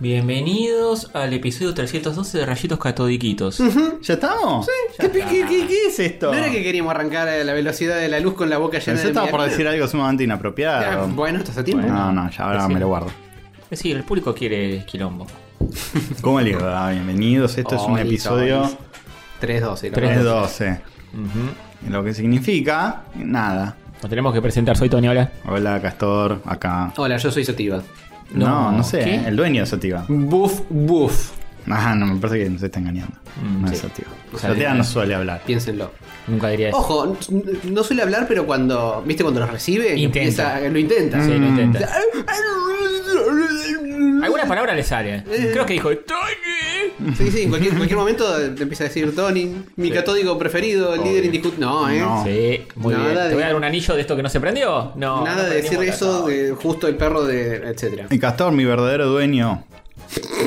Bienvenidos al episodio 312 de Rayitos Catodiquitos. Ujú, ¿Ya estamos? Sí, ¿Qué, qué- qué- qué es esto? No era que queríamos arrancar a la velocidad de la luz con la boca llena Yo de estaba por mierda. decir algo sumamente inapropiado. Ah, Bueno, estás a tiempo. no, no, ya ahora Sí. me lo guardo. Es decir, el público quiere quilombo. ¿Cómo le va? Bienvenidos, esto este es un Hoy, episodio hoy. 3-2 era. 312. Ujú. Lo que significa, nada. Nos tenemos que presentar, soy Tony, hola. Hola, Castor, acá. Hola, yo soy Sotiva. No, no, No, sé, ¿qué? el dueño de Sativa. Buf, buf. Ah, no, me parece que nos está engañando. Mm, no es sí. Sativa. Sale Sativa bien. no suele hablar. Piénsenlo. Nunca diría eso. Ojo, n- no suele hablar, pero cuando, ¿viste? Cuando los recibe, Intenta. empieza- lo intenta. Sí, lo intenta. Alguna- Mm. Algunas palabras le sale. Eh. Creo que dijo Tony. Sí, sí, en cualquier, en cualquier momento te empieza a decir Tony, mi catódico preferido, el líder indiscutible. No, eh. No. Sí, muy Nada bien. de- ¿Te voy a dar un anillo de esto que no se prendió? No. Nada no de decir prendimos eso la- de justo el perro de. etcétera. Y Castor, mi verdadero dueño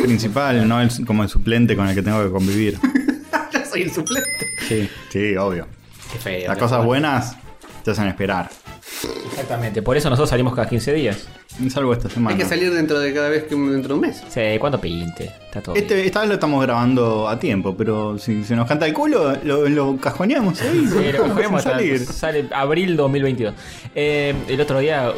principal, no el- como el suplente con el que tengo que convivir. yo soy el suplente. Sí, sí, obvio. Qué feo. Las qué cosas fuerte. buenas te hacen esperar. Exactamente, por eso nosotros salimos cada 15 días. Salvo esta semana. Hay que salir dentro de cada vez que dentro de un mes. Sí, cuando pinte. Está todo. bien. Este, esta vez lo estamos grabando a tiempo, pero si se nos canta el culo, lo, lo cajoneamos ahí. Sí, lo vamos a cogemos hasta- salir. Sale abril 2022. Eh, el otro día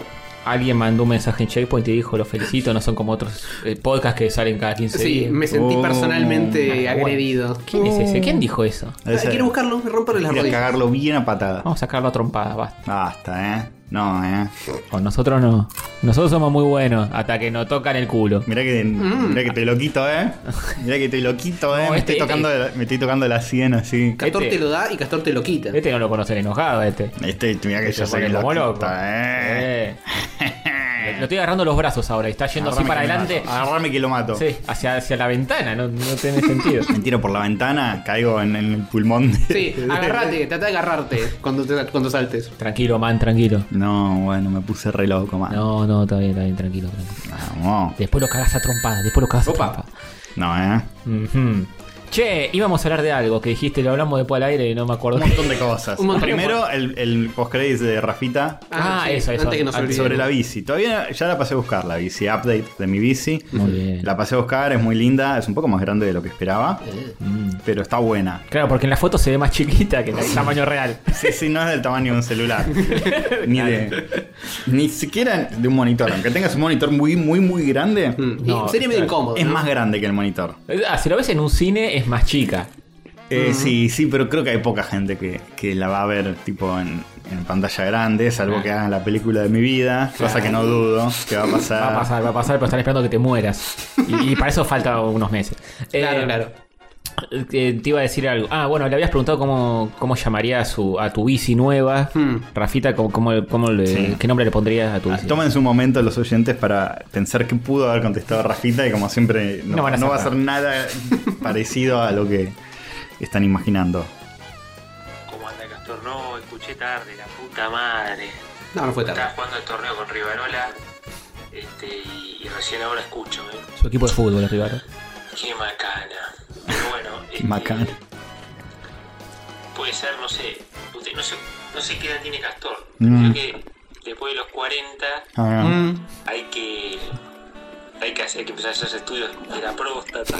alguien mandó un mensaje en Checkpoint y dijo: Los felicito, no son como otros eh, podcasts que salen cada 15 Sí, días. me sentí Oh. personalmente Ah, bueno. agredido. ¿Quién es ese? ¿Quién dijo eso? Ah, Ese- Quiero buscarlo, me rompo las ir a rodillas. cagarlo bien a patada. Vamos a sacarlo a trompadas, basta. Basta, eh. No, eh. Con nosotros no. Nosotros somos muy buenos hasta que nos tocan el culo. Mirá que, mirá que te lo quito, eh. Mirá que te lo quito, eh. No, me, este- estoy tocando, la- me estoy tocando la sien así. Castor Este- te lo da y Castor te lo quita. Este no lo conocen enojado, este. Este, mirá que yo Se soy pone el como loquito, loco. eh. Eh. Le- Lo estoy agarrando los brazos ahora y está yendo así Agarrame para que lo adelante. mato, Agarrame que lo mato. Sí, hacia, hacia la ventana, no, no tiene sentido. Me tiro por la ventana, caigo en, en el pulmón. de- Sí, este agarrate, trata de agarrarte cuando, te- cuando saltes. Tranquilo, man, tranquilo. No, bueno, me puse re loco, man. No, no, está bien, está bien, tranquilo, tranquilo. Vamos. Después lo cagás a trompadas, después lo cagás a trompadas. No, eh. Ujú. Che, íbamos a hablar de algo que dijiste, lo hablamos después al aire y no me acuerdo. Un montón de cosas. Un montón. Primero, el, el postcrédito de Rafita Ah, eso, eso. Antes que nos Ah, olvidemos. sobre la bici. Todavía ya la pasé a buscar, la bici, update de mi bici. Muy bien. La pasé a buscar, es muy linda, es un poco más grande de lo que esperaba, Mm. pero está buena. Claro, porque en la foto se ve más chiquita que en el tamaño real. Sí, sí, no es del tamaño de un celular. ni de. Ni siquiera de un monitor. Aunque tengas un monitor muy, muy, muy grande, Mm, y No, sería medio claro. incómodo. es ¿no? más grande que el monitor. Ah, si lo ves en un cine es más chica. Eh, Sí, sí, pero creo que hay poca gente que, que la va a ver tipo en, en pantalla grande, salvo que hagan la película de mi vida, cosa que no dudo que va a pasar. Va a pasar, va a pasar, pero están esperando que te mueras. Y, y para eso falta unos meses. Claro, Eh, claro. eh, te iba a decir algo. Ah, bueno, le habías preguntado cómo, cómo llamaría a, su, a tu bici nueva. Hmm. Rafita, ¿cómo, cómo- cómo le- Sí. ¿qué nombre le pondrías a tu Ah, bici? Tómense un momento los oyentes para pensar que pudo haber contestado Rafita y como siempre no, No van a no va a sacar. ser nada parecido a lo que están imaginando. ¿Cómo anda Castor? No, escuché tarde, la puta madre. No, no fue Estaba tarde. jugando el torneo con Rivarola este, y, y recién ahora escucho, ¿eh? Su equipo de fútbol, Rivaro. Qué macana. Pero bueno. este, macana. Puede ser, no sé, usted- no sé, no sé qué edad tiene Castor. Mm. Creo que después de los 40 Ah, Mm, hay que... Hay que, hacer, hay que empezar a hacer estudios de la próstata.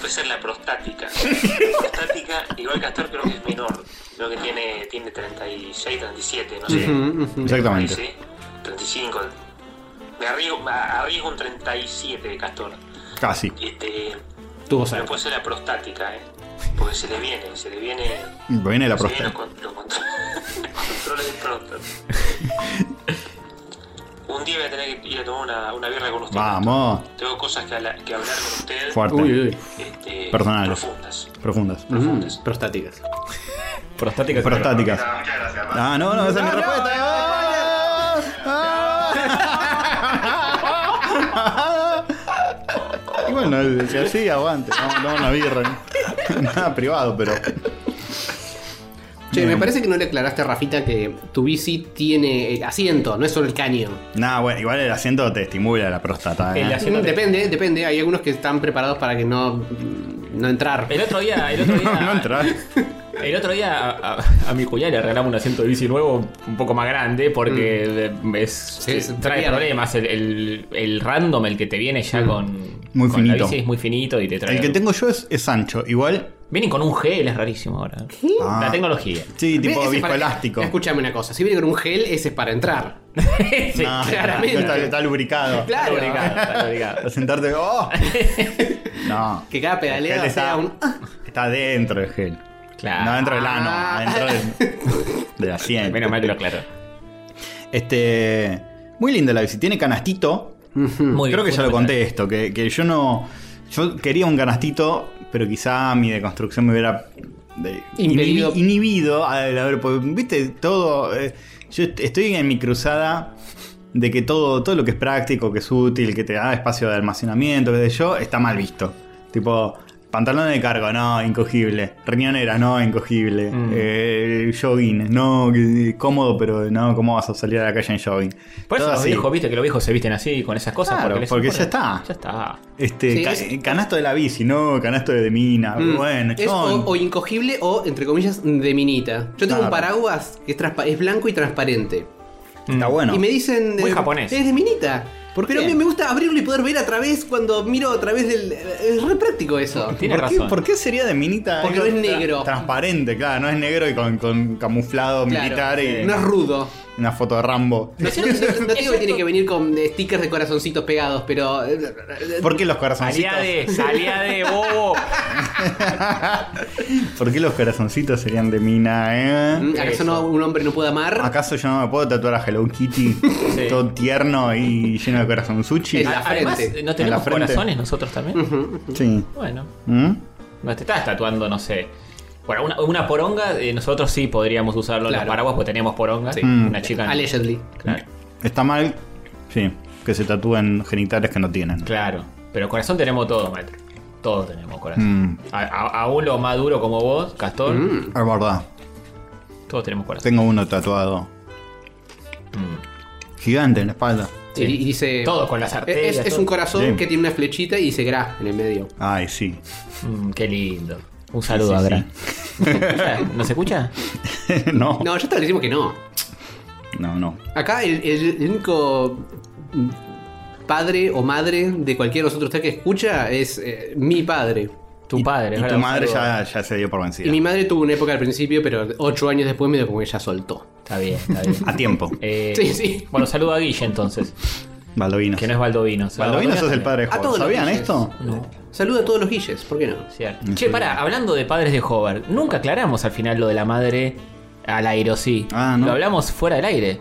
Puede ser la prostática. La prostática, igual Castor creo que es menor. Creo que tiene, tiene 36, 37, no sé. mm, mm. exactamente. Sí, 35. Me arriesgo, me arriesgo un 37 de Castor. Casi. Este, Tuvo pero salto. puede ser la prostática, ¿eh? Porque se le viene, se le viene. Viene la se le vienen los, próstata. con- los contro- los controles de próstata. Un día voy a tener que ir a tomar una, una birra con usted. Vamos. Tengo cosas que, habla- que hablar con usted. Fuerte. Uy, uy. este, Personales. Profundas. Profundas. Mm, prostáticas. Prostática. Prostáticas. muchas gracias. Ah, no, no, esa es mi No, no, respuesta. Ah, ah. Y bueno, si así aguante, vamos a tomar una birra. Nada privado, pero. Che, me parece que no le aclaraste a Rafita que tu bici tiene el asiento, no es solo el caño. Nada, bueno, igual el asiento te estimula la próstata. ¿eh? El asiento Mm, te- Depende, depende. Hay algunos que están preparados para que mm, no, no entrar. El otro día, el otro día. No, no entrar. El otro día a, a- a mi cuñada le regalamos un asiento de bici nuevo un poco más grande porque Mm. es- se trae pierde. problemas. El, el- el random, el que te viene ya con, Mm. Muy con la finito. bici, es muy finito y te trae. El que tengo yo es, es ancho. Igual. Vienen con un gel, es rarísimo ahora. Ah. La tecnología. Sí, Ese tipo es para- viscoelástico. Escuchame una cosa, si viene con un gel, ese es para entrar. Sí, No, claramente. no Está, está lubricado. Claro. Fabricado, fabricado. Para sentarte. ¡Oh! No. Que cada El gel pedaleada sea está, un. está dentro del gel. Claro. No dentro del ano, Ah. adentro del, del asiento. Menos mal que lo aclaró. Este. Muy linda la bici. Tiene canastito. Muy Creo bien, que ya fundamental. lo conté esto, que, que yo no. Yo quería un canastito, pero quizá mi deconstrucción me hubiera de- Impedido. inhibi- inhibido. al haber- porque, viste, todo. eh, yo est- estoy en mi cruzada de que todo, todo lo que es práctico, que es útil, que te da espacio de almacenamiento, que sé yo, está mal visto. Tipo. Pantalón de cargo, no, incogible. Riñonera, no, incogible. Mm. Eh, jogging, no, que- cómodo, pero no, ¿cómo vas a salir a la calle en jogging? Por eso Todo los así. viejos, viste que los viejos se visten así con esas cosas. Claro, les porque ya importa. está. Ya está. Este, Sí, ca- es- canasto de la bici, no, canasto de mina. Mm. Bueno, es o, chon. o incogible o, entre comillas, de minita. Yo tengo Claro. un paraguas que es, transpa- es blanco y transparente. está bueno. Y me dicen. Muy eh, japonés. Es de minita. Pero a mí me gusta abrirlo y poder ver a través cuando miro a través del. Es re práctico eso. Tiene ¿Por, qué, razón. por qué sería de minita? Porque algo no es negro. transparente, claro, no es negro y con, con camuflado Claro, militar y No es rudo. una foto de Rambo. No, sé, no- no- no digo que tiene que venir con eh, stickers de corazoncitos pegados, pero. eh, eh, ¿Por qué los corazoncitos? Aliade, aliade, bobo. ¿Por qué los corazoncitos serían de mina, eh? ¿Mm? ¿Acaso no, un hombre no puede amar? ¿Acaso yo no me puedo tatuar a Hello Kitty todo tierno y lleno de corazonzuchi? En la Además, eh, frente. ¿no En la tenemos frente. corazones nosotros también? Ujú. Sí. Bueno, ¿Mm? no te estás tatuando, no sé. Bueno, una, una poronga, eh, nosotros sí podríamos usarlo en Claro. los paraguas porque teníamos poronga. Mm. Una chica. Allegedly. Claro, Está mal, sí, que se tatúen genitales que no tienen. claro. Pero corazón tenemos todo, mal. Todos tenemos corazón. Mm, A- a- aún los más duros como vos, Castor, Mm. es verdad. todos tenemos corazón. Tengo uno tatuado. Mm. Gigante en la espalda. Sí. Y, y dice. "Eh, Todos con las arterias. Es, es todo. un corazón Sí. que tiene una flechita y dice gra en el medio. Ay, sí. Mm, qué lindo. Un saludo sí, a Gran. ¿Nos escucha? no, No, ya establecimos que no. no, no. Acá el, el- el único padre o madre de cualquiera de nosotros tres que escucha es eh, mi padre. Tu padre, Y ¿verdad? tu Un madre saludo. ya, ya se dio por vencida. Y mi madre tuvo una época al principio, pero ocho años después medio como que ya soltó. Está bien, está bien. A tiempo. Eh, Sí, sí. Bueno, saludo a Guille entonces, Baldovinos. que no es Baldovino. Baldovinos es el también. padre de A Howard. todos los ¿Sabían dices. esto? Saluda a todos los guilles, ¿por qué no? Cierto. Che, pará, hablando de padres de Hover, nunca aclaramos al final lo de la madre al aire, ¿o sí? Ah, ¿no? Lo hablamos fuera del aire.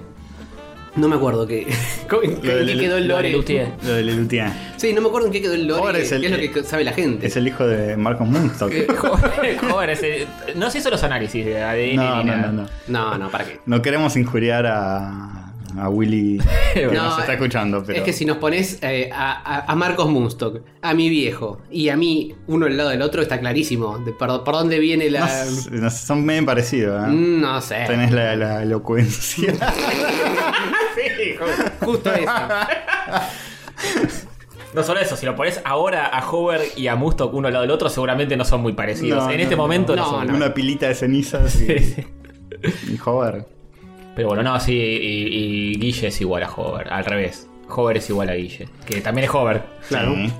No me acuerdo que, en Lo de qué quedó el lo de lore. Lutier. Lo de Lelutien. Sí, no me acuerdo en qué quedó el lore. Ahora es el- qué es lo que sabe la gente. Es el hijo de Marcos Moonstock. Hover, Hover es el- no se hizo los análisis de ADN No, ni no, nada. no, no. No, no, ¿para qué? No queremos injuriar a, a Willy que Bueno, nos está escuchando, pero. eh, Es que si nos pones eh, a, a- a Marcos Munstock, a mi viejo y a mí, uno al lado del otro, está clarísimo de por, por dónde viene No la. sé, no sé, son medio parecidos, ¿eh? Mm, No sé. Tenés la, la elocuencia. Justo eso. No solo eso, si lo pones ahora a Hover y a Mustock uno al lado del otro, seguramente no son muy parecidos. No, en no, este no. momento no, No, son. no. Una pilita de cenizas y, y joder. Pero bueno, no, sí, y, y Guille es igual a Hover, al revés. Hover es igual a Guille, que también es Hover. Claro. Sí.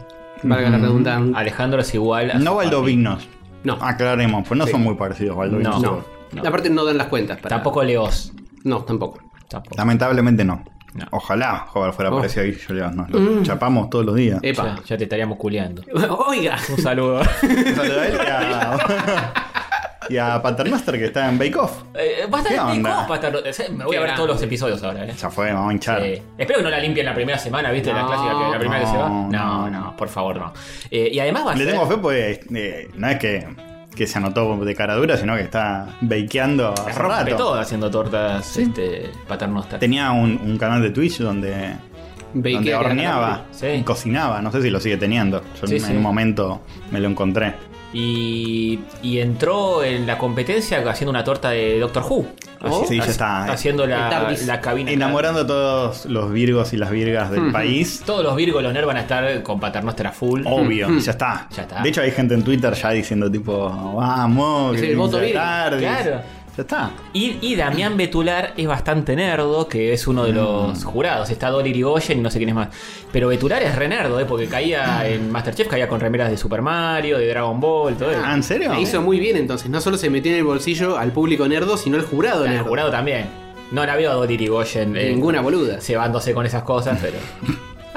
Valga la Mm. redundancia. Alejandro es igual a. No su papi. baldovinos. No. Aclaremos, pues no son muy parecidos baldovinos. No. No. Aparte, no dan las cuentas. para- Tampoco Leos. No, tampoco. Tampoco. Lamentablemente no. No. Mm. Ojalá Jover fuera Oh. parecido a Guillo León. Nos lo chapamos todos los días. Epa. Ya, ya te estaríamos culeando. Oiga. Un saludo. Un saludo a él y a, y a Paternoster que está en Bake Off. Eh, va a ¿Qué estar en onda? Discord, va a estar- eh, Me voy Qué a ver todos grande. los episodios ahora, eh. Ya fue, vamos a hinchar. Eh, espero que no la limpien la primera semana, ¿viste? la No, clásica, que la primera que se va. no, No, no, por favor, no. Eh, y además va a Le ser. tengo fe porque eh, no es que, que se anotó de cara dura, sino que está bakeando hace rompe rato. todo haciendo tortas este, paternostas. Tenía un, un canal de Twitch donde, Bakea donde la horneaba, calambre. Sí. y cocinaba. No sé si lo sigue teniendo. Yo Sí, en sí. un momento me lo encontré. Y, y entró en la competencia haciendo una torta de Doctor Who. Oh. sí, ya está. Está haciendo El la, TARDIS. la cabina. Enamorando a todos los virgos y las virgas del país. Todos los Virgo y los Nerd van a estar con Paternostra full. Obvio, ya está. Ya está. De hecho, hay gente en Twitter ya diciendo, tipo, vamos, Es que el voto pinta virgo. Tardis. Claro. Ya está. Y, y Damián Betular es bastante nerdo, que es uno de los jurados. Está Dolly Rigoyen y no sé quién es más. Pero Betular es re nerdo, ¿eh? porque caía en Masterchef, caía con remeras de Super Mario, de Dragon Ball, todo eso. Ah, ¿En serio? La hizo muy bien entonces. No solo se metió en el bolsillo al público nerdo, sino al jurado El nerdo. jurado también. No la veo a Dolly Rigoyen eh, Ninguna boluda. cebándose con esas cosas, pero.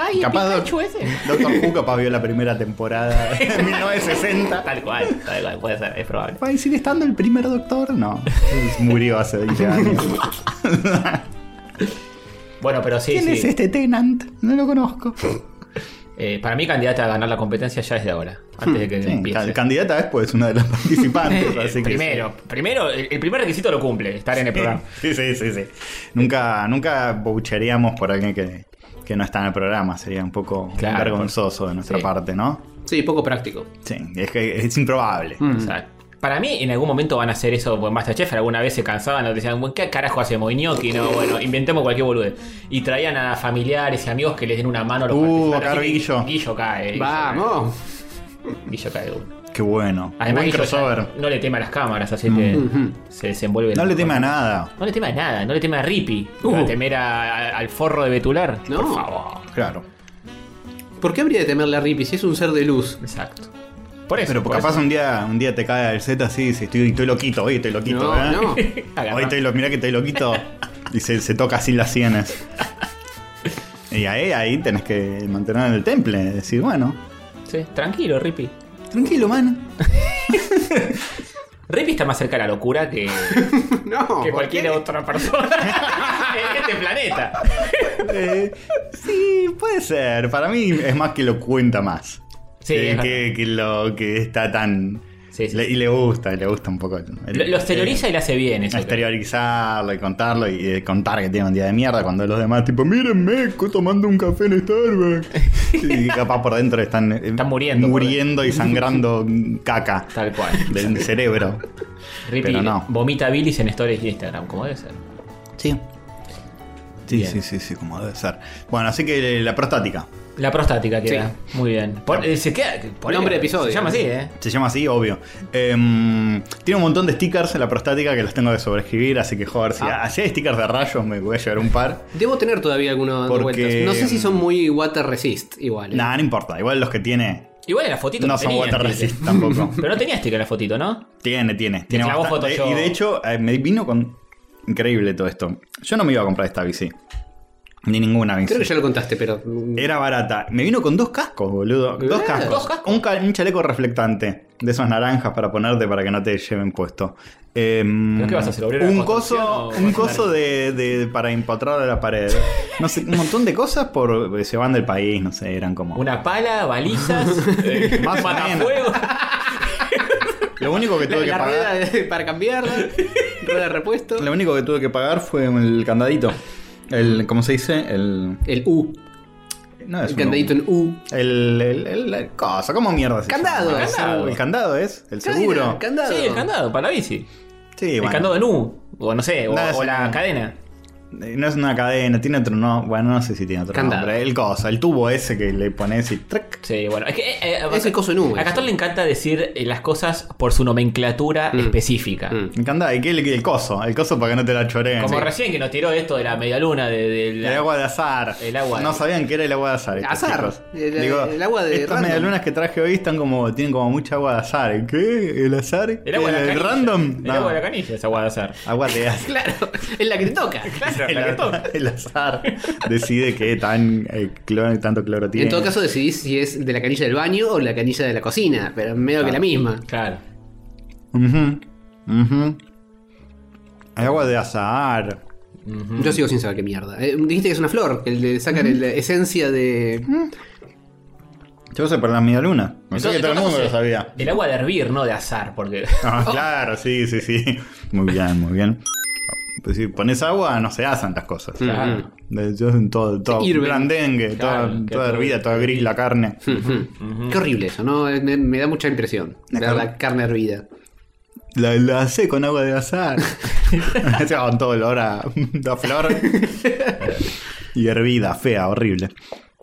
¡Ay, el Capaz- Pikachu ese! Doctor Who capaz vio la primera temporada en 1960. Tal cual, tal cual, puede ser, es probable. ¿Va a seguir estando el primer doctor? No. Murió hace 20 años. Bueno, pero sí, ¿Quién sí. es este Tenant? No lo conozco. Eh, para mí, candidata a ganar la competencia ya desde ahora, antes de que Sí, empiece. ca- candidata es pues una de las participantes. Eh, así que primero, primero, el el primer requisito lo cumple, estar en el programa. Sí, sí, sí, sí. Nunca, nunca boucheríamos por alguien que, que no está en el programa. Sería un poco Claro. vergonzoso de nuestra Sí. parte, ¿no? Sí, poco práctico. Sí, es que es improbable. O sea, Mm. para mí, en algún momento van a hacer eso. Pues Masterchef alguna vez se cansaban, nos decían, "Bueno, ¿qué carajo hacemos? Iñoki, no, bueno, inventemos cualquier boludez. Y traían a familiares y amigos que les den una mano a los Uh, participantes. acá Así que Guillo. Guillo cae. Guillo Vamos. cae, Guillo cae de una. Qué bueno. Además, Buen Guillo ya crossover. Mm. no le tema a las cámaras, así que Ujú. se desenvuelve. No le tema teme a nada. No le tema a nada, no le tema a Rippy. Uh. Va a temer a- a- al forro de Betular. No. Por favor. Claro. ¿Por qué habría de temerle a Rippy si es un ser de luz? Exacto. Por eso. Pero por capaz eso. un día, un día te cae el Z así y dices, estoy, estoy loquito, hoy estoy loquito, No, ¿eh? no. Agarra- Hoy estoy lo, mirá que estoy loquito. Y se, se toca así las sienes. Y ahí, ahí tenés que mantener en el temple, decir, bueno, Sí, tranquilo, Rippy. tranquilo, mano. Rippy está más cerca de la locura que, No. que cualquier otra persona en este planeta. Eh, sí, puede ser. Para mí es más que lo cuenta más. Sí, que, es que, que lo que está tan. Sí, sí. le- y le gusta, le gusta un poco. el- Lo, lo exterioriza y le hace bien el- eso. exteriorizarlo y contarlo y eh, contar que tiene un día de mierda cuando los demás, tipo, mírenme, estoy tomando un café en Starbucks. y capaz por dentro están, eh, Están muriendo por Muriendo y sangrando caca Tal cual. del cerebro. Rippy Pero no. vomita bilis en stories de Instagram, como debe ser. Sí. Sí, Bien. sí, sí, sí, como debe ser. Bueno, así que eh, la prostática. La prostática queda. Muy bien. Pon- No. eh, se queda. ponele- Nombre de episodio. Se llama así, ¿eh? Se llama así, obvio. Em, tiene un montón de stickers en la prostática que los tengo que sobreescribir, así que joder, si, Ah. si hay stickers de rayos me voy a llevar un par. Debo tener todavía algunos dando Porque- vueltas. No sé si son muy water resist igual. ¿eh? Nah, no importa, igual los que tiene Igual en la fotito. no son tenía water sticker. resist tampoco. Pero no tenía sticker en la fotito, ¿no? tiene, tiene. tiene clavó bastante. Photoshop. Y de hecho, eh, me vino con... Increíble todo esto. Yo no me iba a comprar esta bici. Ni ninguna bici. Creo que ya lo contaste, pero. Era barata. Me vino con dos cascos, boludo. Dos Eh, cascos. dos cascos. Un, ca- un chaleco reflectante. De esos naranjas para ponerte para que no te lleven puesto. Em, ¿Pero qué vas a hacer, obrero de Un la construcción coso, o un vas a coso andar? de, de- para empotrar a la pared. No sé, un montón de cosas por eh, se van del país, no sé, eran como. Una pala, balizas, Eh, Más más o menos. matafuego. Lo único que La, tuve que la rueda pagar. de- para cambiarla, rueda de repuesto. Lo único que tuve que pagar fue el candadito. El, ¿cómo se dice? El. El U. No es El un- candadito en U. El, el, el- el coso, ¿cómo mierda? se llama? Candado. El seguro. El candado es, el seguro. Candado. Sí, el candado para la bici. Sí, el bueno. candado de nu. O no sé, o, Nada, o sí, la no. cadena. Eh, No es una cadena, tiene otro no, bueno, no sé si tiene otro Candado. nombre. El coso, el tubo ese que le pones y trac. Sí, bueno. Es que, eh, eh, Es el coso en U, A Castor le encanta decir eh, las cosas por su nomenclatura Mm. específica. Mm. Me encanta, y que el, el coso, el coso para que no te la choreen. Como Sí. recién que nos tiró esto de la medialuna, de, de la- El agua de azar. El agua no de- sabían que era el agua de azar. estos Azar. chicos. El- el agua de Estas random. medialunas que traje hoy están como, tienen como mucha agua de azar. ¿Qué? ¿El azar? el agua de la ¿El canilla. random? El No. agua de la canilla es agua de azar. Agua de azar. Claro, es la que te toca. Claro, El, la que toca. el azar decide que tan eh, cloro- tanto cloro tiene. En todo caso decidís si es de la canilla del baño o la canilla de la cocina, pero medio que la misma. Claro. Ujú, ujú. El agua de azar. Yo sigo sin saber qué mierda. Eh, dijiste que es una flor, que le sacan el- la esencia de... Yo sé por la media luna. Pensé Entonces, que todo el mundo lo entonces, sabía. El Oh. agua de hervir, no de azar, porque. Ah, Claro, sí, sí, sí. Muy bien, muy bien. Pues si pones agua, no se hacen las cosas. Claro. De- yo en todo, todo hirven. blandengue, Claro, toda, que toda todo- hervida, toda gris la carne. Qué horrible eso, ¿no? Eh, Me, me da mucha impresión. La La, carne. la carne hervida. La, la hacé con agua de azar. Se va con todo el olor a, a flor. y hervida, fea, horrible.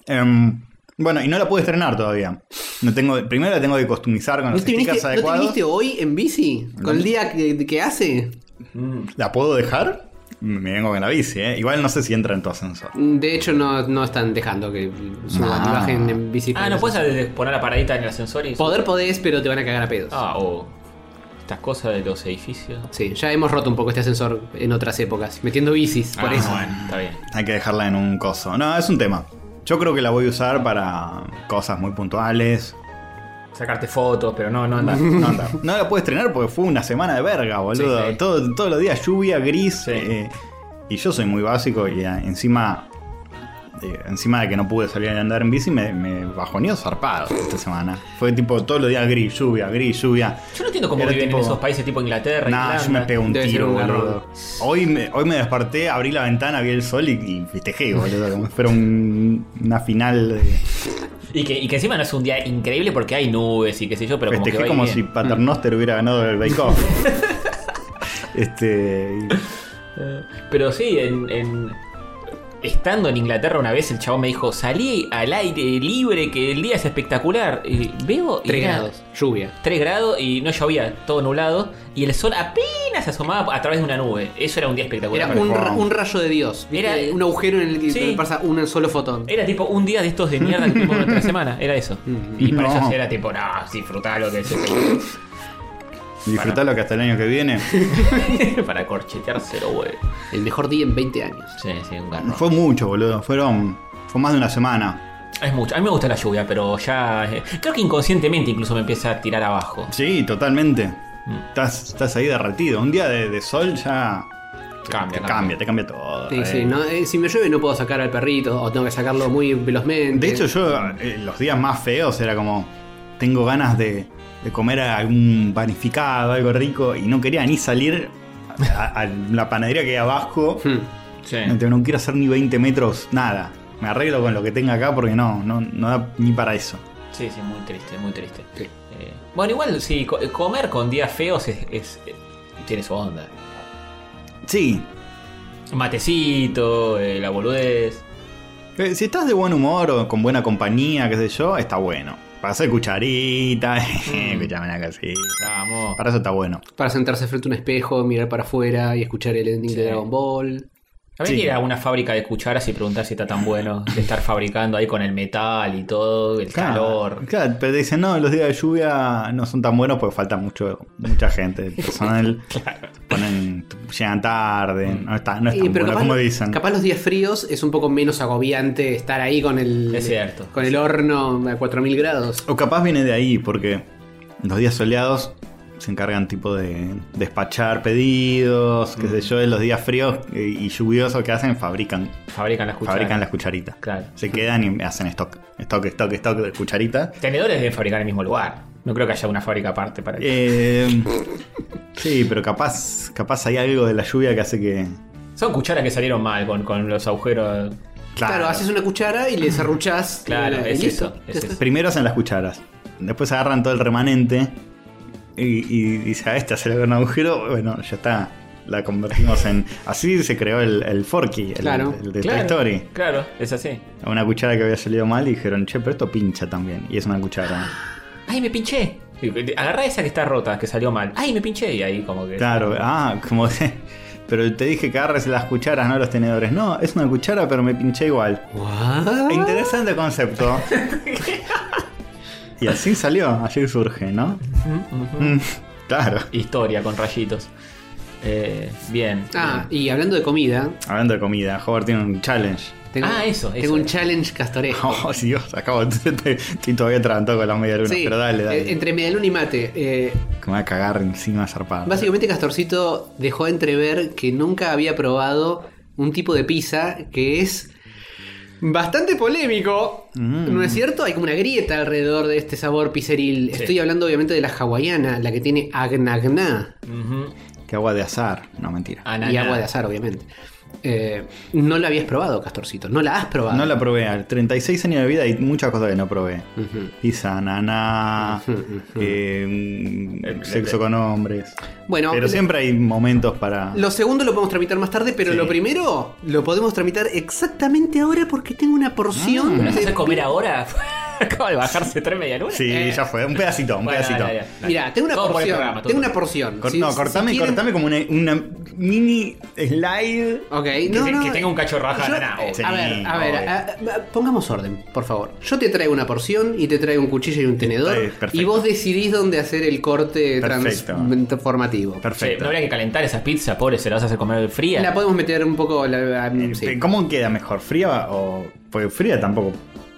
Em, bueno, y no la pude estrenar todavía. No tengo, primero la tengo que customizar con ¿No los te, stickers viniste, ¿no te adecuados. viniste hoy en bici? ¿Con el día que, que hace? ¿La puedo dejar? Me vengo con la bici, ¿eh? Igual no sé si entra en tu ascensor. De hecho, no, no están dejando que suban No. y bajen en bici. Ah, no puedes eh, poner la paradita en el ascensor y. Poder podés, pero te van a cagar a pedos. Ah, o. estas cosas de los edificios. Sí, ya hemos roto un poco este ascensor en otras épocas, metiendo bicis, por Ah, eso. Bueno, está bien. Hay que dejarla en un coso. No, es un tema. Yo creo que la voy a usar para cosas muy puntuales. Sacarte fotos, pero no, no No, andar. no, no. No la pude estrenar porque fue una semana de verga, boludo. Sí, sí. Todo- todos los días lluvia, gris. Sí. eh, y yo soy muy básico y eh, encima. eh, encima de que no pude salir a andar en bici, me, me bajoneó zarpado esta semana. Fue tipo todos los días gris, lluvia, gris, lluvia. Yo no entiendo cómo Era viven tipo- en esos países tipo Inglaterra. Nah, yo me Irlanda. pego un Debe ser tiro, un garrón. boludo. Hoy me, hoy me desperté, abrí la ventana, vi el sol y, y festejé, boludo. Como si fuera un- una final. de- Y que, y que encima no es un día increíble porque hay nubes y qué sé yo, pero como que Festejé va como y si viene. Paternoster hubiera ganado el Bake Off. este. y- Eh, Pero sí, en, en- estando en Inglaterra una vez el chabón me dijo, salí al aire libre, que el día es espectacular. Y veo... y Tres era grados, lluvia. 3 grados y no llovía, todo nublado. Y el sol apenas se asomaba a través de una nube. Eso era un día espectacular. Era Era, perfecto. un, ra- un rayo de Dios. ¿viste? Era- un agujero en el que Sí. Eh. pasa un solo fotón. tipo un día de estos de mierda que tuvimos durante la semana. Era eso. Y para No. ellos era tipo, no, disfrutar lo que es Disfrutalo que hasta el año que viene. Para corcheteárselo, güey. El mejor día en 20 años. Sí, sí, un garrón. Fue mucho, boludo. Fueron. Fue más de una semana. Es mucho. A mí me gusta la lluvia, pero ya. eh, Creo que inconscientemente incluso me empieza a tirar abajo. Sí, totalmente. Mm. Estás, estás ahí derretido. Un día de, de sol ya. Cambia, Te cambia, te cambia todo. Sí, eh. sí, no, eh, si me llueve no puedo sacar al perrito o tengo que sacarlo muy velozmente. De hecho, yo eh, los días más feos era como. Tengo ganas de, de comer algún panificado, algo rico, y no quería ni salir a, a la panadería que hay abajo. Hmm. Sí. No, no quiero hacer ni 20 metros, nada. Me arreglo con lo que tenga acá porque no, no, no da ni para eso. sí, sí, muy triste, muy triste. Sí. Eh, bueno, igual, sí, co- comer con días feos es, es- eh, tiene su onda. Sí, Matecito, eh, la boludez. Eh, Si estás de buen humor o con buena compañía, qué sé yo, está bueno. Para hacer cucharita, escuchame una cosita. Vamos. Para eso está bueno. Para sentarse frente a un espejo, mirar para afuera y escuchar el ending de Sí. Dragon Ball. Habría Sí. que ir a una fábrica de cucharas y preguntar si está tan bueno de estar fabricando ahí con el metal y todo, el calor. Claro, pero te dicen, no, los días de lluvia no son tan buenos porque falta mucho, mucha gente. El personal ponen, llegan tarde, no está, no es Eh, tan bueno capaz, como dicen. capaz los días fríos es un poco menos agobiante estar ahí con el, Es cierto. con el horno a 4000 grados. O capaz viene de ahí, porque los días soleados se encargan tipo de despachar pedidos, qué sé yo, en los días fríos eh, y lluviosos que hacen, fabrican Fabrican las cucharas. Fabrican las cucharitas. Claro. Se quedan y hacen stock. Stock, stock, stock de cucharitas. Tenedores deben fabricar en el mismo lugar. No creo que haya una fábrica aparte para Eh, sí, pero capaz, capaz hay algo de la lluvia que hace que. Son cucharas que salieron mal con, con los agujeros. Claro, haces una cuchara y le serruchás. Claro, y es listo. eso, es Ya está. eso. Primero hacen las cucharas. Después agarran todo el remanente. Y, y dice, a esta se le ve un agujero. Bueno, ya está. La convertimos en. Así se creó el, el Forky, el, Claro. el de claro, Toy Story. Claro, es así. Una cuchara que había salido mal y dijeron, che, pero esto pincha también. Y es una cuchara. ¡Ay, me pinché! Agarrá esa que está rota, que salió mal. ¡Ay, me pinché! Y ahí como que. Claro, ah, como que- Pero te dije que agarres las cucharas, no los tenedores. No, es una cuchara, pero me pinché igual. What? Interesante concepto. y así salió, así surge, ¿no? Mm, claro. Historia con rayitos. Eh, bien. Ah, y hablando de comida, Hablando de comida, Howard tiene un challenge. tengo, Ah, eso, tengo eso. un challenge castorejo. Oh, Dios, acabo. Estoy todavía atragantado con la media luna, Sí, pero dale, eh, dale. Entre medialuna y mate. eh, Que me va a cagar encima zarpado. básicamente Castorcito dejó entrever que nunca había probado un tipo de pizza que es bastante polémico. Mm. ¿No es cierto? Hay como una grieta alrededor de este sabor pizzeril. Estoy hablando obviamente de la hawaiana, la que tiene agnagná. Ujú. Que agua de azar. No, mentira. Ananá. Y agua de azar, obviamente. Eh, no la habías probado, Castorcito. No la has probado. No la probé. al 36 años de vida y muchas cosas que no probé. Ujú. Pizza, naná, eh, mm, sexo con hombres. Bueno, Pero le- siempre hay momentos para... Lo segundo lo podemos tramitar más tarde, pero Sí. lo primero lo podemos tramitar exactamente ahora porque tengo una Mm, porción. ¿Vas a de- hacer comer ahora? Acaba de bajarse tres medialunas. Sí, Eh. ya fue. Un pedacito, un Bueno, pedacito. dale, dale, dale. Mirá, tengo una Todo por el porción. programa, todo tengo por una porción. Cor- Si- no, si cortame, quieren- cortame como una, una mini slide. Ok, Que, no, te- no, que tenga un cacho raja yo- de nada. eh, Sí, a ver, a ver, obvio. a- a- pongamos orden, por favor. Yo te traigo una porción y te traigo un cuchillo y un tenedor. bien, perfecto. y vos decidís dónde hacer el corte Perfecto. transformativo. Perfecto. no habría que calentar esa pizza, pobre, se la vas a hacer comer fría. La podemos meter un poco. La, la- sí. Eh, ¿Cómo queda mejor? ¿Fría o.? Pues fría tampoco.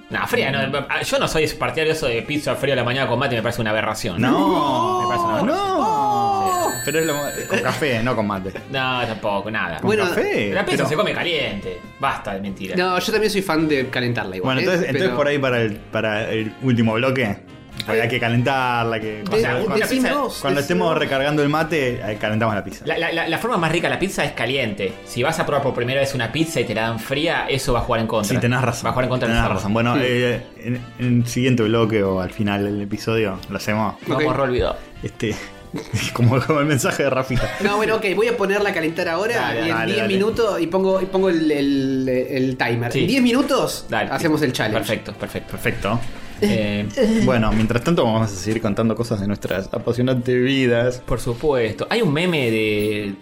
No, fría, no, ah, yo no soy partidario de eso de pizza fría a la mañana con mate, me parece una aberración. No, Me parece una aberración. Oh. no. Pero es lo- con café, no con mate. No, tampoco, nada. Con Bueno, café. la pizza Eh, pero- se come caliente. Basta de mentiras. No, yo también soy fan de calentarla igual. Bueno, ¿eh? entonces, entonces Pero- por ahí para el, para el último bloque. Pues hay que calentarla. Que, De- o sea, de- de- cuando, cuando decime vos, decime estemos vos. recargando el mate, eh, calentamos la pizza. La, la- la- la forma más rica de la pizza es caliente. Si vas a probar por primera vez una pizza y te la dan fría, eso va a jugar en contra. Sí, tenés razón. Va a jugar en contra de tenés nosotros. razón. Bueno, eh, en, en el siguiente bloque o al final del episodio lo hacemos. Ok. Vamos, Rol Vidal. Este, como, como el mensaje de Rafita. No, bueno, ok, voy a ponerla a calentar ahora Dale, y en dale, 10 dale. minutos y pongo, y pongo el, el- el timer. Sí. En 10 minutos Dale. hacemos el challenge. Perfecto, perfecto. Perfecto. Eh, Bueno, mientras tanto vamos a seguir contando cosas de nuestras apasionantes vidas. por supuesto. Hay un meme de,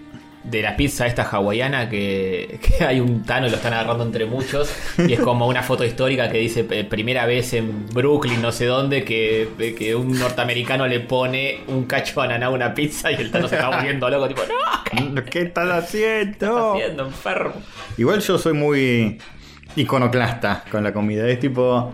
de la pizza esta hawaiana que, que hay un Tano y lo están agarrando entre muchos. Y es como una foto histórica que dice eh, primera vez en Brooklyn, no sé dónde, que, de que un norteamericano le pone un cacho de ananá a una pizza y el Tano se está volviendo loco. Tipo, no, ¿qué ¿Qué estás estás haciendo? haciendo, enfermo? Igual yo soy muy iconoclasta con la comida. Es tipo.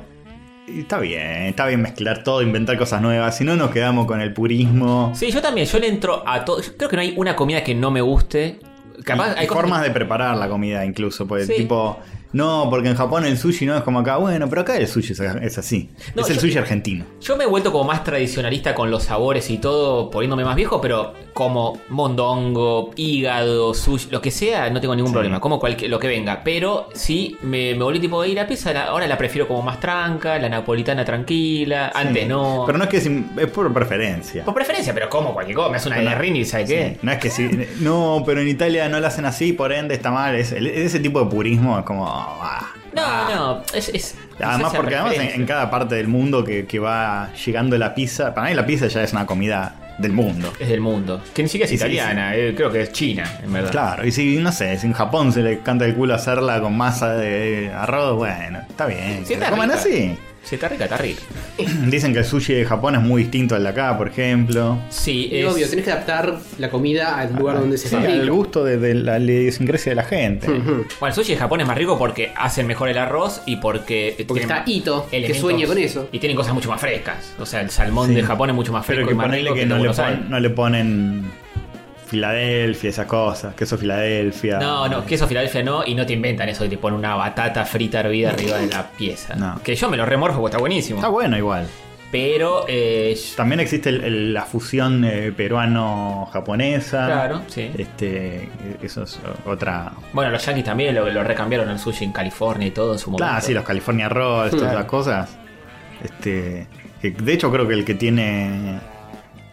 Está bien, está bien mezclar todo, inventar cosas nuevas. Si no, nos quedamos con el purismo. Sí, yo también. Yo le entro a todo. yo Creo que no hay una comida que no me guste. Capaz Y- hay y cosas formas de preparar la comida, incluso. Porque, Sí. tipo, no, porque en Japón el sushi no es como acá. Bueno, pero acá el sushi es, es así. No, es el yo- sushi argentino. Yo me he vuelto como más tradicionalista con los sabores y todo, poniéndome más viejo, pero como mondongo, hígado, sushi, lo que sea, no tengo ningún Sí. problema. Como cualquier, lo que venga. Pero sí, me, me volví tipo de ir a pizza. la- ahora la prefiero como más tranca, la napolitana tranquila. Antes Sí. no. Pero no es que es, es por preferencia. Por preferencia, pero como cualquier cosa. Me hace una Pero no- guerrini y ¿sabes Sí, qué? No es que sí. No, pero en Italia no la hacen así, por ende está mal. Es, el- ese tipo de purismo es como. ah. No, no. Es, es- es Además, esa porque además en, preferencia. en cada parte del mundo que, que va llegando la pizza. Para mí la pizza ya es una comida del mundo. Es del mundo. Que ni siquiera es Sí, sí, italiana, eh, creo que es china, en verdad. Claro, y si, no sé, si en Japón se le canta el culo hacerla con masa de arroz, bueno, está bien. Sí, que la está coman rica. así? Sí, está rica, está rica. Dicen que el sushi de Japón es muy distinto al de acá, por ejemplo. Sí, Y es... obvio, tenés que adaptar la comida al lugar donde se Ah, Sí, fabrica. al gusto de, de la idiosincrasia de la gente. Ujú. Bueno, el sushi de Japón es más rico porque hacen mejor el arroz y porque... tienen Porque está más Ito, que elementos- sueña con eso. Y tienen cosas mucho más frescas. O sea, el salmón Sí. de Japón es mucho más fresco Pero que y más ponerle rico que, el de no, le Buenos pon- Aires. no le ponen Filadelfia, esas cosas, queso Filadelfia. No, no, queso Filadelfia no, y no te inventan eso que te ponen una batata frita hervida arriba de la pieza. No. Que yo me lo remorfo porque está buenísimo. Está bueno igual. Pero, eh, También existe el- el- la fusión eh, peruano-japonesa. claro, sí. Este, eso es otra. Bueno, los yankees también lo, lo recambiaron al sushi en California y todo en su momento. Claro, sí, los California Rolls, todas Claro. esas cosas. Este, que de hecho, creo que el que tiene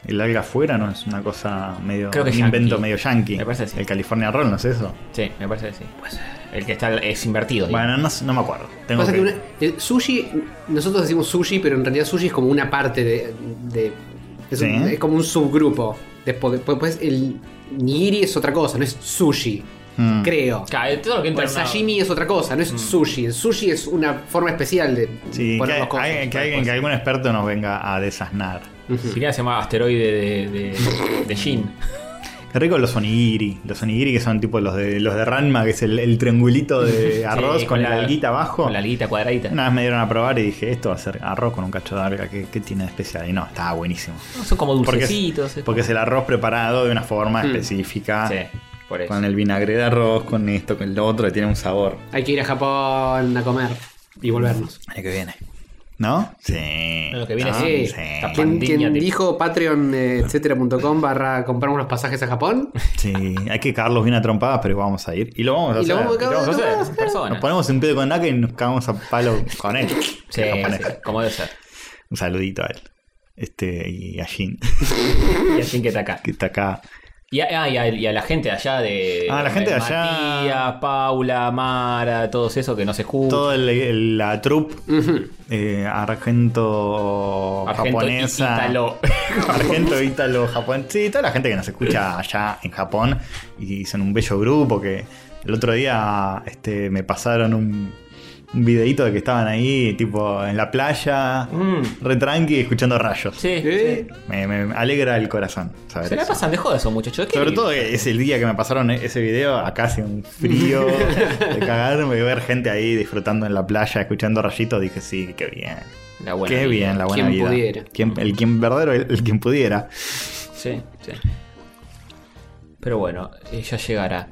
el alga afuera no es una cosa medio. Creo que un yankee. invento medio yankee. Me parece que sí. El California Roll, ¿no es eso? Sí, me parece que sí. Pues, el que está es invertido. digamos. Bueno, no, sé- no me acuerdo. Tengo Pasa que- que una- el sushi, nosotros decimos sushi, pero en realidad sushi es como una parte de. de- es, Sí. un- es como un subgrupo. Después, después, después el nigiri es otra cosa, no es sushi. Mm. Creo. Claro, todo lo que O entra el en una- Pues sashimi es otra cosa, no es sushi. El sushi es una forma especial de Sí, que, poner las hay- cosas. alguien- que poner alguien, que algún experto nos venga a desasnar. Si bien se llama asteroide de, de, de Jin. Qué rico los onigiri. Los onigiri que son tipo los de los de Ranma, que es el, el triangulito de arroz Sí, con, la alguita abajo. Con la alguita cuadradita. Una vez me dieron a probar y dije, esto va a ser arroz con un cacho de alga, ¿qué, qué tiene de especial? Y no, estaba buenísimo. No, son como Mm. Porque es- dulcecitos. es- Porque es el arroz preparado de una forma específica. sí, por eso. Con el vinagre de arroz, con esto, con lo otro, que tiene un sabor. cosas. Hay que ir a Japón a comer y volvernos. El año que viene. ¿No? Sí. Lo que viene No, sí. Ah, sí. ¿Quién, Pandilla quién de- dijo patreon, eh, etcétera.com barra comprar unos pasajes a Japón? Sí. Hay que cagarlos bien a trompadas, pero vamos a ir. Y lo vamos a Y hacer. lo vamos a ¿Qué cagar vamos a de hacer? trompadas. Persona. Nos ponemos un pedo con Naka y nos cagamos a palo con él. Sí, Con él. sí, como debe ser. Un saludito a él. Este, y a Jin, Y así que está acá. que está acá. Y a, ah, y a- y a la gente de allá de. Ah, la gente de allá. Matías, Paula, Mara, todos esos que no se escuchan. Toda el- el- la troupe Ujú. eh, argento, Argento japonesa. ítalo. Argento, ítalo, japonés. Sí, toda la gente que nos escucha allá en Japón y son un bello grupo que el otro día este, me pasaron un, un videito de que estaban ahí, tipo en la playa, re tranqui, escuchando rayos. Mm. Sí, ¿Eh? Me, me alegra el corazón sí. saber Se la eso. pasan de joda esos muchachos. ¿Qué? Sobre todo que es el día que me pasaron ese video, acá hace un frío de cagarme y ver gente ahí disfrutando en la playa, escuchando rayitos, dije sí, qué bien. La buena qué vida. bien, la buena Quien vida. pudiera. Quien- el quien verdadero, el, el quien pudiera. Sí, sí. Pero bueno, eh, ya llegará.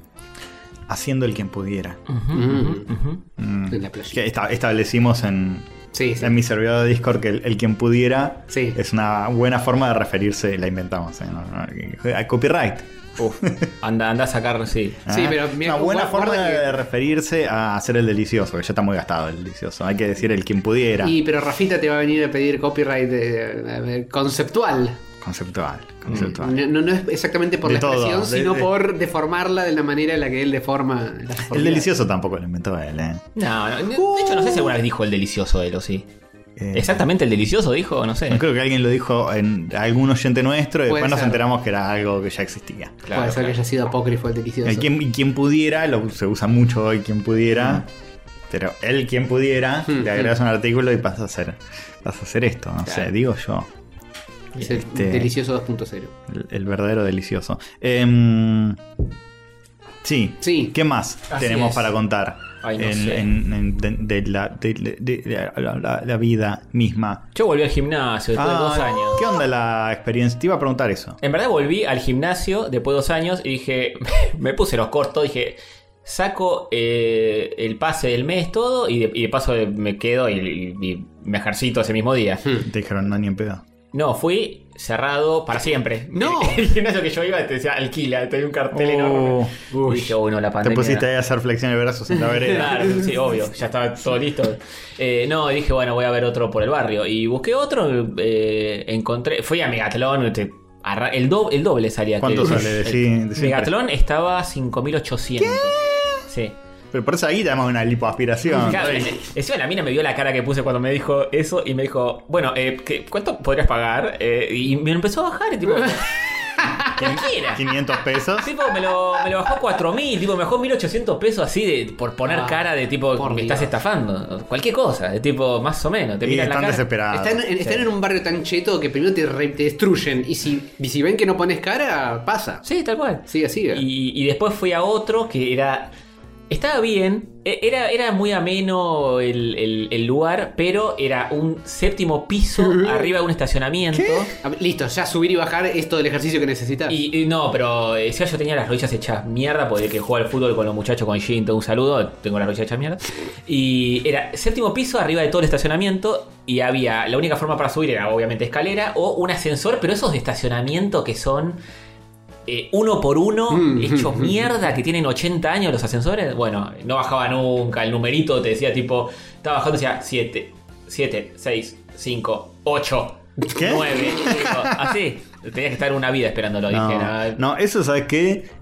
Haciendo el quien pudiera. Mm. Ujú. Mm. En la playa. Que esta- establecimos en, Sí, sí. en mi servidor de Discord que el, el quien pudiera Sí. es una buena forma de referirse, la inventamos. ¿eh? No, no, a copyright. Uf, anda, anda a sacar, sí. Sí, ¿Ah? pero Es mira, una buena guarda forma que- de referirse a hacer el delicioso, que ya está muy gastado el delicioso. Hay que decir el quien pudiera. Y pero Rafita te va a venir a pedir copyright eh, eh, conceptual. Conceptual, conceptual. No, no- no es exactamente por De la todo, expresión, de- sino de- por deformarla de la manera en la que él deforma. la El forma. delicioso tampoco lo inventó él, ¿eh? No, no, de hecho, no sé si alguna vez dijo el delicioso él o sí. Uh. Eh, Exactamente el delicioso dijo, no sé. No creo que alguien lo dijo en algún oyente nuestro y Puede después nos ser. enteramos que era algo que ya existía. Claro, Puede ser que claro. haya sido apócrifo el delicioso. El quien, y quien pudiera, lo, se usa mucho hoy quien pudiera, pero el quien pudiera, Mm, le agregas un artículo y pasa a hacer, vas a hacer esto, no sé, digo yo. Es el Este- delicioso 2.0. El, el verdadero delicioso. Em, sí. Sí. ¿Qué más Así tenemos es. para contar? Ay, no En- sé. en- en- de, de la, de- de- de la- la- la vida misma. Yo volví al gimnasio después de dos Ah, años. ¿Qué onda la experiencia? Te iba a preguntar eso. En verdad volví al gimnasio después de dos años y dije, me puse los cortos, dije, saco eh, el pase del mes todo y de, y de paso me quedo y, y- y me ejercito ese mismo día. Te dijeron, no, ni en pedo. No, fui cerrado para siempre. ¡No! El gimnasio que yo iba te decía alquila, tenía un cartel Oh. enorme. Uy. Y dije, bueno, la Te pandemia. pusiste ahí a hacer flexión de brazos en la vereda. Claro, sí, obvio, ya estaba todo listo. Eh, no, dije, bueno, voy a ver otro por el barrio. Y busqué otro, eh, encontré, fui a Megatlón, te- arra- el, do- el doble salía. ¿Cuánto te- sale? el- Decí- decí el Megatlón estaba 5.800. Sí. Pero por eso ahí tenemos una lipoaspiración. Claro, Ay, encima la mina me vio la cara que puse cuando me dijo eso y me dijo, bueno, eh, ¿qué- ¿cuánto podrías pagar? Eh, y me empezó a bajar, y tipo, cualquiera. 500 pesos. Tipo, me lo, me lo bajó 4.000, tipo, me bajó 1.800 pesos así de, por poner Ah, cara de tipo, por me Dios. estás estafando. Cualquier cosa, de tipo, más o menos. Te Y miran la están cara. desesperados. Están, en, están en un barrio tan cheto que primero te, re- te destruyen. Y si, y si ven que no pones cara, pasa. Sí, tal cual. Sigue, sigue. Y, y después fui a otro que era. Estaba bien, e- era, era muy ameno el, el- el lugar, pero era un séptimo piso arriba de un estacionamiento. A ver, Listo, ya subir y bajar es todo el ejercicio que necesitas. Y, y no, pero eh, si yo tenía las rodillas hechas mierda, porque que juega al fútbol con los muchachos con Jin, todo un saludo, tengo las rodillas hechas mierda. Y era séptimo piso, arriba de todo el estacionamiento, y había, la única forma para subir era obviamente escalera o un ascensor, pero esos de estacionamiento que son eh, uno por uno, Mm, hechos mm, mierda, que tienen 80 años los ascensores, bueno, no bajaba nunca, el numerito te decía tipo, estaba bajando, decía 7, 7, 6, 5, 8. ¿Qué? 9, así. Tenías que estar una vida esperándolo. dije, No, no, no, eso sabes qué.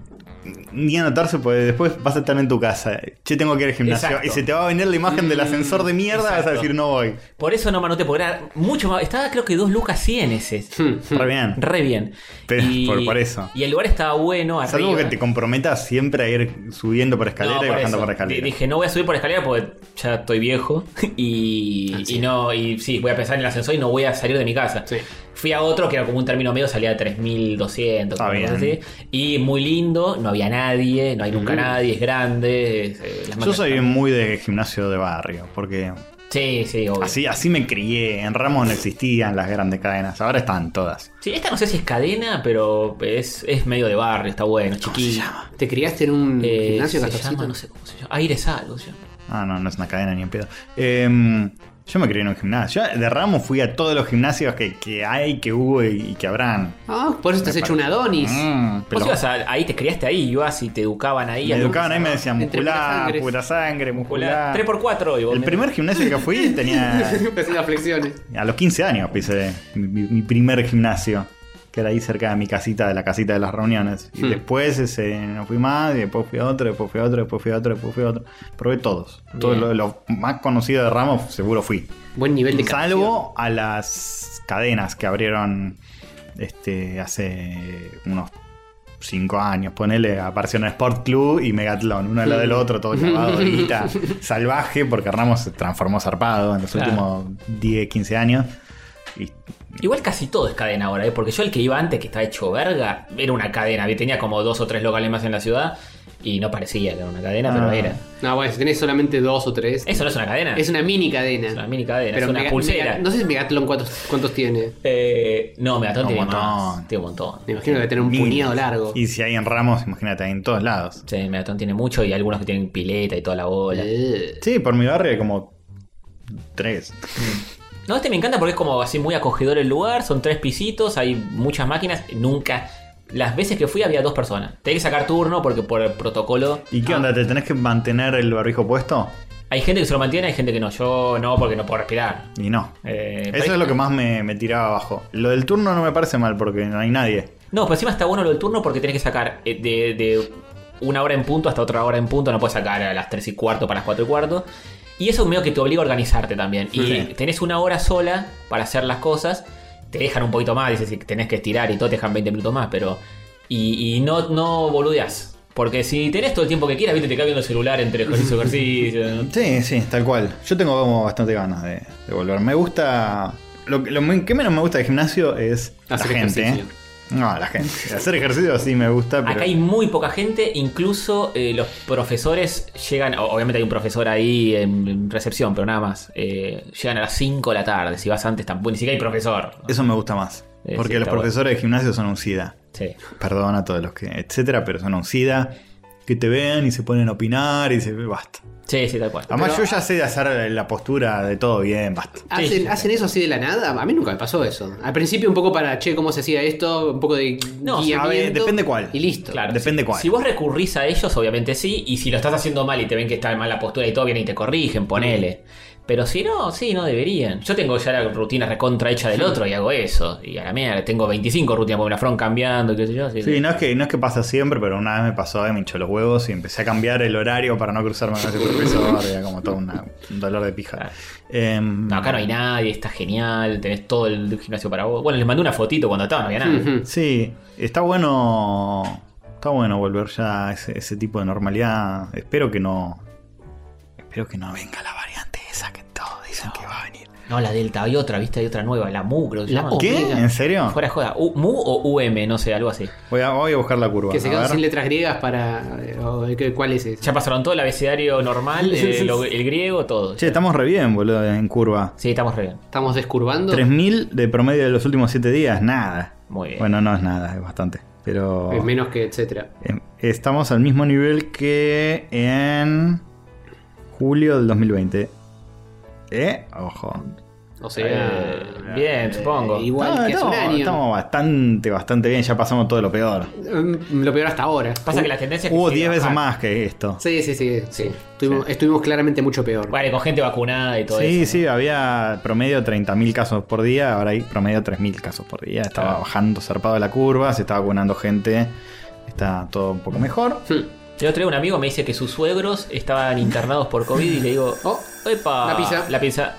Ni anotarse, porque después vas a estar en tu casa. Che, tengo que ir al gimnasio. Exacto. Mm, Y se te va a venir la imagen del ascensor de mierda. Vas a exacto. Mm. decir, no voy. Por eso no me anoté, porque era mucho más. Estaba creo que 2 lucas 100 ese. Hmm. Re bien. Re bien. Pero, por- por eso. Y el lugar estaba bueno. Arriba. Salvo que te comprometas siempre a ir subiendo por escalera No, y por bajando eso. por escalera. Di- Dije, no voy a subir por escalera porque ya estoy viejo. Y, Ah, y no, y sí, voy a pensar en el ascensor y no voy a salir de mi casa. Sí. Fui a otro que era como un término medio, salía de 3200. Ah, como bien. Mm. cosas así. Y muy lindo, no había nadie, no hay nunca nadie, es grande. es, eh, las Yo máquinas soy están- muy de gimnasio de barrio, porque Sí, sí, obvio. así, así me crié. En Ramos no existían las grandes cadenas, ahora están todas. Sí, esta no sé si es cadena, pero es, es medio de barrio, está bueno, chiquillo. ¿Te criaste en un Eh, gimnasio se Castorcito? llama, no sé cómo se llama. Aire Sal, algo se llama. Ah, no, no es una cadena ni en pedo. Em, Yo me crié en un gimnasio. Yo de Ramos fui a todos los gimnasios que, que hay, que hubo y, y que habrán. Ah, por eso te has hecho un Adonis. Mm, Vos pero- ibas a- ahí te criaste ahí, ibas y te educaban ahí. me alumnos. educaban ahí y me decían Entre puras muscular, sangres. pura sangre, Hola, muscular. 3x4 hoy, vos. El me- primer gimnasio que fui tenía. Empecé las flexiones. A los 15 años pisé mi, mi- mi primer gimnasio, que era ahí cerca de mi casita, de la casita de las reuniones. Y Hmm. después ese, no fui más, y después fui a otro, después fui a otro, después fui a otro, después fui a otro. Probé todos. Todo Bien. lo, lo más conocido de Ramos seguro fui. Buen nivel de Salvo a las cadenas que abrieron este hace unos 5 años. Ponele, apareció en Sport Club y Megatlón, uno al lado del otro, todo clavado, guita, salvaje, porque Ramos se transformó zarpado en los Claro. últimos 10, 15 años. Y Igual casi todo es cadena ahora, ¿eh? porque yo el que iba antes, que estaba hecho verga, era una cadena. Tenía como dos o tres locales más en la ciudad y no parecía que era una cadena, pero Ah. era. No, bueno, si tenés solamente dos o tres. Eso no es una cadena. Es una mini cadena. Es una mini cadena, Pero es una Mega- pulsera. Mega- no sé si Megatlon cuántos, cuántos tiene. Eh, no, Megatón Un tiene montón. más. Tiene un montón. Me imagino que debe tener un miles. puñado largo. Y si hay en Ramos, imagínate, hay en todos lados. Sí, Megatón tiene mucho y algunos que tienen pileta y toda la bola. Eh. Sí, por mi barrio hay como 3. No, este me encanta porque es como así muy acogedor el lugar, son tres pisitos, hay muchas máquinas, nunca... Las veces que fui había dos personas. Tenés que sacar turno porque por el protocolo... ¿Y Ah. qué onda? ¿Te tenés que mantener el barbijo puesto? Hay gente que se lo mantiene, hay gente que no. Yo no porque no puedo respirar. Y no. Eh, pero Eso hay- es lo que más me, me tiraba abajo. Lo del turno no me parece mal porque no hay nadie. No, pero encima está bueno lo del turno porque tenés que sacar eh, de, de una hora en punto hasta otra hora en punto. No puedes sacar a las 3 y cuarto para las 4 y cuarto. Y eso medio que te obliga a organizarte también. Y Sí. tenés una hora sola para hacer las cosas. Te dejan un poquito más, dices, si tenés que estirar y todo, te dejan 20 minutos más, pero... Y, y no, no boludeas. Porque si tenés todo el tiempo que quieras, viste, te cae viendo el celular entre ejercicio y ejercicio. ¿no? Sí, sí, tal cual. Yo tengo como bastante ganas de, de volver. Me gusta. Lo, que- lo men- que menos me gusta del gimnasio es Hacer la gente. ejercicio. ¿eh? No, la gente. Hacer ejercicio sí me gusta, pero. Acá hay muy poca gente, incluso eh, los profesores llegan, o- obviamente hay un profesor ahí en, en recepción, pero nada más, eh, llegan a las 5 de la tarde, si vas antes tampoco, ni siquiera hay profesor. Eso me gusta más. Eh, sí, Porque los está bueno. profesores de gimnasio son un SIDA. Sí. Perdón a todos los que. etcétera, pero son un SIDA. Que te ven y se ponen a opinar y se. basta. sí, sí, tal cual. Además, Pero- yo ya sé hacer la postura de todo bien, basta. ¿Hacen, Sí. hacen eso así de la nada? A mí nunca me pasó eso. Al principio un poco para, che, ¿cómo se hacía esto? Un poco de No, guiamiento a ver, depende cuál. Y listo. Claro, Depende si, cuál. Si vos recurrís a ellos, obviamente sí, y si lo estás haciendo mal y te ven que está mal la postura y todo, vienen y te corrigen, ponele. Pero si no, sí, no deberían. Yo tengo ya la rutina recontra hecha del otro y hago eso. Y a la mierda, tengo 25 rutinas porque me la fueron cambiando y qué sé yo. sí, Sí, sí. no es, que, no es que pasa siempre, pero una vez me pasó de me hinchó los huevos y empecé a cambiar el horario para no cruzarme con ese profesor. Era como todo una- un dolor de pija. Em, No, acá no hay nadie, está genial, tenés todo el gimnasio para vos. Bueno, les mandé una fotito cuando estaba, no había nada. Ujú. Sí, está bueno. Está bueno volver ya a ese, ese tipo de normalidad. Espero que no. Espero que no venga la variante esa que todos dicen que va a venir. No, la Delta, hay otra, viste, hay otra nueva, la MU, creo que se La llama. O. ¿Qué? Omega. ¿En serio? Fuera de joda, U- ¿MU o UM? No sé, algo así. Voy a, voy a buscar la curva. Que se a quedan ver. sin letras griegas para... eh, o, ¿qué- ¿Cuál es ese? Ya pasaron todo el abecedario normal, eh, lo- el griego, todo. Che, estamos re bien, boludo, en curva. Sí, estamos re bien. ¿Estamos descurvando? 3000 de promedio de los últimos 7 días, nada. Muy bien. Bueno, no es nada, es bastante. Pero. Es Eh, menos que etcétera. Em, Estamos al mismo nivel que en julio del 2020. ¿Eh? Ojo. O Eh, sea... Ah, eh, bien, supongo. Igual No, que hace un estamos, año. estamos bastante, bastante bien. Ya pasamos todo lo peor. Mm, Lo peor hasta ahora. Pasa que la tendencia es que Hubo se 10 veces baja. más que esto. Sí, sí, sí. sí. Estuvimos, estuvimos claramente mucho peor. Vale, con gente vacunada y todo Sí, eso. sí, había promedio 30.000 casos por día, ahora hay promedio 3.000 casos por día. Estaba Claro. bajando zarpado la curva, se estaba vacunando gente, está todo un poco mejor. Hmm. El otro día un amigo me dice que sus suegros estaban internados por COVID y le digo, Oh, ¡epa! la pizza. La pizza.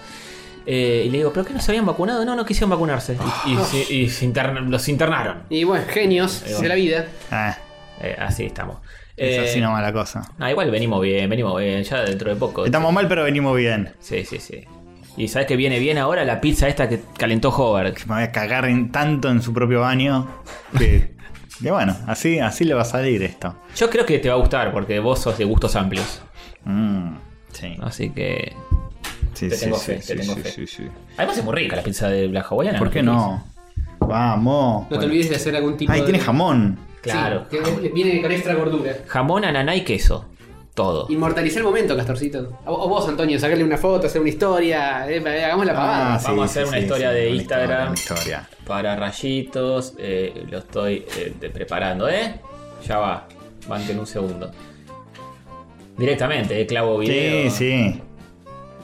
Eh, y le digo, ¿pero qué no se habían vacunado? No, no quisieron vacunarse. Y, y se- y se interna- los internaron. Y bueno, genios Ahí va. de la vida. Ah, Eh, así estamos. es Eh, así nomás la cosa. no, igual venimos bien, venimos bien, ya dentro de poco. Estamos mal, pero venimos bien. Sí, sí, sí. Y sabes que viene bien ahora la pizza esta que calentó Hobart. Me voy a cagar en tanto en su propio baño que, que bueno, así, así le va a salir esto. Yo creo que te va a gustar porque vos sos de gustos amplios. Mm, sí. Así que. Sí, Te sí, tengo sí, fe, te sí, tengo sí, fe. sí, sí. Además es muy rica la pizza de la hawaiana. ¿Por qué no? Vamos. No te Bueno. olvides de hacer algún tipo Ay, de... tiene jamón. Sí, Claro. que viene con extra gordura. Jamón, ananá y queso. Todo. Inmortalizar el momento, Castorcito. O, o vos, Antonio, sacarle una foto, hacer una historia. eh, eh, hagamos la pavada. Ah, sí, Ah, Vamos a sí, hacer una sí, historia sí, de una Instagram. historia, una historia. Para rayitos, eh, lo estoy eh, de- preparando, ¿eh? Ya va, en un segundo. Directamente, eh, clavo video. Sí, sí.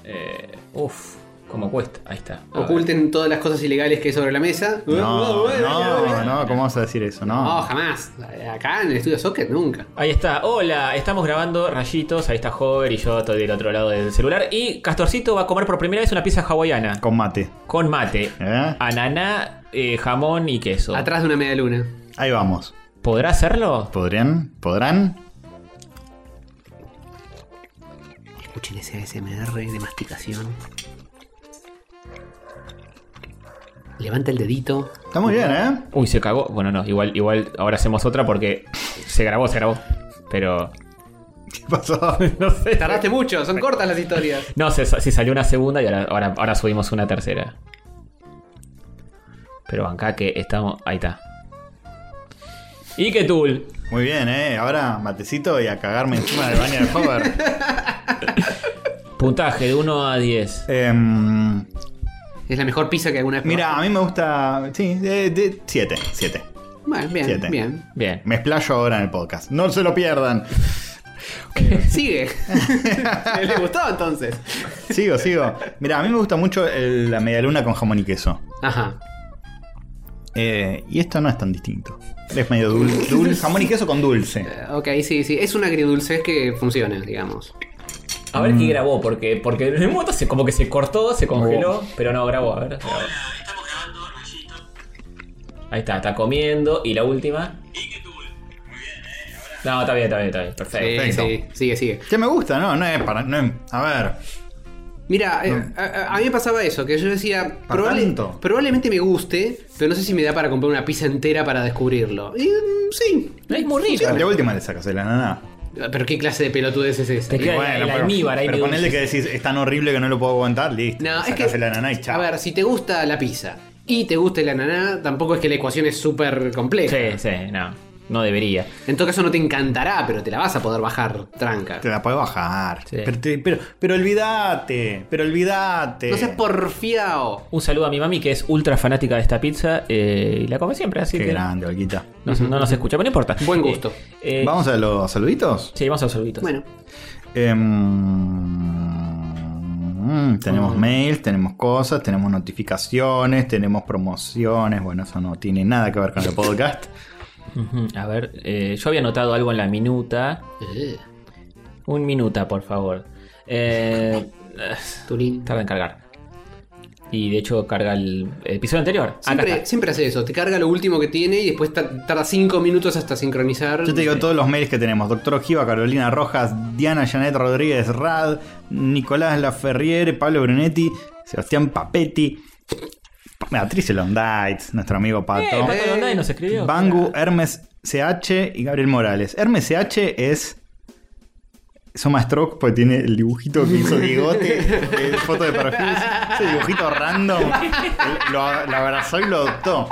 Eh, uf, cómo cuesta. Ahí está. A ver. Oculten todas las cosas ilegales que hay sobre la mesa. No, no, no, ¿cómo vas a decir eso? Ah. No, No. jamás. Acá en el estudio Socket nunca. Ahí está, hola, estamos grabando rayitos, ahí está Hover y yo estoy del otro lado del celular. Y Castorcito va a comer por primera vez una pizza hawaiana. Con mate. Con mate, ¿eh? ananá, eh, jamón y queso. Atrás de una media luna. Ahí vamos. ¿Podrá hacerlo? ¿Podrían? ¿Podrán? Escuchen ese ASMR de masticación. Levanta el dedito. Está muy bien, ¿eh? Uy, se cagó. Bueno, no, igual, igual ahora hacemos otra porque se grabó, se grabó. Pero. ¿Qué pasó? No sé. Tardaste mucho, son cortas las historias. No, se, se salió una segunda y ahora, ahora, ahora subimos una tercera. Pero acá que estamos. Ahí está. Y que Tool. Muy bien, ¿eh? Ahora matecito y a cagarme encima del baño de Hover. Puntaje de 1 a 10. Em, Es la mejor pizza que alguna vez mira, a mí me gusta... Sí, de, de- siete, siete. probaste. Bueno, bien, siete. bien. Bien. Me explayo ahora en el podcast. No se lo pierdan. Sigue. ¿Le gustó entonces? Sigo, sigo. Mira, a mí me gusta mucho el- la medialuna con jamón y queso. Ajá. Eh, y esto no es tan distinto. Es medio dulce. dulce jamón y queso con dulce. Eh, Ok, sí, sí. Es una agridulcez que funciona, digamos. A ver qué grabó, porque, porque en el momento se, como que se cortó, se congeló, pero no grabó. A ver. grabó. Estamos grabando rayitos. Ahí está, está comiendo. Y la última. eh, No, está bien, está bien, está bien. Perfecto. Sí, Perfecto. sí. Sigue, sigue. Que me gusta, ¿no? No es para. No es- a ver. Mira, eh, a, a- a mí me pasaba eso, que yo decía, ¿Para probable- tanto? probablemente me guste, pero no sé si me da para comprar una pizza entera para descubrirlo. Y, mm, sí, Es muy Sí, rico. de última le sacas el ananá. pero qué clase de pelotudez es esa. Te queda el- el almíbar ahí pero medio ponele que decís, es tan horrible que no lo puedo aguantar, listo. No, Le es sacás que- el ananá y chao. A ver, si te gusta la pizza y te gusta el ananá, tampoco es que la ecuación es súper compleja. Sí, sí, no. No debería. En todo caso no te encantará, pero te la vas a poder bajar, tranca. Te la puedo bajar. Sí. Pero, te- pero, pero olvídate. Pero olvídate. No seas porfiado. Un saludo a mi mami que es ultra fanática de esta pizza eh, y la come siempre, así Qué que grande, Olguita. No, no nos escucha, pero no importa. Buen gusto. Eh, eh, ¿Vamos a los saluditos? Sí, vamos a los saluditos. Bueno, Em, Mm. tenemos mail, tenemos cosas, tenemos notificaciones, tenemos promociones. Bueno, eso no tiene nada que ver con el podcast. Ujú, A ver, eh, yo había notado algo en la minuta. Eh, Un minuta, por favor. Eh, eh, Turín. tarda en cargar. Y de hecho carga el episodio anterior. Acá Siempre, está. siempre hace eso, te carga lo último que tiene y después ta- tarda 5 minutos hasta sincronizar. Yo te digo todos los mails que tenemos: Doctor Ojiva, Carolina Rojas, Diana Janet Rodríguez Rad, Nicolás Laferriere, Pablo Brunetti, Sebastián Papetti, Beatriz Elondites, nuestro amigo Eh, Pato, Pato Londay nos escribió. Bangu, Hermes CH y Gabriel Morales. Hermes CH es. Soma Stroke, porque tiene el dibujito que hizo Bigote, eh, foto de perfil, ese dibujito random, él lo, a- lo abrazó y lo adoptó.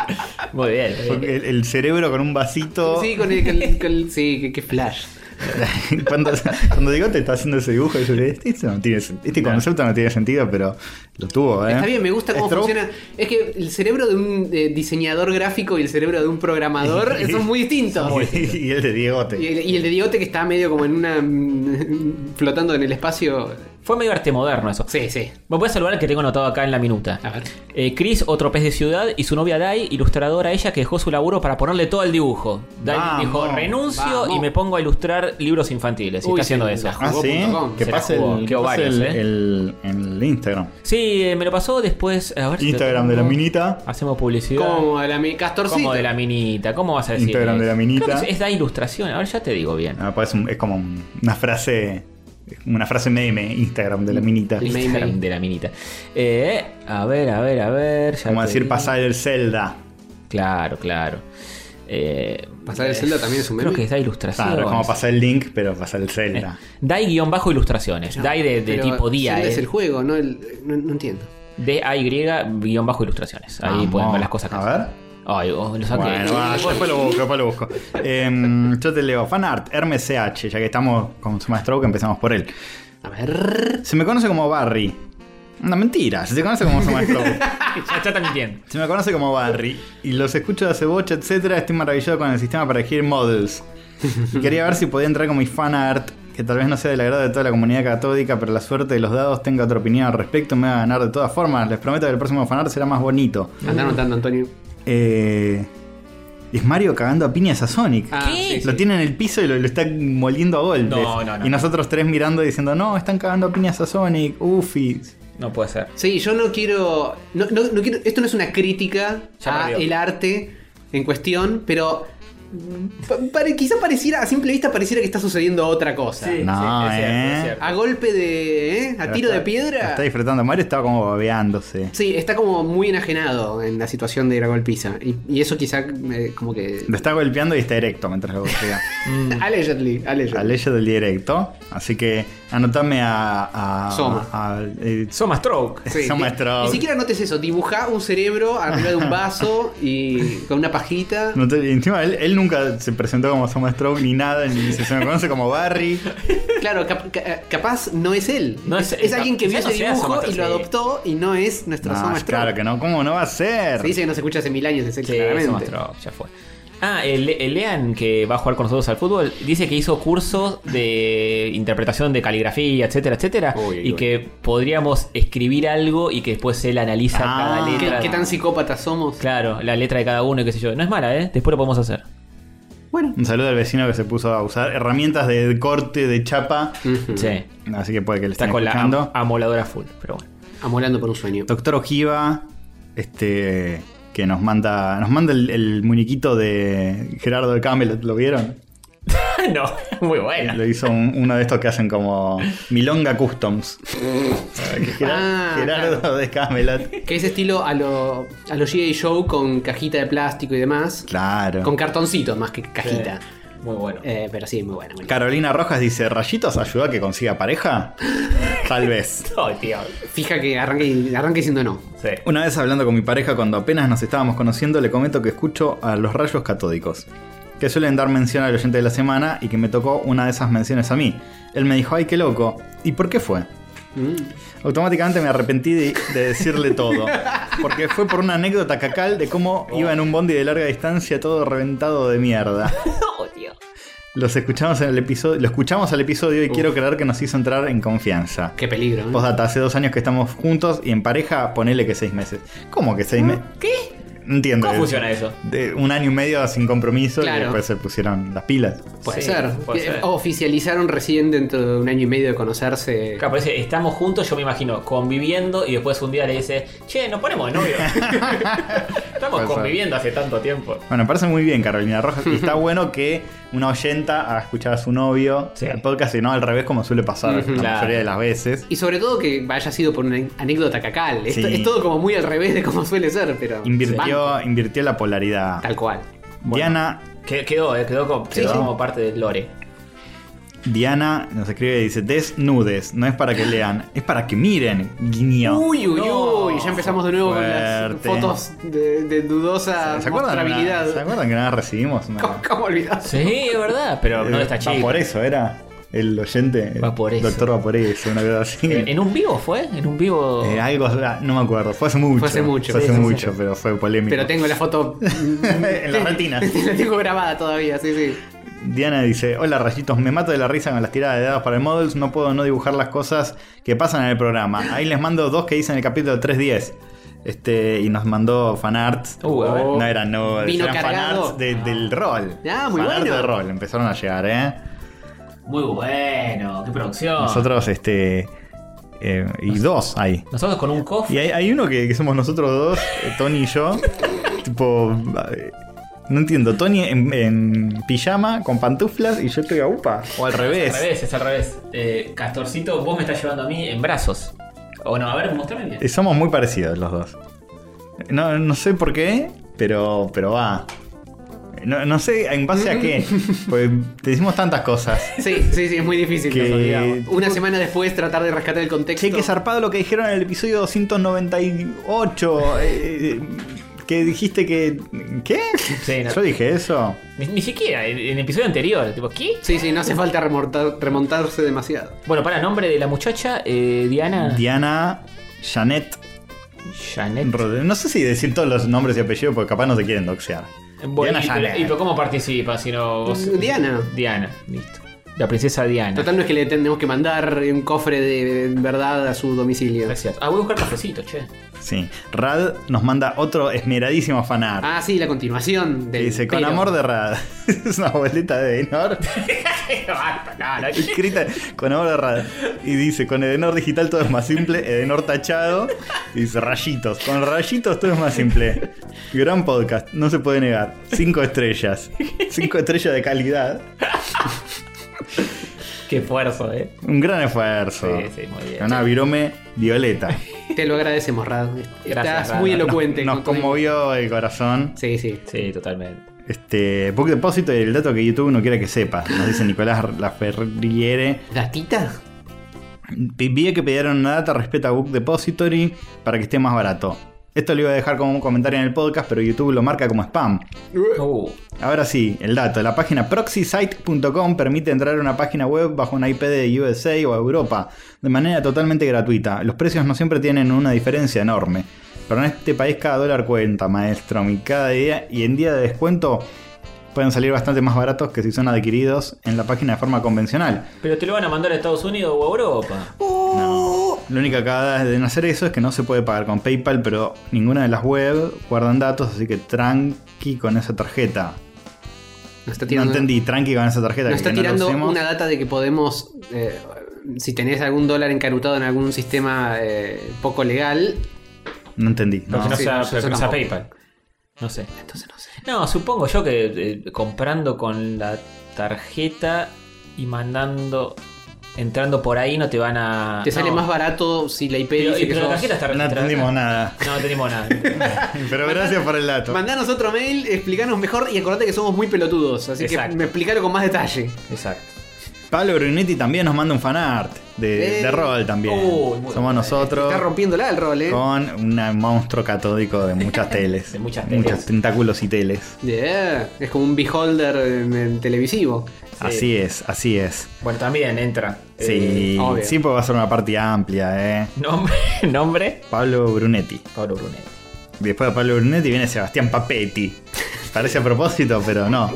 Muy bien. muy Fue bien. El, el cerebro con un vasito. Sí, con el. con el- con el- sí, qué, qué flash. cuando, cuando Bigote está haciendo ese dibujo, yo le este, no tiene sen- este concepto no tiene sentido, pero lo tuvo, ¿eh? Está bien, me gusta cómo Stroke, funciona. Es que el cerebro de un eh, diseñador gráfico y el cerebro de un programador son muy distintos. Y, y el de Diegote. Y el, y el de Diote que está medio como en una. mm, flotando en el espacio. Fue medio arte moderno eso. Sí, sí. Bueno, voy a saludar al que tengo anotado acá en la minuta. A ver. Eh, Chris, otro pez de ciudad, y su novia Dai, ilustradora, ella que dejó su laburo para ponerle todo al dibujo. Dai Vamos, dijo, renuncio vamos. y me pongo a ilustrar libros infantiles. Y Uy, está haciendo sí, eso. la- Ah, sí. jugó.com, Que se la pase jugó. el, que Quedó pase varios, el, ¿eh? el- el Instagram. Sí, eh, me lo pasó después. A ver si lo Instagram de la tengo. minita. Hacemos publicidad. Como de la mi- Castorcito. ¿Cómo de la minita? ¿Cómo vas a decir? Instagram de la minita. Creo que es, es Dai Ilustración. Ahora ya te digo bien. Ah, pues es, un- es como un- una frase. Una frase meme, Instagram de la minita. Sí. May, Instagram may. de la minita. Eh, a ver, a ver, a ver. ya Como te decir digo. pasar el Zelda. Claro, claro. Eh, Pasar el Zelda también es un Creo meme. que es Dai Ilustración. Claro, es como pasar el link, pero pasar el Zelda. Dai-ilustraciones. No, Dai de, de pero tipo día. Zelda eh. es el juego, no, el- no, no entiendo. D-A-Y-ilustraciones. Ahí Vamos. Eh, pueden ver las cosas que A hacen. ver. Ay, oh, lo saqué. Bueno, va, yo después lo busco, después lo busco. Em, yo te leo. Fanart, Hermes CH, ya que estamos con su maestro que empezamos por él. A ver. Se me conoce como Barry. Una mentira, se te conoce como su maestro. Ya, ya está mintiendo. Se me conoce como Barry y los escucho de hace bocha, etcétera. Estoy maravillado con el sistema para elegir models. Y quería ver si podía entrar con mi fan art, que tal vez no sea del agrado de toda la comunidad catódica, pero la suerte de los dados tenga otra opinión al respecto, me va a ganar de todas formas. Les prometo que el próximo fanart será más bonito. Anda anotando, Antonio. Eh, es Mario cagando a piñas a Sonic. Ah, sí, sí. Lo tiene en el piso y lo, lo está moliendo a golpes. No, no, no. Y nosotros tres mirando y diciendo, no, están cagando a piñas a Sonic, ufi. No puede ser. Sí, yo no quiero, no, no- no quiero. Esto no es una crítica Ya a perdió. el arte en cuestión, pero. pa- pare- quizá pareciera, a simple vista, pareciera que está sucediendo otra cosa. No, es cierto, eh. es cierto. A golpe de. ¿eh? A tiro Está- de piedra. Está disfrutando. Mario estaba como babeándose. Sí, está como muy enajenado en la situación de la golpiza. Y, y eso quizá eh, como que. Lo está golpeando y está directo mientras lo golpea. Allegedly, allegedly. La ley del directo. Así que anotame a. a Soma. a- eh, Soma Stroke. Sí, Son di- maestros. Ni siquiera notes eso, dibujá un cerebro arriba de un vaso y con una pajita. no te- encima él, él nunca se presentó como Soma Stroke ni nada, ni se, se me conoce como Barry. Claro, cap- ca- capaz no es él. No es, es- es alguien que vio quizás ese no sea dibujo Soma- y lo sí. adoptó y no es nuestro No, Soma Stroke. claro que no, ¿cómo no va a ser? Se dice que no se escucha hace mil años, es él Sí, claramente. Soma Stroke, ya fue. Ah, el, el Lean, que va a jugar con nosotros al fútbol, dice que hizo cursos de interpretación de caligrafía, etcétera, etcétera. Uy, y uy. que podríamos escribir algo y que después él analiza Ah. cada ¿Qué, letra. qué tan psicópatas somos? Claro, la letra de cada uno y qué sé yo. No es mala, ¿eh? Después lo podemos hacer. Bueno, Un saludo al vecino que se puso a usar herramientas de corte, de chapa. Ujú. Sí. Así que puede que le Está estén con escuchando. la am- amoladora full, pero bueno. amolando por un sueño. Doctor Ojiva, este. Que nos manda. Nos manda el, el muñequito de Gerardo de Camelot, ¿lo vieron? Ah, no, muy buena. Lo hizo un- uno de estos que hacen como Milonga Customs. Que Gerar- Ah, Gerardo claro. de Camelot. Que es estilo a lo, a lo G.I. Show con cajita de plástico y demás. Claro. Con cartoncitos más que cajita. Muy bueno. Eh, pero sí, muy buena. muy buena. Carolina Rojas dice, ¿Rayitos ayuda a que consiga pareja? Tal vez. Ay, tío. Fija que arranque, arranque diciendo no. Sí. Una vez hablando con mi pareja cuando apenas nos estábamos conociendo, le comento que escucho a los rayos catódicos, que suelen dar mención al oyente de la semana y que me tocó una de esas menciones a mí. Él me dijo, ay, qué loco. ¿Y por qué fue? Automáticamente me arrepentí de, de decirle todo, porque fue por una anécdota cacal de cómo iba en un bondi de larga distancia todo reventado de mierda. Oh, Los escuchamos en el episodio, lo escuchamos al episodio y quiero creer que nos hizo entrar en confianza. Qué peligro. ¿eh? Postdata, hace dos años que estamos juntos y en pareja ponele que seis meses. ¿Cómo que seis meses? ¿Qué? Entiendo. ¿Cómo funciona eso? De un año y medio sin compromiso y Claro. después se pusieron las pilas. Puede Sí, ser. puede Eh, ser. Oficializaron recién dentro de un año y medio de conocerse. Acá parece, estamos juntos, yo me imagino, conviviendo y después un día le dice, che, nos ponemos de novio. estamos Puede ser. conviviendo hace tanto tiempo. Bueno, me parece muy bien Carolina Rojas. Y está bueno que una oyenta a escuchar a su novio Sí. el podcast y no al revés como suele pasar Ujú. la Claro. mayoría de las veces. Y sobre todo que haya sido por una anécdota cacal. Esto- Sí. Es todo como muy al revés de como suele ser, pero. Invirtió, invirtió la Van, polaridad. Tal cual. Diana Que- Quedó, eh, quedó, como, quedó sí. como parte del lore. Diana nos escribe y dice desnudes, no es para que lean, es para que miren, guiño. Uy, uy, No. uy. Ya empezamos de nuevo Fuerte. con las fotos de, de dudosa ¿Se acuerdan? mostrabilidad. ¿Se acuerdan que nada más recibimos? Una... ¿Cómo, cómo olvidás? Sí, es verdad, pero no de esta Eh, chica. Vaporeso era el oyente. Va por eso. Doctor Vaporeso, una cosa así. Eh, Eh, ¿En en un vivo fue? ¿En un vivo? Eh, algo, ah, no me acuerdo, fue hace mucho. Fue hace mucho. Fue hace Sí, sí, mucho, pero fue polémico. Pero tengo la foto. en En la retina. la tengo grabada todavía, sí, sí. Diana dice, hola rayitos, me mato de la risa con las tiradas de dados para el Models, no puedo no dibujar las cosas que pasan en el programa. Ahí les mando dos que hice en el capítulo 310. Este, y nos mandó fanarts. Uh, a ver. no eran no, Vino eran cargado. fanarts de- del rol. Ah, muy fanarts bueno. de rol, empezaron a llegar, ¿eh? Muy bueno, qué Ah. producción. Nosotros, este. eh, y dos ahí. Nosotros con un cofre. Y hay, hay uno que, que somos nosotros dos, eh, Tony y yo. tipo. eh, No entiendo, Tony en, en pijama, con pantuflas, y yo estoy a upa. O al Es revés. al revés, es al revés. Eh, Castorcito, vos me estás llevando a mí en brazos. O no, a ver, mostrame bien. Eh, Somos muy parecidos los dos. No, no sé por qué, pero, pero va. No, no sé en base a qué. Pues te decimos tantas cosas. Sí, sí, sí, es muy difícil. Que- nos olvidamos. Una semana después tratar de rescatar el contexto. Che, que zarpado lo que dijeron en el episodio 298. eh, eh, que dijiste que. ¿Qué? Sí, no. Yo dije eso. Ni, ni siquiera, en, en el episodio anterior. Tipo, ¿qué? Sí, sí, no hace falta remontar- remontarse demasiado. Bueno, para nombre de la muchacha, eh, Ah. Diana. Diana, Janet. Janet. Rod- No sé si decir todos los nombres y apellidos porque capaz no se quieren doxear. Bueno, Diana y- Janet. ¿Y, pero cómo participa si no vos- Diana. Mm, Diana, listo. La princesa Diana. Total, no es que le tenemos que mandar un cofre de verdad a su domicilio. Pues Gracias. Ah, voy a buscar cafecito, che. Sí. Rad nos manda otro esmeradísimo fanart. Ah, sí, la continuación que del. dice, con pero". amor de Rad. es una boleta de Edenor. Basta, no, no, che. escrita con amor de Rad. Y dice, con Edenor digital todo es más simple. Edenor tachado. Y dice, rayitos. Con rayitos todo es más simple. Gran podcast, no se puede negar. Cinco estrellas. Cinco estrellas de calidad. Qué esfuerzo, eh. Un gran esfuerzo. Sí, sí, muy bien. Una virome violeta. Te lo agradecemos, Rad. Estás Rad. muy elocuente. Nos con todo. conmovió el corazón. Sí, sí. Sí, totalmente. Este, Book Depósito y el dato que YouTube no quiere que sepa, nos dice Nicolás Laferriere. ¿Datita? Vi vi que pidieron una data respecto a Book Depository para que esté más barato. Esto lo iba a dejar como un comentario en el podcast, pero YouTube lo marca como spam. Uh, Ahora sí, el dato. La página proxysite.com permite entrar a una página web bajo una IP de USA o Europa de manera totalmente gratuita. Los precios no siempre tienen una diferencia enorme. Pero en este país cada dólar cuenta, maestro. Mi cada día y en día de descuento pueden salir bastante más baratos que si son adquiridos en la página de forma convencional. pero te lo van a mandar a Estados Unidos o a Europa. La única cagada de no hacer eso es que no se puede pagar con PayPal, pero ninguna de las web guardan datos, así que tranqui con esa tarjeta. Nos está No tirando, entendí, tranqui con esa tarjeta. nos que está no la tirando usemos. una data de que podemos. eh, si tenés algún dólar encarutado en algún sistema eh, poco legal, No entendí. Porque No. no Sí, sea, no, yo- pero yo que no sea tampoco. PayPal. No sé. entonces no sé. No, supongo yo que eh, comprando con la tarjeta y mandando. Entrando por ahí no te van a. Te sale Ah, no. más barato si la IP Pero, dice que pero la sos- tarjeta está No registrada entendimos acá. nada. No entendimos nada. Pero gracias por el dato. Mandanos otro mail, explicanos mejor y acordate que somos muy pelotudos, así que Exacto. me explicalo con más detalle. Exacto. Pablo Brunetti también nos manda un fanart de, Eh. de rol también. Uy, muy Somos bueno. nosotros Está rompiéndola el rol, eh. con un monstruo catódico de muchas teles. De muchas teles. Muchos tentáculos y teles. Yeah, Es como un beholder en, en televisivo. Así es, así es. Bueno, también entra. eh, Sí, obvio. sí, pues va a ser una partida amplia, eh. Nombre, nombre. Pablo Brunetti. Pablo Brunet. Después de Pablo Brunetti viene Sebastián Papetti. Parece a propósito, pero no.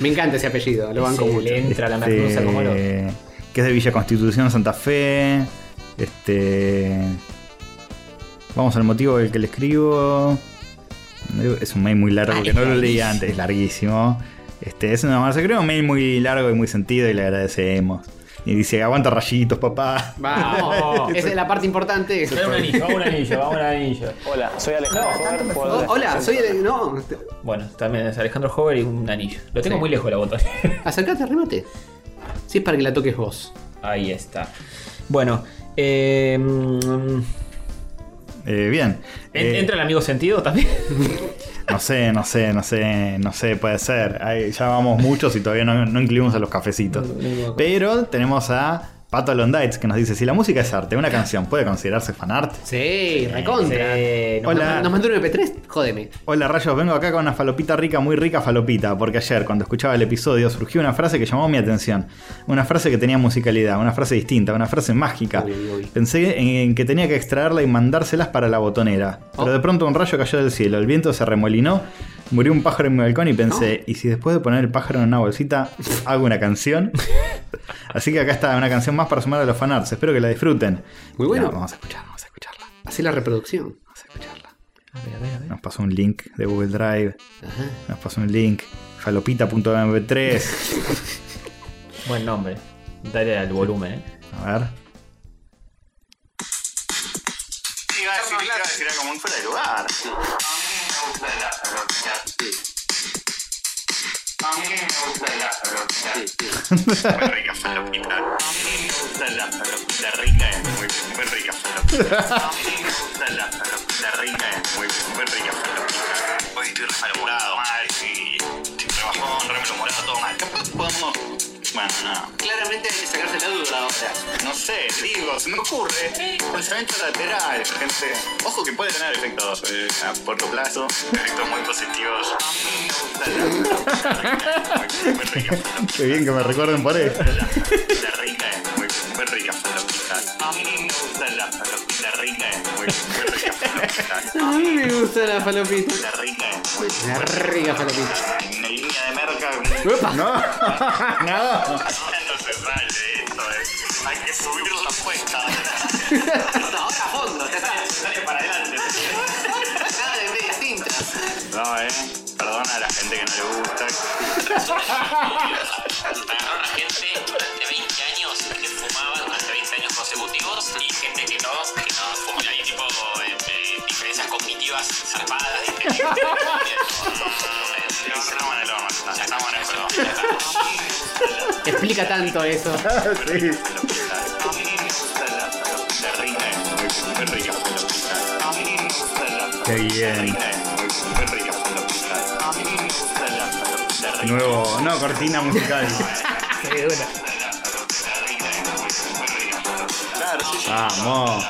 Me encanta ese apellido, lo banco Sí, mucho. le entra la Este, merluza como lo. Que es de Villa Constitución, Santa Fe. Este. Vamos al motivo del que le escribo. Es un mail muy largo Ah, que es no lo leí larguísimo. antes, es larguísimo. Este, es una se creo un mail muy largo y muy sentido y le agradecemos. Y dice, aguanta rayitos, papá. Vamos, esa es la parte importante. Dame un anillo, vamos un anillo, vamos un anillo. Hola, soy Alejandro Joder, jugador Oh, de hola, soy el. No, te- Bueno, también es Alejandro Hover y un anillo. Lo tengo Sí. muy lejos de la botella. acercate, arrímate. Si es para que la toques vos. Ahí está. Bueno, eh, mm, Eh, bien. ¿en- Eh, ¿entra el amigo sentido también? No sé, no sé, no sé, no sé, puede ser. Ay, ya vamos muchos y todavía no, no incluimos a los cafecitos. Pero tenemos a Pato Londites que nos dice: si la música es arte, una canción puede considerarse fanart. Sí, recontra. Sí, no, Hola. Nos mandó un MP3, jódeme. Hola rayos, vengo acá con una falopita rica, muy rica falopita, porque ayer cuando escuchaba el episodio surgió una frase que llamó mi atención. Una frase que tenía musicalidad, una frase distinta, una frase mágica. Uy, uy, uy. Pensé en, en que tenía que extraerla y mandárselas para la botonera. Oh. Pero de pronto un rayo cayó del cielo, el viento se remolinó, murió un pájaro en mi balcón y pensé, ¿y si después de poner el pájaro en una bolsita hago una canción? Así que acá está una canción más para sumar a los fanarts, espero que la disfruten. Muy bueno. Ya, vamos a escuchar, vamos a escucharla, Hacé la reproducción. vamos a escucharla. A ver, a ver, a ver. Nos pasó un link de Google Drive. Ajá. Nos pasó un link. Falopita.mp3. Buen nombre. Dale al volumen, eh. A ver. Iba Ah, a decir, iba a decir algo muy fuera de lugar. A mí me gusta el Lázaro, sí. A mí me gusta el Lázaro, sí. Muy rica falopita. A mí me gusta el Lázaro, la rica es muy, muy rica falopita. A mí me gusta el Lázaro, la rica es muy, muy rica falopita. Hoy estoy re malhumorado, mal, sí. Estoy re cajón, remelo morado, todo mal. ¿Qué podemos...? Bueno, no. Claramente hay que sacarse la duda ahora. No sé, digo, se me ocurre. Pensamiento lateral, gente. Ojo que puede tener efectos eh, a corto plazo, efectos muy positivos. A mí me gusta la- Muy rica. Qué bien que me recuerden por eso. La rica es muy, muy rica falopita. A mí me gusta la falopita rica es muy, muy rica falopita. A mí me gusta la falopita. La rica es muy La rica falopita. en línea de merca. No, no. No se sale esto, eh. Hay que subir la apuesta. No, ahora a fondo, ya está. Dale para adelante. Nada de medias tintas. No, eh. Perdona a la gente que no le gusta. Agarraron a gente durante 20 años que fumaba durante 20 años consecutivos y gente que no, que no fuma. Y hay tipo eh, eh, diferencias cognitivas zarpadas. ¿viste? Eh, Ya no, estamos en el horno, ya estamos en el horno. Explica tanto eso. Sí. La rica es muy, muy rica falopita. Qué bien. Muy rica falopita. La falopita rica. Nuevo, no, cortina musical. Claro, sí, sí. Vamos.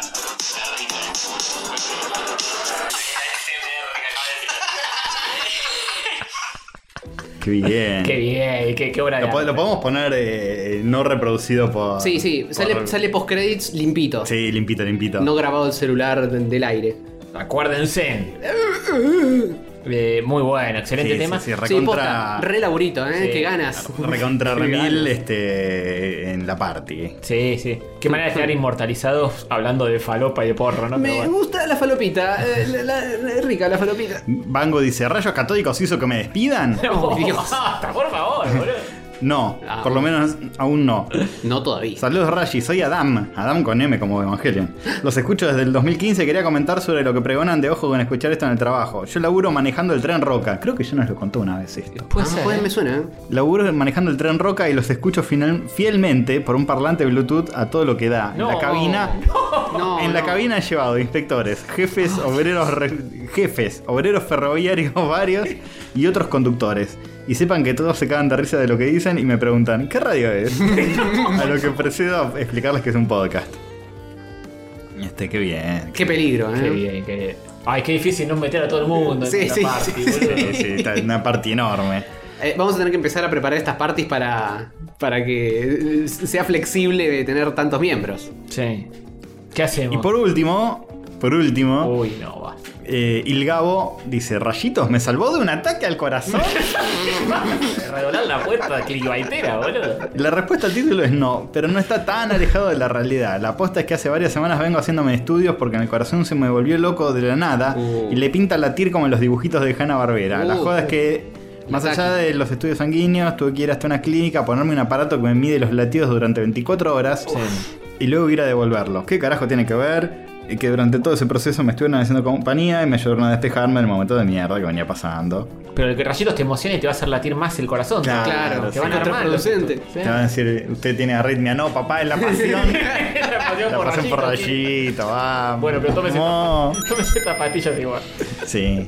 Qué bien. Qué bien, qué, qué obra de Lo, po- arte. lo podemos poner eh, no reproducido por. Sí, sí. Sale, por- sale post credits limpito. Sí, limpito, limpito. No grabado el celular de- del aire. Acuérdense. Eh, muy bueno, excelente Sí, tema. sí, sí, este Sí, recontra. posta, re laburito, ¿eh? Sí. Qué ganas. recontra Qué remil ganas. este, en la party. Sí, sí. Qué manera de quedar inmortalizados hablando de falopa y de porro, ¿no? Pero Me bueno. gusta la falopita. eh, la- la- la- rica la falopita. Bango dice: ¿Rayos catódicos hizo que me despidan? Oh, Dios. basta, por favor, boludo. No, Ah. por lo menos aún no. No todavía. Saludos Rashi, soy Adam, Adam con M como Evangelion. Los escucho desde el 2015, quería comentar sobre lo que pregonan de ojo con escuchar esto en el trabajo. Yo laburo manejando el tren Roca, creo que yo nos lo contó una vez esto. Ah, Puede ser, pues, ¿eh? me suena. ¿eh? Laburo manejando el tren Roca y los escucho final- fielmente por un parlante Bluetooth a todo lo que da. En la No, cabina, No, en la no. cabina he llevado inspectores, jefes, obreros, re- jefes, obreros ferroviarios varios y otros conductores. Y sepan que todos se cagan de risa de lo que dicen y me preguntan, ¿qué radio es? a lo que procedo a explicarles que es un podcast. Este, qué bien. Qué peligro, ¿eh? Qué bien, qué bien. Ay, qué difícil no meter a todo el mundo Sí, en la sí, party, sí, boludo. Sí, sí, está en una parte enorme. Eh, vamos a tener que empezar a preparar estas parties para, para que eh, sea flexible de tener tantos miembros. Sí. ¿Qué hacemos? Y por último, por último, Uy, no, va. eh, Il Gabo dice, rayitos, me salvó de un ataque al corazón. Redoblar la puerta clickbaitera, boludo. La respuesta al título es no, pero no está tan alejado de la realidad. La aposta es que hace varias semanas vengo haciéndome estudios porque en el corazón se me volvió loco de la nada Uh. y le pinta latir como en los dibujitos de Hanna Barbera. la Uh. joda es que, más allá de los estudios sanguíneos, tuve que ir hasta una clínica a ponerme un aparato que me mide los latidos durante 24 horas y luego ir a devolverlo. ¿Qué carajo tiene que ver? Y que durante todo ese proceso me estuvieron haciendo compañía y me ayudaron a despejarme del momento de mierda que venía pasando. Pero el que rayitos te emociona y te va a hacer latir más el corazón. Claro, Ah, Claro, te van a armar. los- contraproducente. Sí. Te van a decir, usted tiene arritmia, no, papá, es la pasión. La pasión La por pasan por rayitos, sí. rayito, vamos. Bueno, pero tómese, Vamos. tómese zapatillas igual. Sí,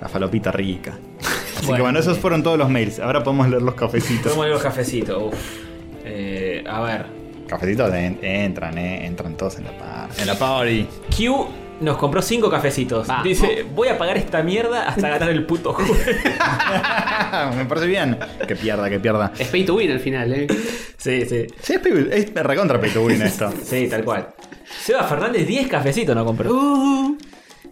la falopita rica. Así que Bueno. bueno, esos fueron todos los mails. Ahora podemos leer los cafecitos. Tomemos los cafecitos, uff. Eh, a ver. Cafecitos en- entran, eh. Entran todos en la party. En la party. Q nos compró cinco cafecitos. Vamos. Dice, voy a pagar esta mierda hasta ganar el puto juego. Me parece bien. Que pierda, que pierda. Es pay to win al final, ¿eh? sí, sí. Sí, es, pibu- es recontra pay to win esto. Sí, tal cual. Seba Fernández, 10 cafecitos no compró. Uh,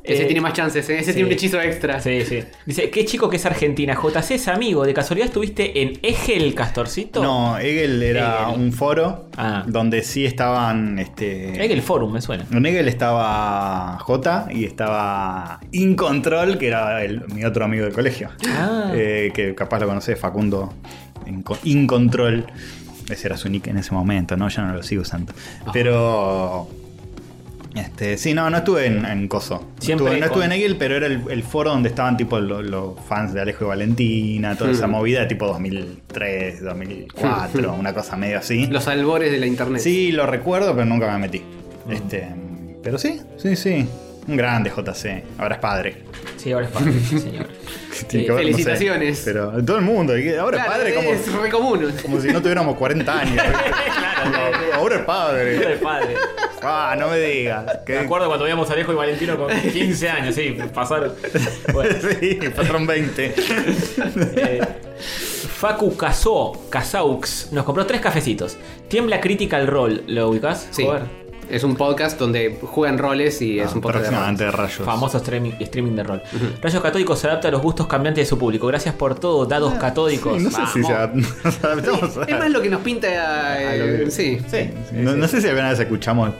ese Eh, tiene más chances, ¿eh? Ese tiene un sí. hechizo extra. Sí, sí. Dice, qué chico que es Argentina. JC es amigo. ¿De casualidad estuviste en Egel Castorcito? No, Egel era Hegel. un foro Ah. donde sí estaban. Este, Egel Forum, me suena. En Egel estaba J y estaba In Control, que era el- mi otro amigo del colegio. Ah. Eh, que capaz lo conocés, Facundo In, Co- In Control. Ese era su nick en ese momento, ¿no? Ya no lo sigo usando. Pero. Este, sí, no, no estuve en, en Coso. No Siempre estuve- no estuve con- en Egel, pero era el, el foro donde estaban tipo lo- los fans de Alejo y Valentina, toda Hmm. esa movida, tipo 2003, 2004, una cosa medio así. Los albores de la internet. Sí, lo recuerdo, pero nunca me metí. Mm. Este, pero sí, sí, sí. Un grande JC. Ahora es padre. Sí, ahora es padre, sí, señor. Eh, Tiene que ver, no sé. felicitaciones. pero todo el mundo. y que Ahora Claro, es padre como, es re común. como si no tuviéramos 40 años. Como, Ahora Hijo es de padre. padre. Ah, no me digas. Me acuerdo cuando veíamos a Alejo y Valentino con 15 años, sí, pasaron. Bueno, Sí, patrón 20. eh, Facu Casó, Casaux, nos compró tres cafecitos. Tiembla Critical Role, ¿lo ubicás? Sí. Joder. Es un podcast donde juegan roles y es un podcast de roles. Ah, Próximamente de rayos. Famoso streaming, streaming de rol. Rayos Catódicos se adapta a los gustos cambiantes de su público. Gracias por todo, dados catódicos. Ah, Sí, no sé si se Vamos. adaptamos a- Es más lo que nos pinta. a eh, lo que- sí. no, no sé si alguna vez escuchamos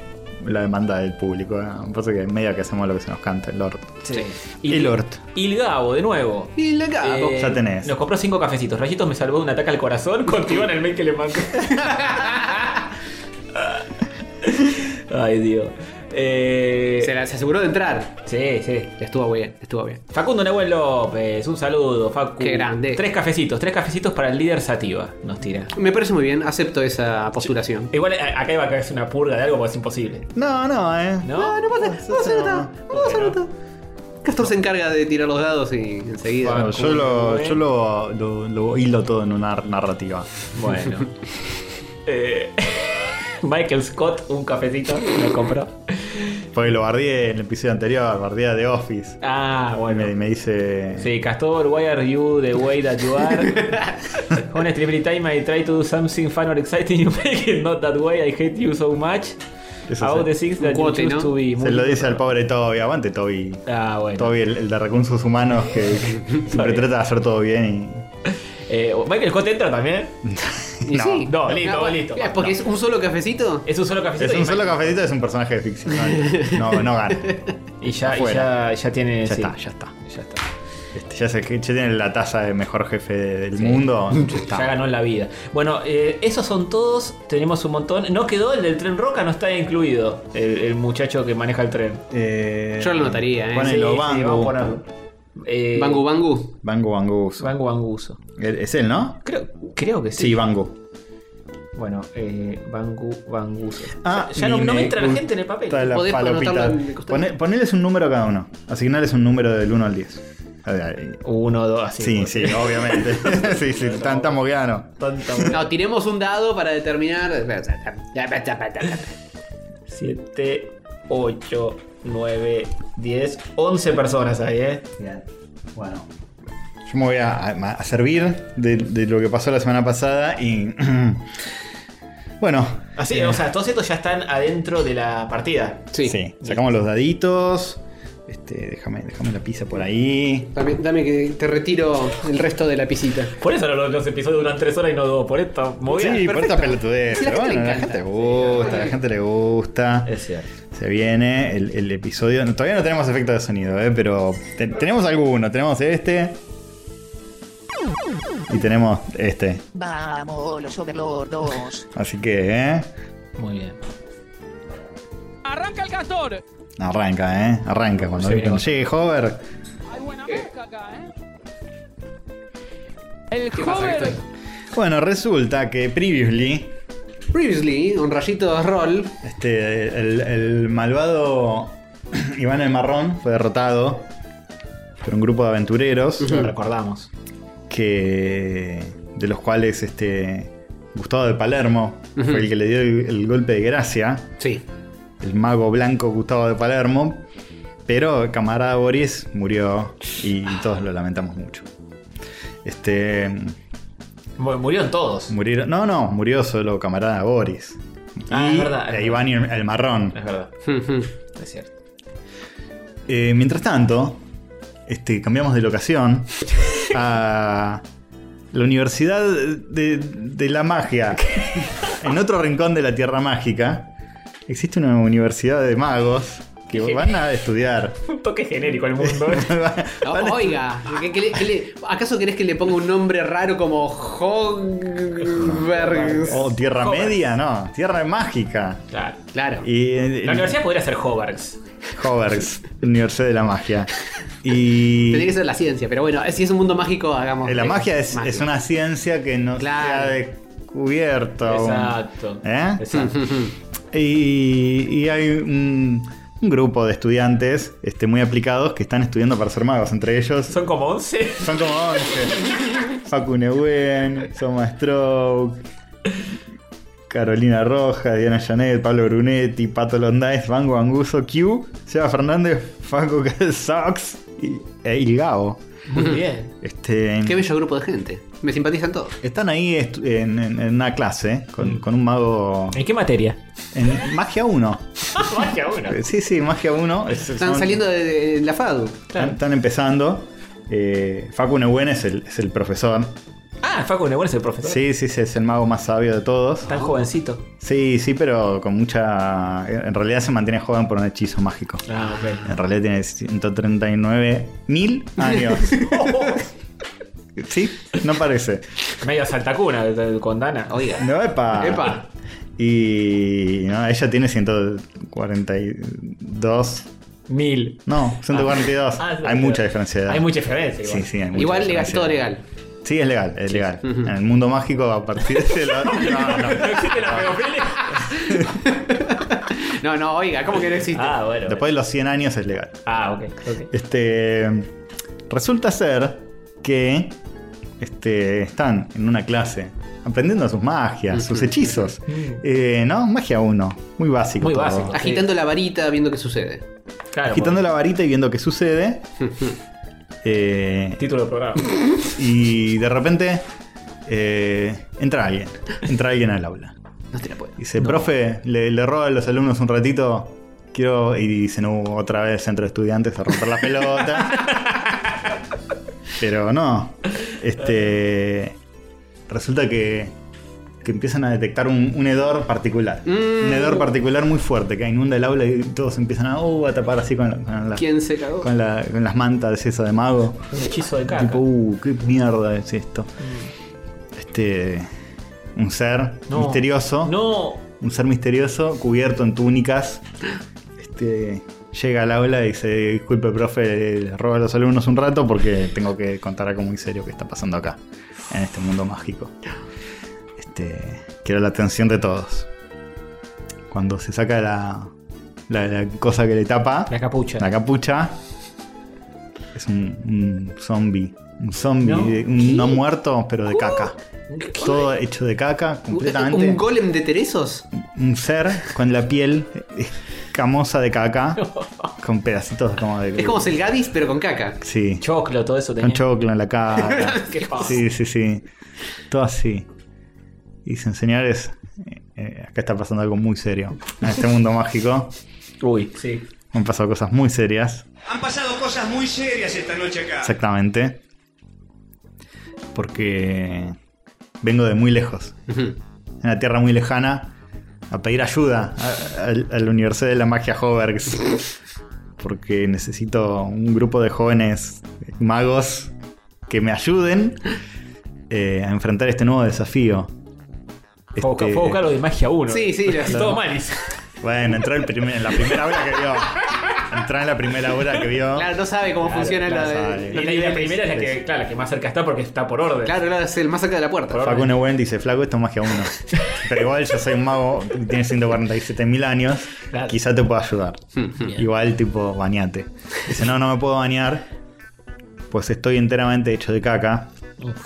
la demanda del público. ¿eh? Pasa que en medio que hacemos lo que se nos canta, el Lord. Sí. Y el Lord. Y el Gabo, de nuevo. Y la cago. Eh, Ya tenés. Nos compró cinco cafecitos. Rayitos me salvó de un ataque al corazón. Continúa en el mail que le mandé. Ay, Dios. Eh, se, la- se aseguró de entrar. sí, sí. Estuvo bien, estuvo bien. Facundo Nahuel López, un saludo, Facu. Qué grande. Tres cafecitos, tres cafecitos para el líder Sativa, nos tira. Me parece muy bien, acepto esa postulación. Igual a- acá iba a caerse una purga de algo porque es imposible. No, no, eh. ¿No? No, no pasa, no pasa nada, no pasa nada. Castor se encarga de tirar los dados y enseguida. Bueno, yo lo, yo lo, lo- lo hilo todo en una narrativa. Bueno. Eh, Michael Scott, un cafecito, lo compró. Porque lo bardeé en el episodio anterior, bardeé de Office. Ah, Y me, bueno. me dice. Sí, Castor, why are you the way that you are? Honestly, every time I try to do something fun or exciting, you make it not that way. I hate you so much. Eso About se- the things un that quote, you choose ¿no? to be. Se lo dice al pobre Toby. Aguante, Toby. Ah, bueno. Toby, el, el de recursos humanos que, que siempre trata de hacer todo bien. Eh, Michael Scott entra también. ¿eh? Y... Y sí. no, listo, Ah, listo. ¿Es porque es un solo cafecito? Es un solo cafecito. Es y un solo Michael- cafetito, es un personaje de ficción. No, no, no gana. Y ya, y afuera. ya, ya tiene. Ya sí, está, ya está. Ya está. Este, ya, se, ya tiene la tasa de mejor jefe del mundo. Ya está. Ya ganó en la vida. Bueno, eh, esos son todos. Tenemos un montón. No quedó el del tren Roca, no está incluido. El, el muchacho que maneja el tren. Eh, Yo lo notaría, eh. Ponelo, Sí, sí, vamos a Bangu. ponerlo. Eh, Bangu Bangu. Bangu, Bangu. Bangu Banguso. Eh, Es él, ¿no? Creo, creo que sí. Sí, Bangu. Bueno, eh, Bangu Banguso. Ah, ya no, ni no me me entra la gente en el papel. Está la Podés falopita. anotarlo en el costado. Poné- poneles un número a cada uno. Asignales un número del 1 al 10. A ver, ahí. Uno, dos, así. Sí, pues. sí, obviamente. sí, sí, tan, tan mogueano. Tanta No, tiremos un dado para determinar. 7, 8, 9, 10, 11 personas ahí, ¿eh? Bueno. Yo me voy a, a- a servir de, de lo que pasó la semana pasada y. bueno. Así, o sea, todos estos ya están adentro de la partida. Sí. sí, sacamos los daditos. Este, déjame, déjame la pizza por ahí. Dame, dame que te retiro el resto de la pisita. Por eso los, los episodios duran 3 horas y no 2, por esta movida. sí, por perfecto. esta pelotudez. Sí, la Pero gente bueno, le la encanta. gente le gusta, la gente le gusta. Es cierto. Se viene el, el episodio. no, Todavía no tenemos efecto de sonido, eh, pero te- tenemos alguno. Tenemos este. Y tenemos este. Vamos, los overlordos. Así que, eh. Muy bien. Arranca el castor. Arranca, eh. Arranca. Cuando, Se viene cuando otro. llegue Hover. Hay buena marca acá, ¿eh? El hover. Bueno, resulta que previously. Previously, un rayito roll. Este. El, el malvado Iván el Marrón fue derrotado. Por un grupo de aventureros. Lo recordamos. que de los cuales este Gustavo de Palermo Ujú. fue el que le dio el, el golpe de gracia, Sí. el mago blanco Gustavo de Palermo, pero camarada Boris murió y todos lo lamentamos mucho. Este Mu- Murieron todos. murieron, no, no, murió solo camarada Boris. Ah, y es verdad, es e verdad. Iván y el, el marrón. Es verdad, Ujú. es cierto. Eh, mientras tanto, este, cambiamos de locación a la Universidad de, de la Magia. En otro rincón de la Tierra Mágica existe una universidad de magos que van a estudiar. Un toque genérico al mundo. O- Oiga, ¿qué- qué le- qué le- ¿acaso querés que le ponga un nombre raro como Hogberg? o Tierra Joven. Media, no, Tierra Mágica. claro. Claro. Y, eh, La universidad podría ser Hobarts. Hogwarts, Universidad de la Magia. Y Tendría que ser la ciencia, pero bueno, si es un mundo mágico, hagamos. la eh, magia es, mágico. es una ciencia que no Claro. se ha descubierto. aún. Exacto. ¿Eh? Exacto. Y, y hay un, un grupo de estudiantes este, muy aplicados que están estudiando para ser magos. Entre ellos Son como 11. Son como 11. Facu Nehuen, Soma Stroke, Carolina Roja, Diana Janet, Pablo Brunetti, Pato Londáez, Vango Anguso, Q, Seba Fernández, Facu Sox y, e Ilgao. Muy bien. Este, Qué bello grupo de gente. Me simpatizan todos. están ahí estu- en, en- en una clase con, con un mago ¿En qué materia? en Magia 1. Magia uno. Sí, sí, Magia 1. Están saliendo de, de la FADU. Están, están empezando. Eh, Facu Nehuen es el, es el profesor. Ah, Facu Nebuen es el profesor. Sí, sí, sí, es el mago más sabio de todos. Tan jovencito. Sí, sí, pero con mucha. En realidad se mantiene joven por un hechizo mágico. Ah, ok. En realidad tiene 139 mil años. sí, no parece. Medio saltacuna eh, con Dana. Oiga. No, epa. Epa. Y. No, ella tiene 142. Mil. No, 142. Ah, sí, hay sí. mucha diferencia. de edad. Hay mucha diferencia. Sí, Igual. sí, hay mucha Igual le diferencia. gastó legal. Sí, es legal, es legal. En el mundo mágico, a partir de la. No, no. Ah, ¿No existe la pedofilia? No, no, oiga, ¿cómo que no existe? Ah, bueno. Después de los 100 años es legal. Ah, ok. ok. Este. Resulta ser que. Este. Están en una clase. Aprendiendo sus magias, sus hechizos. Eh, ¿No? Magia 1. Muy básico. Muy todo. básico. Agitando la varita, viendo qué sucede. Claro. Agitando por- la varita y viendo qué sucede. Eh, Título del programa. y de repente. eh, entra alguien. Entra alguien al aula. No te la puedo. Dice, profe, le, le roba a los alumnos un ratito. Quiero. Y dicen, "Uh, otra vez centro de estudiantes a romper la pelota. Pero no. Este. Resulta que. que empiezan a detectar un, un hedor particular. Un hedor particular muy fuerte que inunda el aula y todos empiezan a, "Uh", a tapar así con, la- con la- ¿Quién se cagó? Ah. con la- con las mantas esas de mago. Un hechizo de caca. Tipo, uh, qué mierda es esto. Este. Un ser No. misterioso No. un ser misterioso cubierto en túnicas. Este, llega al aula y dice, disculpe, profe, le robo a los alumnos un rato porque tengo que contar algo muy serio que está pasando acá, en este mundo mágico. Este, quiero la atención de todos. Cuando se saca la, la, la cosa que le tapa, La capucha. la capucha, es un, zombie. Un zombie, ¿No? un no muerto, pero de caca. Todo hecho de caca, completamente ¿Un golem de Teresos? un ser con la piel escamosa de caca, con pedacitos como de. Es como Selgadis, pero con caca. Sí, Choclo, todo eso con tenía. choclo en la cara. Qué pasa. sí, sí, sí. Todo así. Y dicen, señores, eh, eh, acá está pasando algo muy serio. En este mundo mágico Uy, sí. han pasado cosas muy serias, Han pasado cosas muy serias esta noche acá. exactamente. Porque vengo de muy lejos, Ujú. una tierra muy lejana a pedir ayuda a- al, al universo de la magia Hoverx. Porque necesito un grupo de jóvenes magos que me ayuden eh, a enfrentar este nuevo desafío. Este, Fue a buscar- fue a buscar lo de magia 1. Sí, sí, lo- Todo malis. Bueno, entró el primer- en la primera hora que vio. Entró en la primera hora que vio. Claro, no sabe cómo funciona claro, la sabe. de. Y los la, y la niveles. primera es la que, claro, la que más cerca está porque está por orden. Claro, claro, es el más cerca de la puerta. Facu Nehuen dice, flaco, esto es magia 1. Pero igual yo soy un mago, tiene 147 mil años, Claro. Hmm, quizá te pueda ayudar. Bien. Igual tipo, bañate. Dice, no, no me puedo bañar, pues estoy enteramente hecho de caca.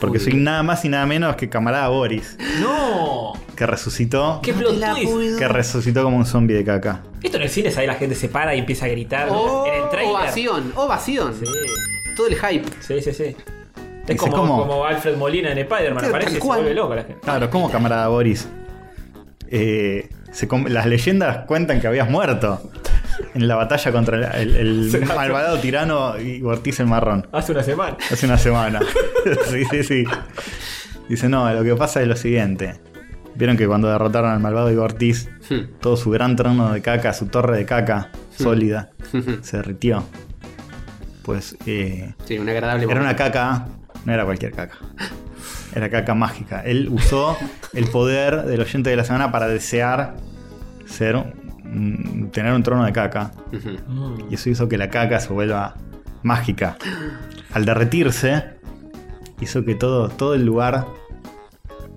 Porque soy nada más y nada menos que camarada Boris, ¡No! que resucitó, ¡Qué plot twist! que resucitó como un zombie de caca. Esto en el cine, ahí la gente se para y empieza a gritar. O en el trailer. Oh, ovación, ovación. Sí, Todo el hype. sí, sí. sí. Dice, Es como, ¿cómo? como Alfred Molina en Spider-Man, Claro, aparece tal y se cual. vuelve loca la gente. Claro, como camarada Boris. Eh, se com- las leyendas cuentan que habías muerto en la batalla contra la- el, el malvado tirano y Ortiz el marrón. Hace una semana. Hace una semana. sí, sí, sí. Dice, no, lo que pasa es lo siguiente. Vieron que cuando derrotaron al malvado Igor Ortiz, Hmm. todo su gran trono de caca, su torre de caca, sólida, se derritió. Pues eh, Sí, un agradable era una momento. caca, no era cualquier caca. Era caca mágica. Él usó el poder del oyente de la semana para desear ser, un- mm, tener un trono de caca. Ujú. Y eso hizo que la caca se vuelva mágica. Al derretirse, hizo que todo, todo el lugar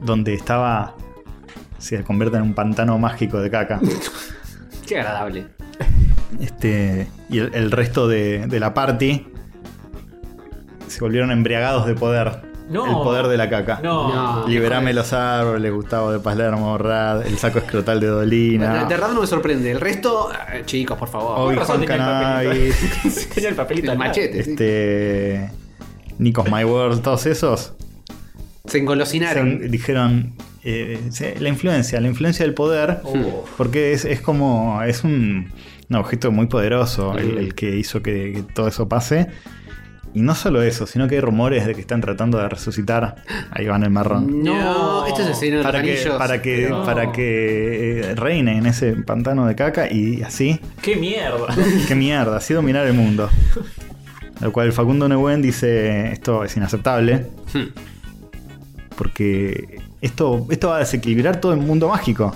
donde estaba se convierta en un pantano mágico de caca. Qué agradable. Este, y el, el resto de, de la party se volvieron embriagados de poder. No. El poder de la caca. No. No. Liberame los árboles, Gustavo de Palermo, Rad, el saco escrotal de Dolina. Pues De, de Rad no me sorprende. El resto, ah, chicos, por favor. Obi Con razón Juan tenía el papelito. Cannabis. Tenía el papelito El al lado. machete. sí. Este. Nikos My World, todos esos. Se engolosinaron. se- dijeron. eh, se- la influencia, la influencia del poder. Oh. Porque es, es como. Es un, un objeto muy poderoso el, el que hizo que, que todo eso pase. Y no solo eso, sino que hay rumores de que están tratando de resucitar a Iván el Marrón. No, esto es el Señor Mm, de los Para que, para que, Anillos. para que eh, reine en ese pantano de caca y así. ¡Qué mierda! Qué mierda, así dominar el mundo. Lo cual Facundo Neuwen dice, esto es inaceptable. Hmm. Porque esto, esto va a desequilibrar todo el mundo mágico.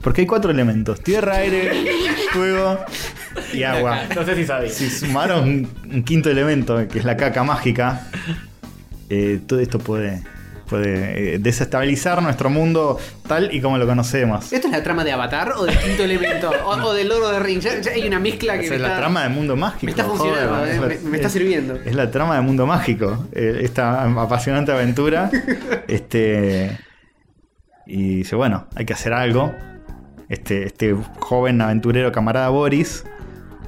Porque hay cuatro elementos, tierra, aire, fuego y agua. No sé si sabéis. Si sumaron un, un quinto elemento, que es la caca mágica, eh, todo esto puede, puede eh, desestabilizar nuestro mundo tal y como lo conocemos. ¿Esto es la trama de Avatar o del quinto elemento? O, o del loro de Ring. Ya, ya hay una mezcla que. Esa me es la está- trama del mundo mágico. Me está funcionando, joder, eh, es la- me- me está es- sirviendo. Es la trama del mundo mágico. eh, Esta apasionante aventura. este. Y dice, bueno, hay que hacer algo. Este, este joven aventurero camarada Boris,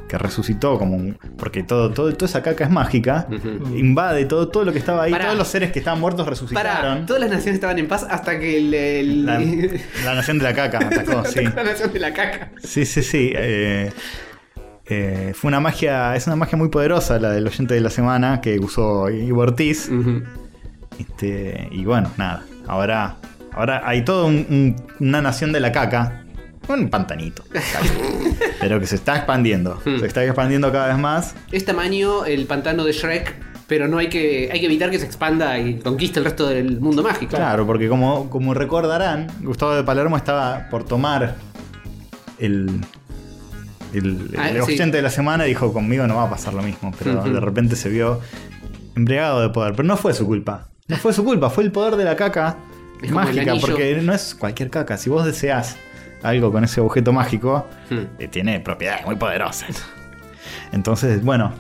que resucitó como un. Porque todo, todo, toda esa caca es mágica. Invade todo, todo lo que estaba ahí. Pará. Todos los seres que estaban muertos resucitaron. Para, todas las naciones estaban en paz hasta que el. el- La, la nación de la caca atacó, sí. la nación de la caca. Sí, sí, sí. eh, eh, fue una magia, es una magia muy poderosa la del oyente de la semana que usó Ivo Ortiz. Este, y bueno, nada. Ahora, ahora hay toda una nación de la caca. Un pantanito. pero que se está expandiendo. Hmm. Se está expandiendo cada vez más. Es tamaño el pantano de Shrek, pero no hay que. hay que evitar que se expanda y conquiste el resto del mundo mágico. Claro, porque como, como recordarán, Gustavo de Palermo estaba por tomar el, el, Ah, el sí. oyente de la semana y dijo, conmigo no va a pasar lo mismo, pero Ujú. de repente se vio embriagado de poder. Pero no fue su culpa, no fue su culpa, fue el poder de la caca Es como el mágica, anillo. porque no es cualquier caca, si vos deseas algo con ese objeto mágico, Hmm. eh, tiene propiedades muy poderosas. Entonces, bueno,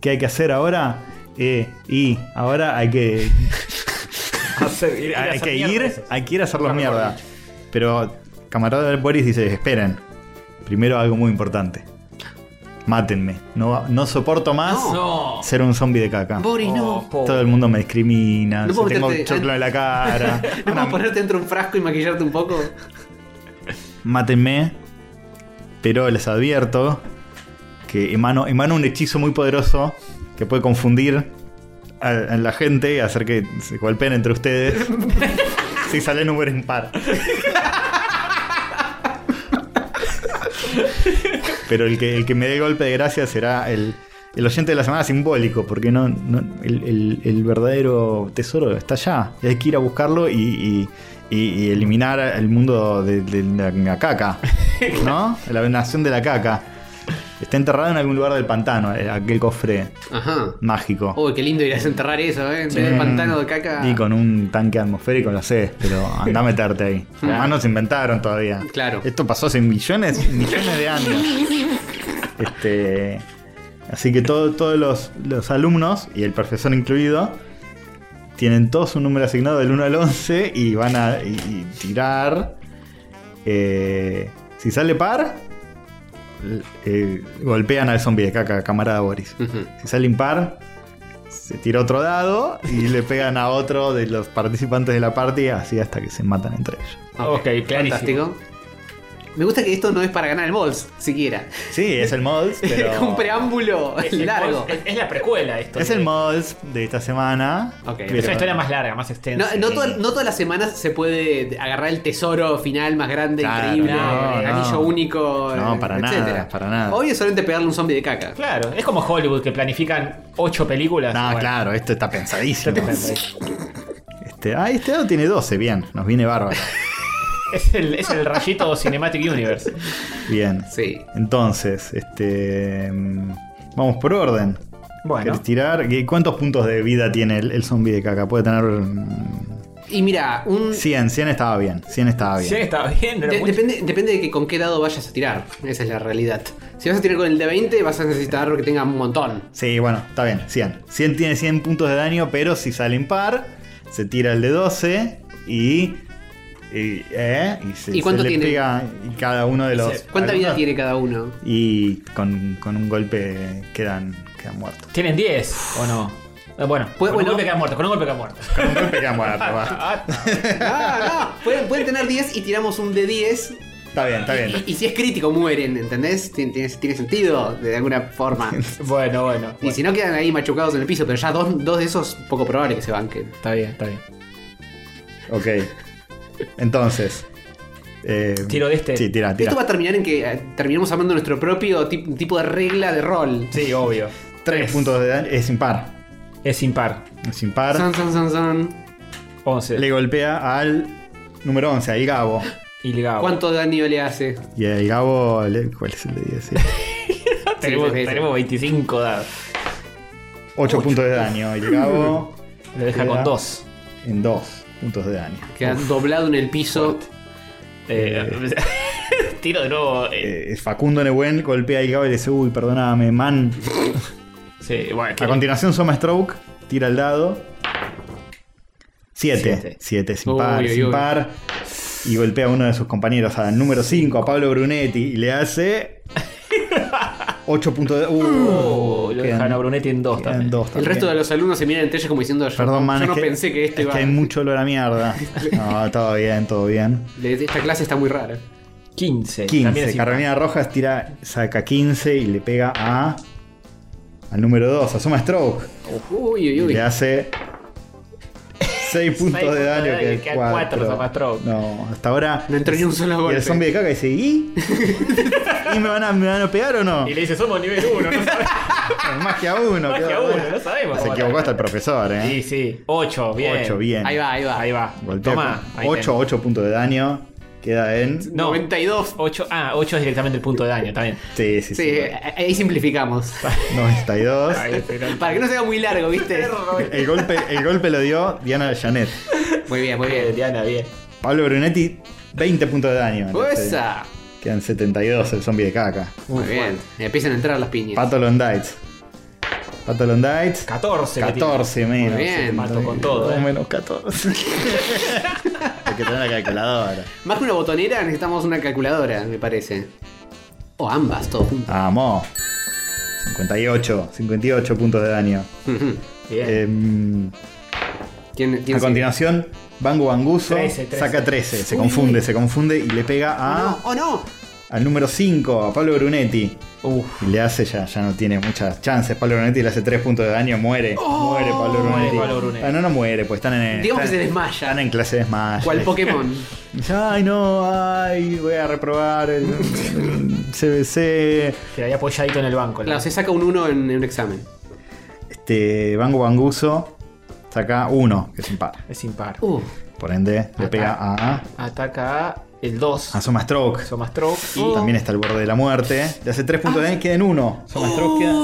¿qué hay que hacer ahora? Eh, y ahora hay que hay que ir, hay que ir a hacerlos mierda. Pero camarada del Boris dice, esperen, primero algo muy importante. Mátenme, no, no soporto más No. ser un zombie de caca. Boris, Oh, no. po- Todo el mundo me discrimina, No puedo tengo meterte- choclo en la cara. ¿No Una- puedo ponerte dentro de un frasco y maquillarte un poco? Mátenme, pero les advierto que emano, emano un hechizo muy poderoso que puede confundir a, a la gente y hacer que se golpeen entre ustedes. si sale número impar. pero el que, el que me dé el golpe de gracia será el, el oyente de la semana simbólico, porque no, no- el, el- el verdadero tesoro está allá. Y hay que ir a buscarlo y, y- y- y eliminar el mundo de, de la, la caca, ¿no? La nación de la caca. Está enterrado en algún lugar del pantano, eh, aquel cofre Ajá. mágico. Uy, qué lindo ir a desenterrar eso, ¿eh? En vez Mm. del pantano de caca. Y con un tanque atmosférico lo sé, pero anda a meterte ahí. Claro. Además no se inventaron todavía. Claro. Esto pasó hace millones, millones de años. Este. Así que todo- todos los, los alumnos, y el profesor incluido, tienen todos un número asignado del 1 al 11 y van a y- y tirar. Eh, si sale par, l- eh, golpean al zombie de caca, camarada Boris. Ujú. Si sale impar, se tira otro dado y le pegan a otro de los participantes de la partida, así hasta que se matan entre ellos. Oh, Ok, clarísimo. Fantástico. Me gusta que esto no es para ganar el Balls, siquiera. Sí, es el Mods, Es un pero. preámbulo Es el largo. post- Es, es la precuela esto. Es el Mods de esta semana. Ok, pero- Es una historia más larga, más extensa. No, no, toda- no todas las semanas se puede agarrar el tesoro final más grande, Claro, increíble, no, el no. anillo único, No, para nada, para nada. Hoy es solamente pegarle un zombie de caca. Claro, es como Hollywood que planifican ocho películas. No, Bueno, claro, esto está pensadísimo. Este, ah, este dado tiene 12, bien, nos viene bárbaro. Es el, es el rayito Cinematic Universe. Bien. Sí. Entonces, este. mm, Vamos por orden. Bueno. ¿Querés tirar? ¿Qué- ¿Cuántos puntos de vida tiene el, el zombie de caca? Puede tener. mm, Y mira, un 100, 100 estaba bien. 100 estaba bien. Sí, estaba bien. de- Era muy- depende, depende de que con qué dado vayas a tirar. Esa es la realidad. Si vas a tirar con el de 20, vas a necesitar que tenga un montón. Sí, bueno, está bien, 100. 100 tiene 100 puntos de daño, pero si sale impar, se tira el de 12 y. ¿Y, eh, y se, ¿Y cuánto se le tiene? pega cada uno de los. ¿Cuánta vida algunos, tiene cada uno? Y con, con un golpe quedan, quedan muertos. ¿Tienen 10 o no? Eh, Bueno, con un bueno. golpe queda muerto, con un golpe queda muerto. Con un golpe quedan muertos. va. Ah, no, pueden, pueden tener 10 y tiramos un de 10. Está bien, está bien. Y, y si es crítico, mueren, ¿entendés? Tien- Tiene, tiene sentido, de alguna forma. Bueno, bueno. Y si no, quedan ahí machucados en el piso, pero ya dos, dos de esos, poco probable que se banquen. Está bien, está bien. Ok. Entonces. eh, Tiro de este. Sí, tira, tira. Esto va a terminar en que eh, terminemos armando nuestro propio ti- tipo de regla de rol. Sí, obvio. Tres puntos de daño. Es impar. Es impar. Es impar. San, san, san, san. 11. Le golpea al número 11, al Gabo. y ligado. ¿Cuánto daño le hace? Y el Gabo. le- ¿Cuál es el de 10? Tenemos, Sí, sí, sí. tenemos 25 dados. 8 puntos de daño. Y el Gabo. Lo deja Queda- con 2. En 2 puntos de daño. Queda doblado en el piso. Eh, tiro de nuevo. eh, Eh, Facundo Nehuen golpea al Gabo y le dice: Uy, perdóname, man. sí, bueno, A continuación, Soma Stroke. Tira el dado. 7. Siete. 7, sin Uy, par, uy, sin uy. par. Y golpea a uno de sus compañeros, al número 5, a Pablo Brunetti. Y le hace. 8 puntos de. Oh, Uh, lo dejan a Brunetti en 2 quedan también. dos El también. resto de los alumnos se miran entre ellos como diciendo: Yo, Perdón, man. yo es no pensé que este es iba. que hay mucho olor a mierda. No, todo bien, todo bien. Le- Esta clase está muy rara. 15. también 15. es impar. Carolina Rojas tira, saca 15 y le pega a. Al número 2, a Soma Stroke. Uy, uy, Y uy. le hace 6 puntos puntos de de daño daño, que quedan cuatro. cuatro, Soma Stroke. No, hasta ahora. No entró ni un solo Y el golpe. zombie de caca dice, ¿y? ¿Y me van a, me van a pegar o no? Y le dice, somos nivel 1, no sabemos. Más que a uno. Más que quedó a uno, bueno. no sabemos Se cómo atacar. equivocó hasta el profesor, ¿eh? Sí, sí. 8, bien. 8, bien. pues. Ahí va, ahí va. Ahí va. Golpea Toma. con ahí 8, 8 puntos de daño. Queda en. tenés. No, 92. 8, ah, 8 es directamente el punto de daño, está bien. Sí, sí, sí. Sí, eh, ahí simplificamos. 92. Ahí, pero- Para que no sea muy largo, ¿viste? El golpe, el golpe lo dio Diana Janet. Muy bien, muy Bien, bien. Diana, bien. Pablo Brunetti, 20 puntos de daño. Este, ¡Esa! Quedan 72 el zombie de caca. Muy bien. Empiezan a entrar las piñas. Pato Londites. Pato Londites. 14. que tiene. 14 menos. Muy bien, Pato, con todo, Más eh. menos 14. Hay que tener la calculadora. Más que una botonera, necesitamos una calculadora, me parece. O ambas, todo junto. Vamos. 58. 58 puntos de daño. Ujú. Bien. Em, ¿Quién, quién Ah. a sigue? continuación, Bango Banguso 13, 13. saca 13. Se confunde, se confunde y le pega a, ¡Oh, no! ¡Oh, al número 5, a Pablo Brunetti. Uf. Y le hace, ya, ya no tiene muchas chances. Pablo Brunetti le hace 3 puntos de daño, muere. Oh, muere Pablo Brunetti. Muere Pablo Brunetti. Ah, no, no muere, pues están en. no! Digamos que se están- desmaya. Están en clase de Smash. ¿Cuál Pokémon? Dice, Ay, no, ay, voy a reprobar el CBC. Se había apoyadito en el banco. claro, la- se saca un 1 en, en un examen. Este, Bango Banguso saca uno, que es un par. Es impar. Uh, Por ende, le pega a Ataca a el 2. a Soma Stroke. Soma Stroke. Y Ah, Oh. también está al borde de la muerte. Le hace 3 puntos de daño y queda en 1. Soma Stroke queda,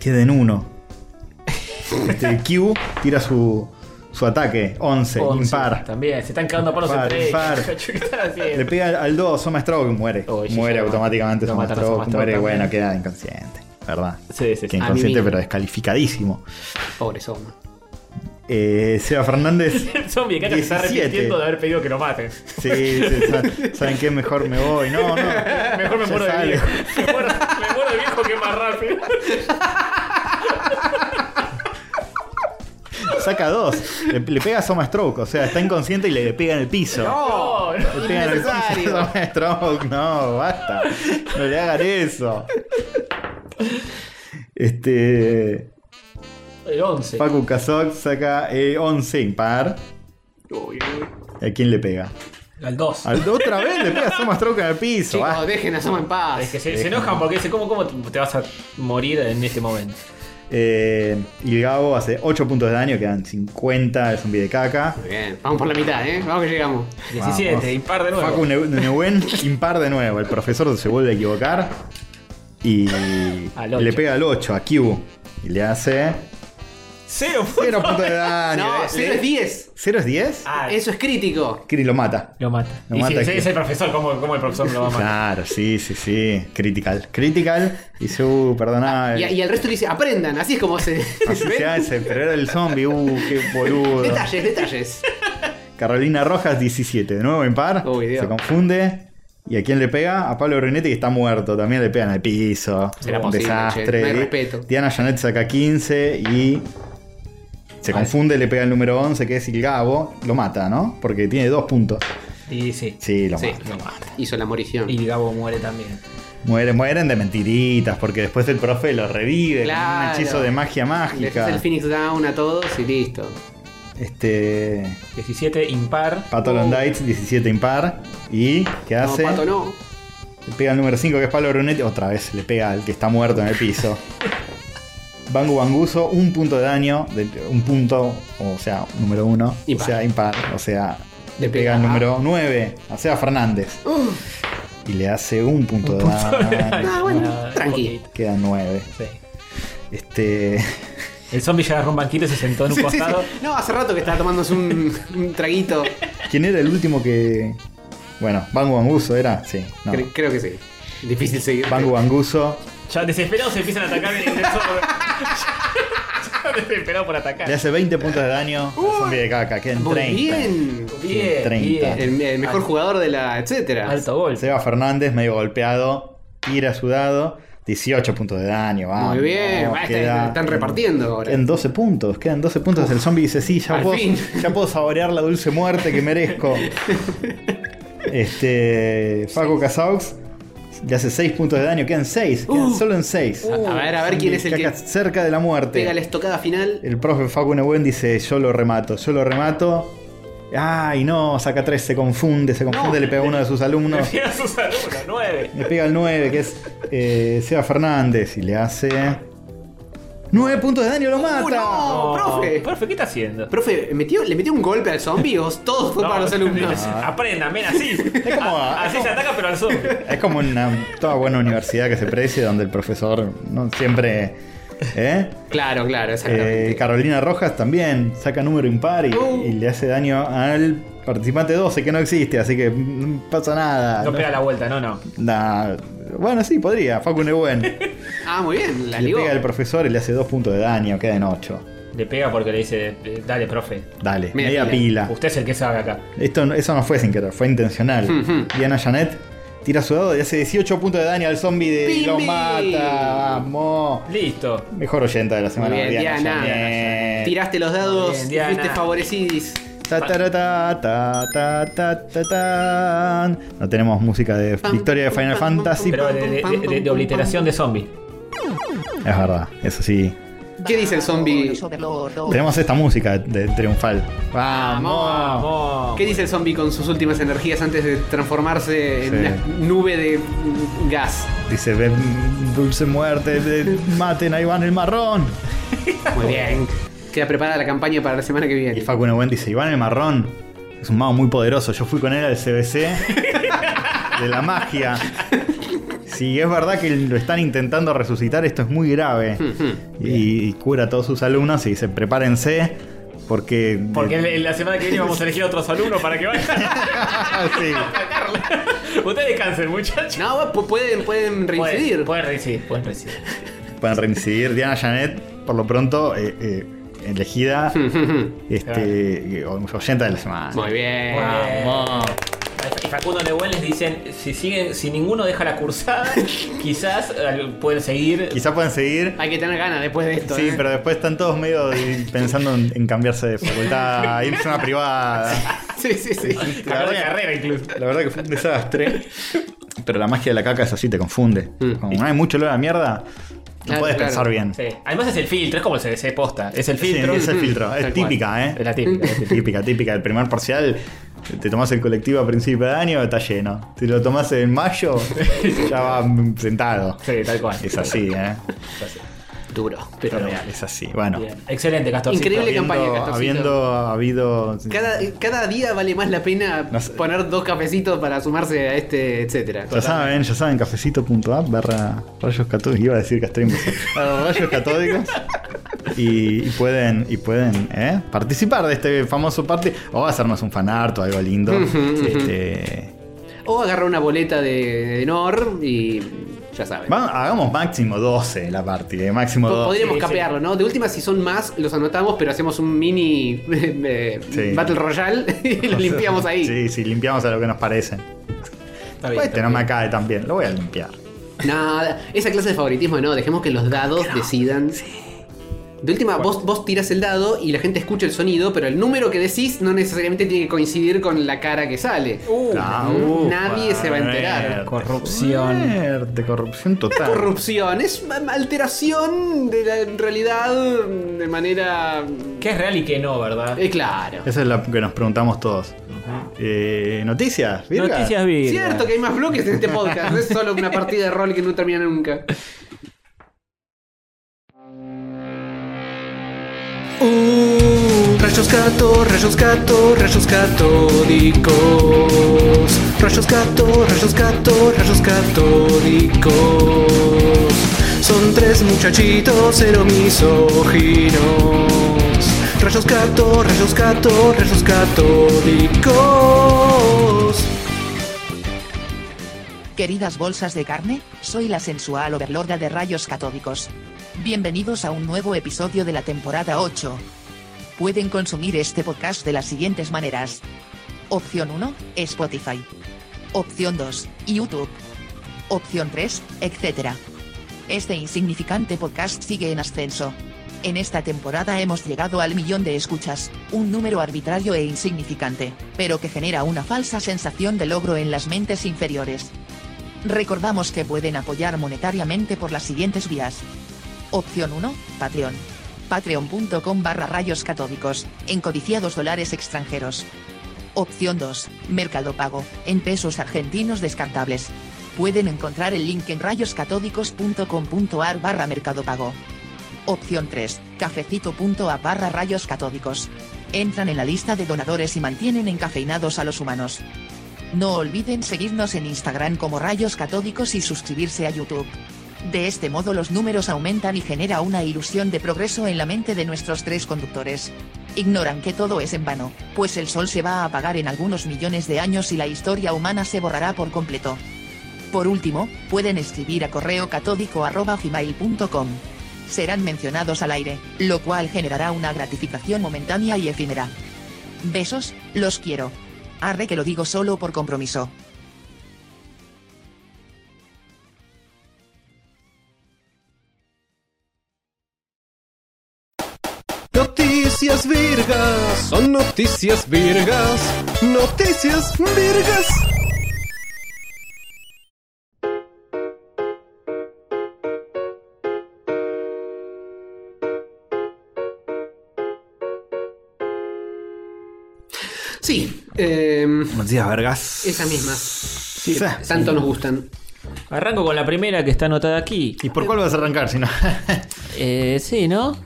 queda en 1. Este, Q tira su, su ataque, 11, 11. impar. También, se están cagando a palos Impar, entre impar. ellos. ¿Qué están haciendo? Le pega al 2, Soma Stroke muere. Oh, sí, muere ya, automáticamente lo Soma matan a Stroke. Soma Stroke Muere y también. bueno, queda inconsciente. ¿Verdad? Sí, sí, Ah, Que sí. mí inconsciente, mismo. pero descalificadísimo. pobre Soma. Eh, Seba Fernández. El zombie acá que se está ¿eh? 17. arrepintiendo de haber pedido que lo maten. Sí, sí, sa- ¿saben qué? Mejor me voy. No, no. Mejor me Ya muero de sale. viejo. Me muero, me muero de viejo que más rápido. Saca dos. Le, le pega a Soma Stroke. O sea, está inconsciente y le pega en el piso. No, no. Le pega en el piso a Soma Stroke. No, basta. No le hagan eso. Este. El 11. Paco Kazok saca eh, 11 impar. Uy, uy. ¿A quién le pega? Al 2. Al- Otra vez le pega a Soma Stroke en el piso. Chicos, basta. dejen a Soma en Es que paz. se, se enojan porque dicen, ¿cómo, ¿cómo te vas a morir en este momento? Eh, y Gabo hace 8 puntos de daño. Quedan 50. Es un de caca. Muy bien. Vamos por la mitad, ¿eh? Vamos que llegamos. 17, Vamos. impar de nuevo. Facu Neu- Neuwen impar de nuevo. El profesor se vuelve a equivocar. Y Al ocho. le pega al 8, a Q. Y le hace Cero. Cero punto de daño. No, eh. 0 es 10. ¿Cero es 10? Ah, Eso es crítico. Kiri lo mata. lo mata. Lo Y mata si- si que- es el profesor, ¿cómo, cómo el profesor lo va a matar? Claro, sí, sí, sí. Critical. Critical. Y su, Ah, perdona. Ah, Y, y el resto le dice, aprendan, así es como se. Así se hace, pero era el zombie, uh, qué boludo. detalles, detalles. Carolina Rojas, 17. De nuevo en par. Uy, Dios. se confunde. ¿Y a quién le pega? A Pablo Brunetti, que está muerto. También le pegan al piso. Será un posible, che, desastre. no hay respeto. Diana Janet saca 15 y. Se confunde, le pega el número 11, que es el Gabo. Lo mata, ¿no? Porque tiene dos puntos. Y sí. Sí, lo Sí. mata. Hizo la morición. Y Gabo muere también. Mueren, mueren de mentiritas, porque después el profe lo revive. con Claro. Un hechizo de magia Le mágica. haces el Phoenix Down a todos y listo. Este. 17, impar. Pato Londites, 17 impar. ¿Y qué hace? No, pato, no. Le pega al número 5 que es Pablo Brunetti. Otra vez le pega al que está muerto en el piso. Bangu Banguso, un punto de daño. de- un punto, o sea, número 1. O Impar. sea, impar. O sea, le Le pega al pega a- número 9. O sea, Fernández. Y le hace un punto de daño. Ah, bueno, Ah, tranqui. Queda 9. Sí. Este. El zombie ya agarró un banquito y se sentó en un Sí, sí, costado. sí. No, hace rato que estaba tomándose un, un traguito. ¿Quién era el último que.? Bueno, Bangu Banguso era. Sí, no. Cre- creo que sí. Difícil seguir. Bangu Banguso Ya desesperados se empiezan a atacar en el zombie. Ya desesperados por atacar. le hace 20 puntos de daño al zombie de caca. Quedan Muy 30. bien. Bien, 30. bien. El, el mejor jugador de la etcétera. Alto gol. Seba Fernández, medio golpeado, tira sudado, 18 puntos de daño. Vamos, Muy bien, va, queda- están, están repartiendo ahora. Quedan 12 puntos, quedan 12 puntos. el zombie dice: Sí, ya al puedo, fin. ya puedo saborear la dulce muerte que merezco. este. Paco Casaux le hace 6 puntos de daño, quedan 6, quedan Uh. solo en 6. Uh, a ver, a ver quién es el que cerca de la muerte. pega la estocada final. El profe Facu Nebuen dice: Yo lo remato, yo lo remato. Ay, no, saca 3, se confunde, se confunde, le pega a uno de sus alumnos. Prefiero a sus alumnos, 9. Le pega el 9, que es eh, Seba Fernández, y le hace. 9 puntos de daño, lo mata. ¡Uh, no, profe! Profe, ¿qué está haciendo? Profe, ¿metió, ¿le metió un golpe al zombie o todo fue No, para los alumnos? Aprendan, ven así. Es como- así es se como- ataca, pero al zombie. Es como una toda buena universidad que se precie, donde el profesor no siempre. ¿eh? Claro, claro, exactamente. Eh, Carolina Rojas también saca número impar y, Uh. y le hace daño al participante 12, que no existe, así que no pasa nada. No ¿no? pega la vuelta, no, no. Nah, bueno, sí, podría. Facu Nebuen. ah, muy bien, la Le ligó. pega al profesor y le hace dos puntos de daño, queda en ocho. Le pega porque le dice, eh, dale, profe. Dale, Media media pila. Usted es el que sabe acá. Esto, no- eso no fue sin querer, fue intencional. Ujú. Diana Janet tira su dado y hace 18 puntos de daño al zombie de Pim, lo pim. mata. Vamos. Listo. Mejor oyenta de la Muy semana. bien, Diana. Janet. Tiraste los Muy dados, bien, y Diana. fuiste favorecidis. Ta, ta, ta, ta, ta, ta, ta, tan. No tenemos música de Pam, victoria de pum, Final pam, pum, Fantasy. Pero de, de- de- de- de obliteración de zombie. Es verdad, eso sí. ¿Qué dice el Ah, zombie? Los overlordos. Tenemos esta música de triunfal. Vamos. Vamos. ¿Qué dice el zombie con sus últimas energías antes de transformarse en Sí. una nube de mm, gas? Dice, "Ven, dulce muerte, de- maten a Iván el marrón. Muy bien. Queda preparada la campaña para la semana que Y viene. Facu Nebuen dice, Iván el marrón es un mago muy poderoso. Yo fui con él al CBC de la magia. Si es verdad que lo están intentando resucitar, esto es muy grave. Hmm. Y, y cura a todos sus alumnos y dice, prepárense porque... Porque en la semana que viene vamos a elegir a otros alumnos para que vayan. Ah, Sí. Ustedes descansen, muchachos. No, va, pu- pueden, pueden reincidir. Pueden, pueden reincidir, pueden reincidir. Pueden reincidir. Diana Janet, por lo pronto, eh, eh, elegida este, oyenta de la semana. Hmm. Muy bien. Vamos. Y Facundo Nebuen les dicen, si siguen, si ninguno deja la cursada, quizás eh, pueden seguir. Quizá pueden seguir. Hay que tener ganas después de esto. Sí, ¿eh? pero después están todos medio de- pensando en, en cambiarse de facultad, irse a una privada. Sí, sí, sí. cambiar de verdad- carrera incluso. La verdad que fue un desastre. Pero la magia de la caca es así, te confunde. Mm. Como no hay mucho olor a mierda, no Claro, puedes claro. pensar bien. Sí. Además es el filtro, es como el CDC posta. Es el Sí, filtro. es el filtro, es Tal típica, Es ¿eh? Mm. la típica. Es típica, típica. El primer parcial, te tomás el colectivo a principio de año, está lleno. Si lo tomás en mayo, ya va sentado. Sí, tal cual. Es así, ¿eh? Duro, pero Pero real. es así. Bueno, Bien. Excelente, Castor. Increíble campaña, habiendo, Castorcito. habiendo habido. Cada, cada día vale más la pena No sé. poner dos cafecitos para sumarse a este, etcétera. Ya saben, ya saben, cafecito.app barra rayos catódicos. Iba a decir que estoy imbécil. Barra Rayos catódicos. y, y pueden, y pueden ¿eh? participar de este famoso party o hacernos un fanart o algo lindo. Ujú, ujú. Este, O agarra una boleta de, de Nor y ya saben. va- hagamos máximo 12 la party, eh, máximo Po- 12. Podríamos sí, capearlo, ¿no? De última, si son más, los anotamos, pero hacemos un mini eh, Sí. Battle Royale y lo limpiamos ahí. Sí, sí, limpiamos a lo que nos parece. Está bien, Este está no bien. me cae tan bien, lo voy a limpiar. Nada, esa clase de favoritismo no, dejemos que los dados decidan. De última, vos, vos tiras el dado y la gente escucha el sonido, pero el número que decís no necesariamente tiene que coincidir con la cara que sale. Ah, Mm, uh, nadie se va a enterar. fuerte, Corrupción. fuerte, corrupción total. Corrupción, es ma- alteración de la realidad de manera... Que es real y que no, ¿verdad? Eh, claro. Eso es lo que nos preguntamos todos. Eh, Noticias, Virga? Noticias Virga. Cierto que hay más bloques en este podcast, no es solo una partida de rol que no termina nunca. Uh, rayos gato, rayos gato, rayos catódicos. Rayos gato, rayos gato, rayos catódicos. Son tres muchachitos cero misóginos. Rayos gato, rayos gato, rayos catódicos. Queridas bolsas de carne, soy la sensual overlorda de rayos catódicos. Bienvenidos a un nuevo episodio de la temporada 8. Pueden consumir este podcast de las siguientes maneras. Opción 1, Spotify. Opción 2, YouTube. Opción 3, etc. Este insignificante podcast sigue en ascenso. En esta temporada hemos llegado al millón de escuchas, un número arbitrario e insignificante, pero que genera una falsa sensación de logro en las mentes inferiores. Recordamos que pueden apoyar monetariamente por las siguientes vías. Opción 1, Patreon. Patreon.com barra rayos catódicos, en codiciados dólares extranjeros. Opción 2, Mercado Pago, en pesos argentinos descartables. Pueden encontrar el link en rayoscatódicos.com.ar barra Mercado Pago. Opción 3, cafecito.a barra rayos catódicos. Entran en la lista de donadores y mantienen encafeinados a los humanos. No olviden seguirnos en Instagram como Rayos Catódicos y suscribirse a YouTube. De este modo los números aumentan y genera una ilusión de progreso en la mente de nuestros tres conductores. Ignoran que todo es en vano, pues el sol se va a apagar en algunos millones de años y la historia humana se borrará por completo. Por último, pueden escribir a correo catódico arroba gmail.com. Serán mencionados al aire, lo cual generará una gratificación momentánea y efímera. Besos, los quiero. Arre que lo digo solo por compromiso. Noticias virgas, son noticias virgas, noticias virgas. Sí, em, Noticias vergas. esas mismas. Sí, sí. Tanto nos gustan. Arranco con la primera que está anotada aquí. ¿Y por cuál vas a arrancar si no? Eh, sí, ¿no?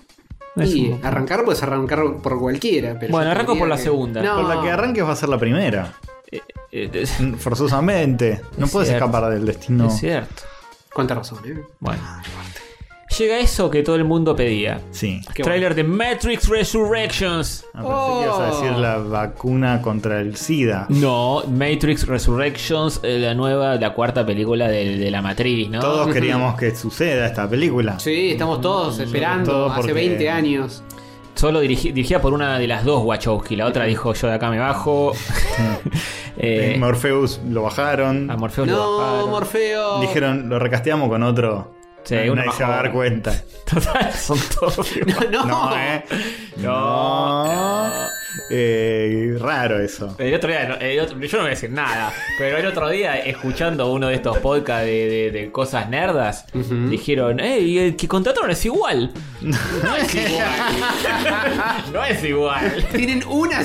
Es Y un- arrancar puedes arrancar por cualquiera. pero Bueno, yo arranco diría por la que- segunda. No, Por la que arranques va a ser la primera. Eh, eh, es, Forzosamente. No Es puedes cierto. escapar del destino. es cierto. Cuánta razón, ¿eh? Bueno. Llega eso que todo el mundo pedía. Sí. Qué Trailer de Matrix Resurrections. Ah, pensé que ibas a decir la vacuna contra el SIDA. Oh. No, Matrix Resurrections, eh, la nueva, la cuarta película de, de la matriz, ¿no? Todos queríamos que suceda esta película. Sí, estamos todos esperando todo hace porque- 20 años. Solo dirigi- dirigida por una de las dos Wachowski. La otra dijo yo de acá me bajo. Eh, Eh, Morpheus lo bajaron. a Morfeo lo No, bajaron. Morfeo. Dijeron, lo recasteamos con otro. Sí, una Nadie se va a dar bajona. cuenta. Total, son todos. No, No, ¿eh? No, Eh, raro eso. El otro día, el otro- yo no voy a decir nada, pero el otro día, escuchando uno de estos podcasts de, de- de cosas nerdas, dijeron, ¡Ey, el que contrataron es igual! No es igual. no es igual. Tienen una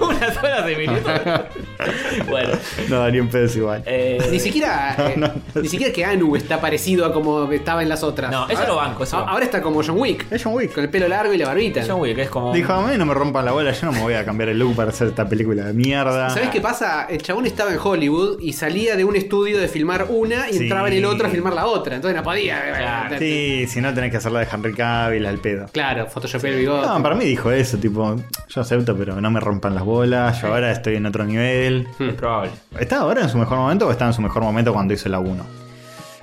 Una sola similitud. bueno, No daría un pedo igual. eh, Ni siquiera, eh, ni siquiera que Anu está parecido a como estaba en las otras. No, eso Ahora- lo banco, eso a- lo banco. Ahora está como John Wick, Es John Wick. con el pelo largo y la barbita. John Wick es como. Dijo, a mí no me rompan la bola, yo no me voy a cambiar el look para hacer esta película de mierda. Ah. ¿Sabes qué pasa? El chabón estaba en Hollywood y salía de un estudio de filmar una y Sí. entraba en el otro a filmar la otra. Entonces no podía. eh, Claro. Sí, si no tenés que hacerla de Henry Dávila al pedo. Claro, photoshopear el bigote. No, para mí dijo eso, tipo, yo acepto, pero no me rompan las bolas, yo ahora estoy en otro nivel. Hmm. Es probable. ¿Está ahora en su mejor momento o está en su mejor momento cuando hizo la 1?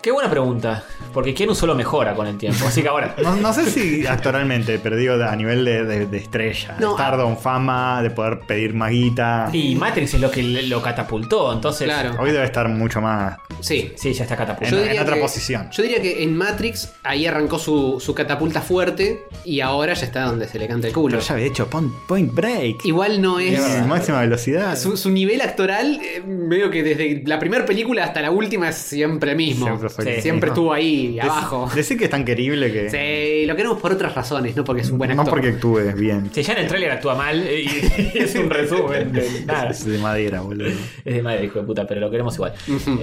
Qué buena pregunta. Porque Keanu solo mejora con el tiempo. Así que ahora. No, no sé si actualmente, pero digo a nivel de, de- de estrella, de No, estar ah. don fama, de poder pedir maguita. Y Matrix es lo que le- lo catapultó, entonces. Hoy debe estar mucho más Sí. Sí, ya está en, catapultado. en otra posición. Yo diría que en Matrix ahí arrancó su, su catapulta fuerte y ahora ya está donde se le canta el culo. Pero ya había hecho Pon- Point Break. Igual no es. En máxima velocidad. Su, su nivel actoral, eh, veo que desde la primera película hasta la última es siempre el mismo. Siempre fue el Siempre mismo. estuvo ahí Dec- abajo. Decir que es tan querible que. Sí, lo queremos por otras razones, no porque es un buen No actor. porque actúe bien. Sí, ya en el tráiler actúa mal eh, y, y es un resumen de nada. Es de madera, boludo. Es de madre, hijo de puta, pero lo queremos igual.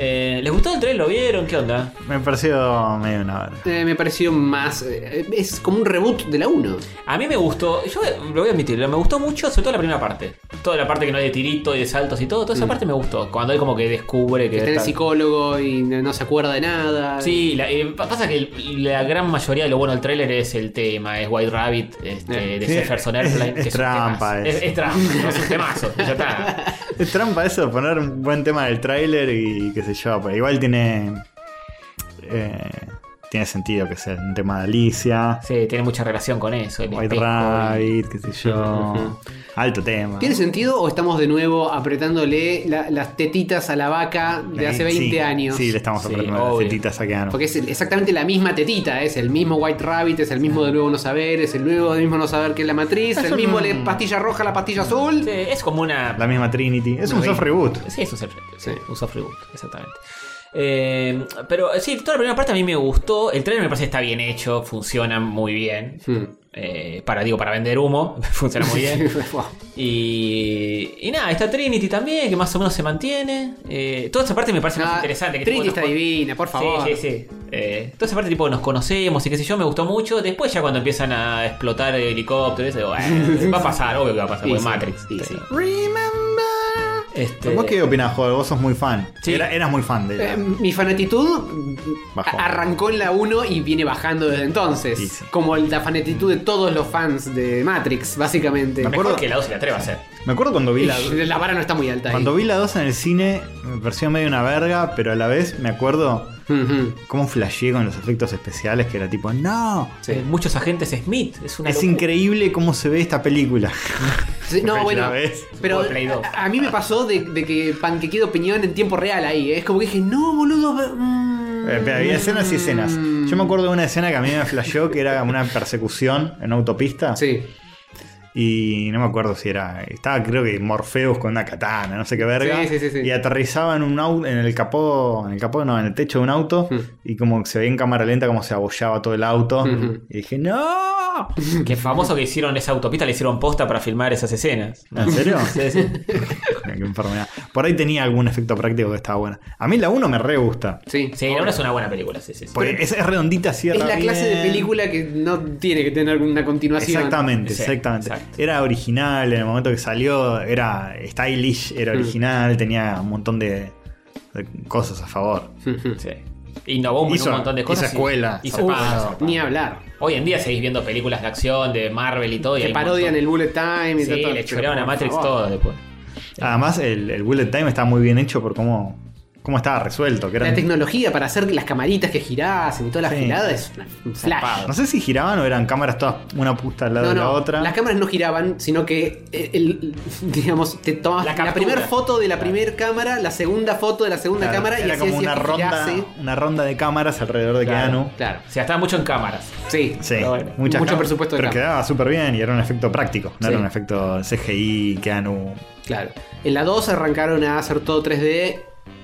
Eh, ¿Les gustó el tráiler? ¿Lo vieron? ¿Qué onda? Me pareció medio una verga. Eh, me pareció más. eh, es como un reboot de la 1. A mí me gustó, yo lo voy a admitir, me gustó mucho, sobre todo la primera parte. Toda la parte que no hay de tirito y de saltos y todo, Mm. toda esa parte me gustó. Cuando él como que descubre que... Está en el está- psicólogo y no no se acuerda de nada. Sí, la- eh, pa- pasa que el- la gran mayoría de lo bueno del tráiler es el tema, es White Rabbit este, de Eh, Sí, Jefferson es- Airplane. es que un trampa temazo. eso. Es, es trampa, no es un temazo, ya está. Es trampa eso, de poner un buen tema del tráiler y qué sé yo. Pero igual tiene. eh, tiene sentido que sea un tema de Alicia, Sí, tiene mucha relación con eso. el White espejo y- Rabbit, qué sé yo. Alto tema. ¿Tiene sentido o estamos de nuevo apretándole la- las tetitas a la vaca de hace 20 Sí, años? Sí, le estamos apretando obvio. las tetitas a Keanu. Porque es el- exactamente la misma tetita, es el mismo White Rabbit, es el mismo de nuevo no saber, es el nuevo de mismo no saber que es la matriz, Es el mismo un- le- pastilla roja, la pastilla azul. Sí, es como una... La misma Trinity. Es un Sí. soft reboot. Sí, es un soft reboot. sí, Un soft reboot, exactamente. Eh, pero eh, sí, toda la primera parte a mí me gustó. El trailer me parece que está bien hecho, funciona muy bien. Mm. Eh, para, digo, para vender humo, funciona muy bien. Y, y nada, está Trinity también, que más o menos se mantiene. Eh, toda esa parte me parece más Ah, interesante. Que Trinity tipo, está nos- divina, por favor. Sí, sí, sí. Eh, toda esa parte tipo nos conocemos y qué sé yo, me gustó mucho. Después ya cuando empiezan a explotar helicópteros, digo, "Bueno, va a pasar, obvio que va a pasar, Y porque sí, Matrix. Este, ¿Vos qué opinás, Joel? Vos sos muy fan. Sí. Era- eras muy fan de Eh, la- mi fanatitud Bajó. a- arrancó en la 1 y viene bajando desde entonces. Sí, sí. Como la fanatitud de todos los fans de Matrix, básicamente. mejor que la 2 se la atreva a hacer. Me acuerdo cuando vi la, La vara no está muy alta. ahí. cuando vi la 2 en el cine, me pareció medio una verga, pero a la vez me acuerdo Ujú. cómo flasheé con los efectos especiales, que era tipo, no, Sí, Eh, Muchos agentes Smith. Es una es locura. increíble cómo se ve esta película. Sí, Porque No, la bueno, ves, pero juego de Play dos. a, a mí me pasó de, de que panquequé de opinión en tiempo real ahí. ¿eh? Es como que dije, no, boludo. ve- mm, Eh, pero había escenas y escenas. Yo me acuerdo de una escena que a mí me flasheó, que era una persecución en una autopista. Sí. Y no me acuerdo si era. Estaba, creo que Morpheus con una katana, no sé qué verga. Sí, sí, sí, sí. Y aterrizaba en un auto, en el capó, en el capó, no, en el techo de un auto. Y como que se veía en cámara lenta como se abollaba todo el auto. Ujú. Y dije, ¡No! Que famoso que hicieron esa autopista, le hicieron posta para filmar esas escenas. ¿En serio? Sí, sí. Mira, qué enfermedad. Por ahí tenía algún efecto práctico que estaba bueno. A mí la 1 me re gusta. Sí. Sí, ahora es una buena película, sí, sí. sí. Porque es, es redondita, Es cierra. la clase de bien. película que no tiene que tener una continuación. Exactamente, Sí, exactamente. exacto. Era original, en el momento que salió era stylish, Mm. era original, tenía un montón de, de cosas a favor. Sí. Innovó en Hizo- un montón de cosas. hizo y- escuela, y hizo zarpado, escuela. zarpado. Ni hablar. Hoy en día seguís viendo películas de acción, de Marvel y todo. y Que hay un parodian el montón. Bullet Time y Sí, todo. le Pero, chorearon a por Matrix favor. todo después. Además, el, el bullet time está muy bien hecho por cómo, cómo estaba resuelto. Que La eran- tecnología para hacer las camaritas que girasen y toda la Sí. girada es una- un flash. no sé si giraban o eran cámaras todas una puesta al lado No, de la no, otra. las cámaras no giraban, sino que el- el- digamos, te tomabas La la, captura. primera foto de la primera cámara, la segunda foto de la segunda Claro, cámara y era así como hacías una que ronda, girase. una ronda de cámaras alrededor de Claro. Keanu. Claro, Se gastaba mucho en cámaras. sí. Sí, Pero bueno, muchas mucho cámaras, presupuesto de Pero cámara. quedaba súper bien y era un efecto práctico, no Sí. era un efecto CGI, Keanu. Claro. En la 2 arrancaron a hacer todo 3D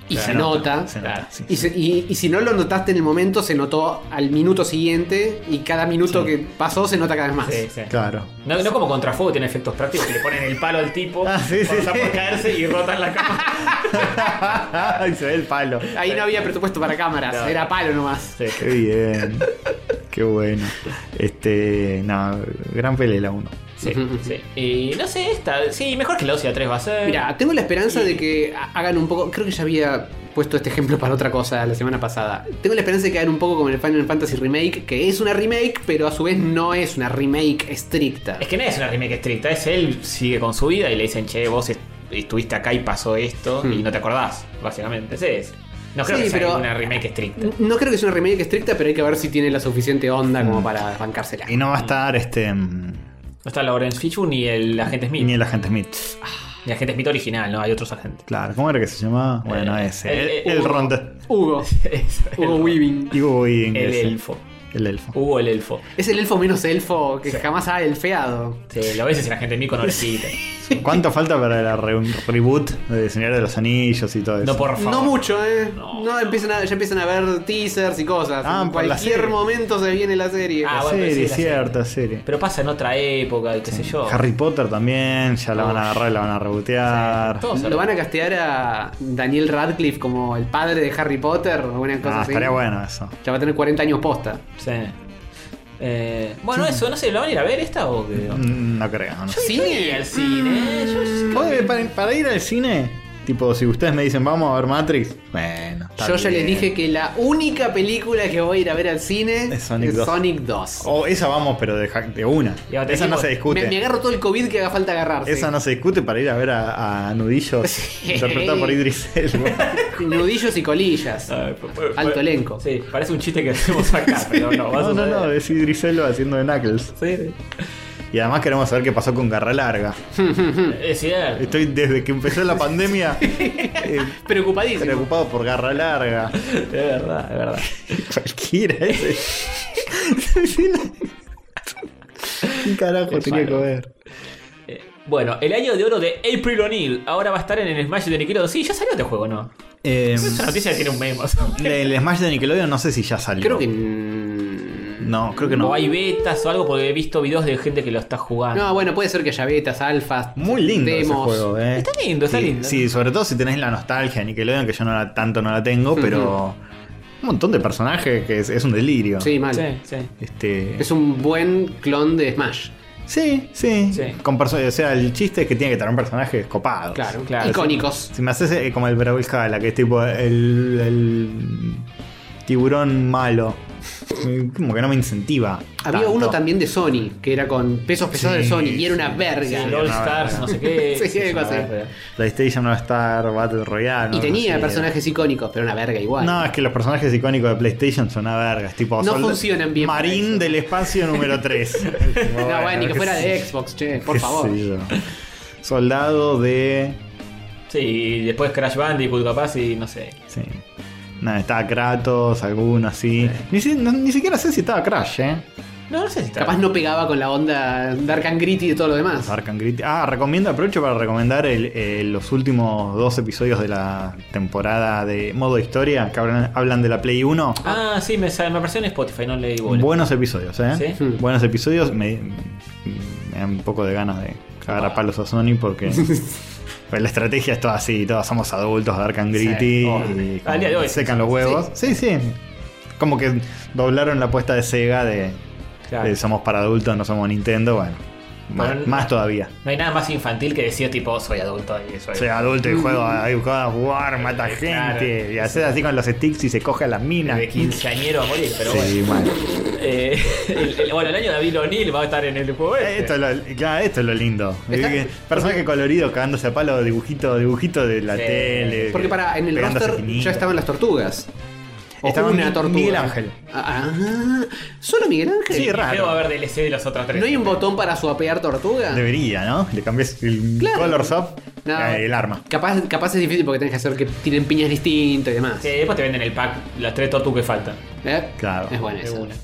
y Claro, se nota. se nota, claro. sí. Y, se- y- y si no lo notaste en el momento, se notó al minuto siguiente y cada minuto que pasó se nota cada vez más. Sí, sí. Claro. No, no como contrafuego tiene efectos prácticos que le ponen el palo al tipo Ah, sí, sí, cuando está sí. por caerse y rotan la cámara. Ay, se ve el palo. Ahí no había presupuesto para cámaras, No. era palo nomás. Qué bien. Qué bueno. Este, no, gran pelea la 1. Sí, sí. Y no sé, esta. Sí, mejor que la OCA 3 va a ser. Mira, tengo la esperanza de que ha- hagan un poco. Creo que ya había puesto este ejemplo para otra cosa la semana pasada. Tengo la esperanza de caer un poco como en el Final Fantasy Remake, que es una remake, pero a su vez no es una remake estricta. Es que no es una remake estricta, es él sigue con su vida y le dicen, che, vos est- estuviste acá y pasó esto y no te acordás, básicamente. Ese es. No creo Hmm. Sí, que sea pero- una remake estricta. No creo que sea una remake estricta, pero hay que ver si tiene la suficiente onda como para bancársela. Y no va a estar este. mm, No está Lawrence Fishburne ni el agente Smith. Ni el agente Smith. Ni el agente Smith original, no, hay otros agentes. Claro, ¿cómo era que se llamaba? Bueno, ese. El, Eh, el- el, Hugo. ronda. Hugo. Hugo Weaving. Hugo Weaving, El ese. elfo. El elfo. Hugo el elfo. Es el elfo menos elfo que jamás ha elfeado. Sí, lo ves es el agente Smith con orejita. ¿Cuánto falta para la re- reboot de Señor de los Anillos y todo eso? No, por favor. No mucho, ¿eh? No, empiezan a- ya empiezan a ver teasers y cosas. Ah, en por la cualquier serie. momento se viene la serie. Ah, La bueno, serie, sí, la cierta serie. Pero pasa en otra época y qué sé yo. Harry Potter también, ya la van a Uy. agarrar, la van a rebotear. ¿Lo van a castear a Daniel Radcliffe como el padre de Harry Potter o una cosa Ah, así? estaría bueno eso. Ya va a tener 40 años posta. Sí. Eh, bueno, eso, no sé, ¿lo van a ir a ver esta o qué? Mm, No creo, no sé. Cine al cine. Mm. eh, yo- Oye, para, para ir al cine, tipo, si ustedes me dicen, vamos a ver Matrix, bueno. está Yo ya les bien. dije que la única película que voy a ir a ver al cine Es Sonic 2. Sonic 2. O esa vamos, pero de, hack- de una. Y ahora te Esa no decimos, se discute. Me, me agarro todo el COVID que haga falta agarrarse. Esa no se discute para ir a ver a, a Nudillos interpretado por Idris Elba. Nudillos y colillas. Ah, p- p- Alto p- elenco. Sí, parece un chiste que hacemos acá, pero no, vas No, a no, saber. no, eh. es Idris Elba haciendo de Knuckles. Sí, Y además queremos saber qué pasó con Garra Larga. es cierto. Estoy desde que empezó la pandemia eh, Preocupadísimo. preocupado por Garra Larga. Es verdad, es verdad. Cualquiera ese. ¿Qué carajo Es tenía que malo. ver? Eh, Bueno, el año de oro de April O'Neil ahora va a estar en el Smash de Nickelodeon. Sí, ya salió este juego, ¿no? Es una noticia que tiene un meme. o sea. el Smash de Nickelodeon no sé si ya salió. Creo que. No, No, creo que O no. hay betas o algo porque he visto videos de gente que lo está jugando. bueno, puede ser que haya betas, alfas, Muy lindo ese demos. juego, eh. Está lindo, está Sí, lindo. Sí, sobre todo si tenés la nostalgia de Nickelodeon, que yo no la, tanto no la tengo, pero un montón de personajes que es, es un delirio. Sí, mal. Sí, sí. Este, Es un buen clon de Smash. sí, sí. Sí. Con perso- o sea, el chiste es que tiene que tener personajes copados. Claro, claro. Icónicos. Si me haces eh, como el Brawl Hala, que es tipo el, el tiburón malo, eh, como que no me incentiva. Había tanto. uno también de Sony, que era con pesos pesados Sí, de Sony, y era una sí, verga. El no, All no, Stars, no. no sé qué. Sí, qué sé yo, algo así. la verdad. PlayStation All Star Battle Royale. y no tenía sé. personajes icónicos, pero una verga igual. No, es que los personajes icónicos de PlayStation son una verga. Es tipo. No solda- funcionan bien para Marín eso. del espacio número 3. No, bueno, ni que fuera de Xbox, che, por favor. Soldado de. Sí, y después Crash Bandicoot capaz y no sé. Sí. Nada, estaba Kratos, alguno así. Ni, si- no- ni siquiera sé si estaba Crash, ¿eh? No, no sé si está. Capaz no pegaba con la onda Dark and Gritty y todo lo demás. Arkham Grit- Ah, recomiendo, aprovecho para recomendar el- eh, los últimos dos episodios de la temporada de modo historia que hablan, hablan de la Play 1. Ah, sí, me, sa- me apareció en Spotify, no leí bola. Buenos episodios, ¿eh? Sí. Buenos episodios. Me, me dan un poco de ganas de cagar a palos a Sony porque pues la estrategia es toda así, todos somos adultos, dark and Sí. gritty, Oh, al y como día de hoy. secan los huevos. Sí. sí, Como que doblaron la apuesta de Sega de, Claro. de somos para adultos, no somos Nintendo, bueno. Más, Bueno, más todavía. No hay nada más infantil que decir tipo "Oh, soy adulto y soy. Eh, Soy adulto y juego a, a jugar, mata gente, Claro. y hacer así con los sticks y se coge a las minas. de quinceañero a morir, pero Sí, bueno. mal. Eh, el- el- bueno, el año de David O'Neill va a estar en el juego. este. Eh, Esto es lo, claro, esto es lo lindo. Está- Que Personaje colorido cagándose a palo, dibujito, dibujito de la Sí. tele. Porque para, en el pegándose roster quinitos. ya estaban las tortugas. O Estaba una Mi- tortuga. Miguel Ángel. Ah, ah, ¿Solo Miguel Ángel? Sí, Y raro. luego va a haber DLC de los otros tres. ¿No hay un botón para suapear tortuga? Debería, ¿no? Le cambias el Claro. color up, No. eh, el arma. Capaz, capaz es difícil porque tenés que hacer que tiren piñas distintas y demás. Sí, después te venden el pack, las tres tortugas que faltan. ¿Eh? Claro. Es bueno eso. una.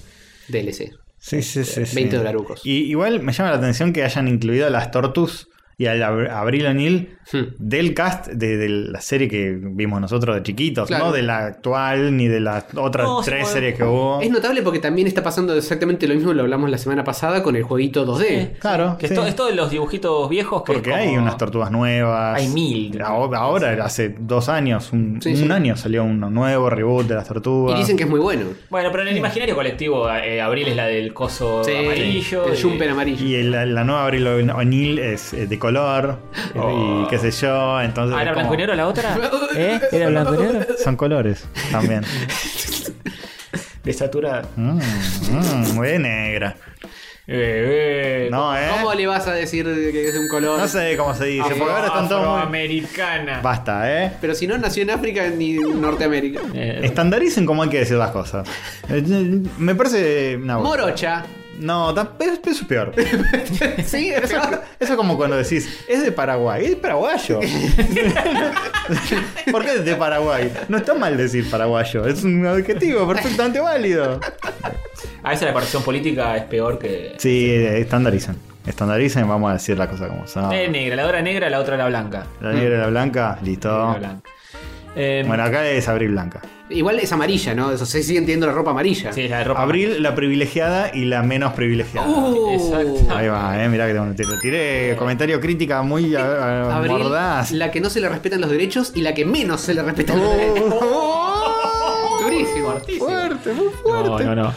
DLC. Sí, sí, sí. 20 dolarucos. Y igual me llama la atención que hayan incluido a las Tortus y a, la, a Abril O'Neill Hmm. del cast de, de la serie que vimos nosotros de chiquitos, Claro. no de la actual ni de las otras No, tres sí, series que hubo. Es notable porque también está pasando exactamente lo mismo, lo hablamos la semana pasada con el jueguito 2D. Claro, Que sí. esto, esto de los dibujitos viejos que. Porque es como- hay unas tortugas nuevas. Hay mil. Ahora, ahora, hace dos años, un, Sí, un sí. año salió un nuevo reboot de las tortugas. Y dicen que es muy bueno. Bueno, pero en el imaginario colectivo, eh, Abril es la del coso Sí, amarillo. el y- jumper amarillo. Y el- la nueva Abril O'Neill es eh, de color y qué sé yo. Entonces, ¿Ah, era ¿cómo? blanco y negro la otra? ¿Eh? ¿Era blanco y negro? Son colores también. Desaturada. Mm, mm, muy negra. no, eh. ¿Cómo le vas a decir que es de un color? No sé cómo se dice, porque ahora están todos muy... Afroamericana. Basta, eh. Pero si no nació en África ni en Norteamérica. Ah, Eh, Estandaricen cómo hay que decir las cosas. Eh, eh, Me parece una bolsa. Morocha. No, tam- es- eso es peor. Sí, es Eso, peor. eso es como cuando decís, es de Paraguay, es paraguayo. ¿Por qué es de Paraguay? No está mal decir paraguayo, es un adjetivo perfectamente válido. A veces la corrección política es peor que. Sí, eh, estandarizan. Estandarizan, vamos a decir las cosas como son. Eh, negra, la hora negra, la otra la blanca. La negra y la blanca, listo. La blanca. Eh, Bueno, acá es abril blanca. Igual es amarilla, ¿no? Eso se sigue entendiendo la ropa amarilla. Sí, la de ropa. Uh. Abril la privilegiada y la menos privilegiada. Uh. Exacto. Ahí va, eh, mirá que te, te Eh. tiré comentario crítica muy a- a- Abril, mordaz. Oh. la que no se le respetan los derechos y la que menos se le respetan los derechos. Durísimo. Fuerte, muy No, no, no.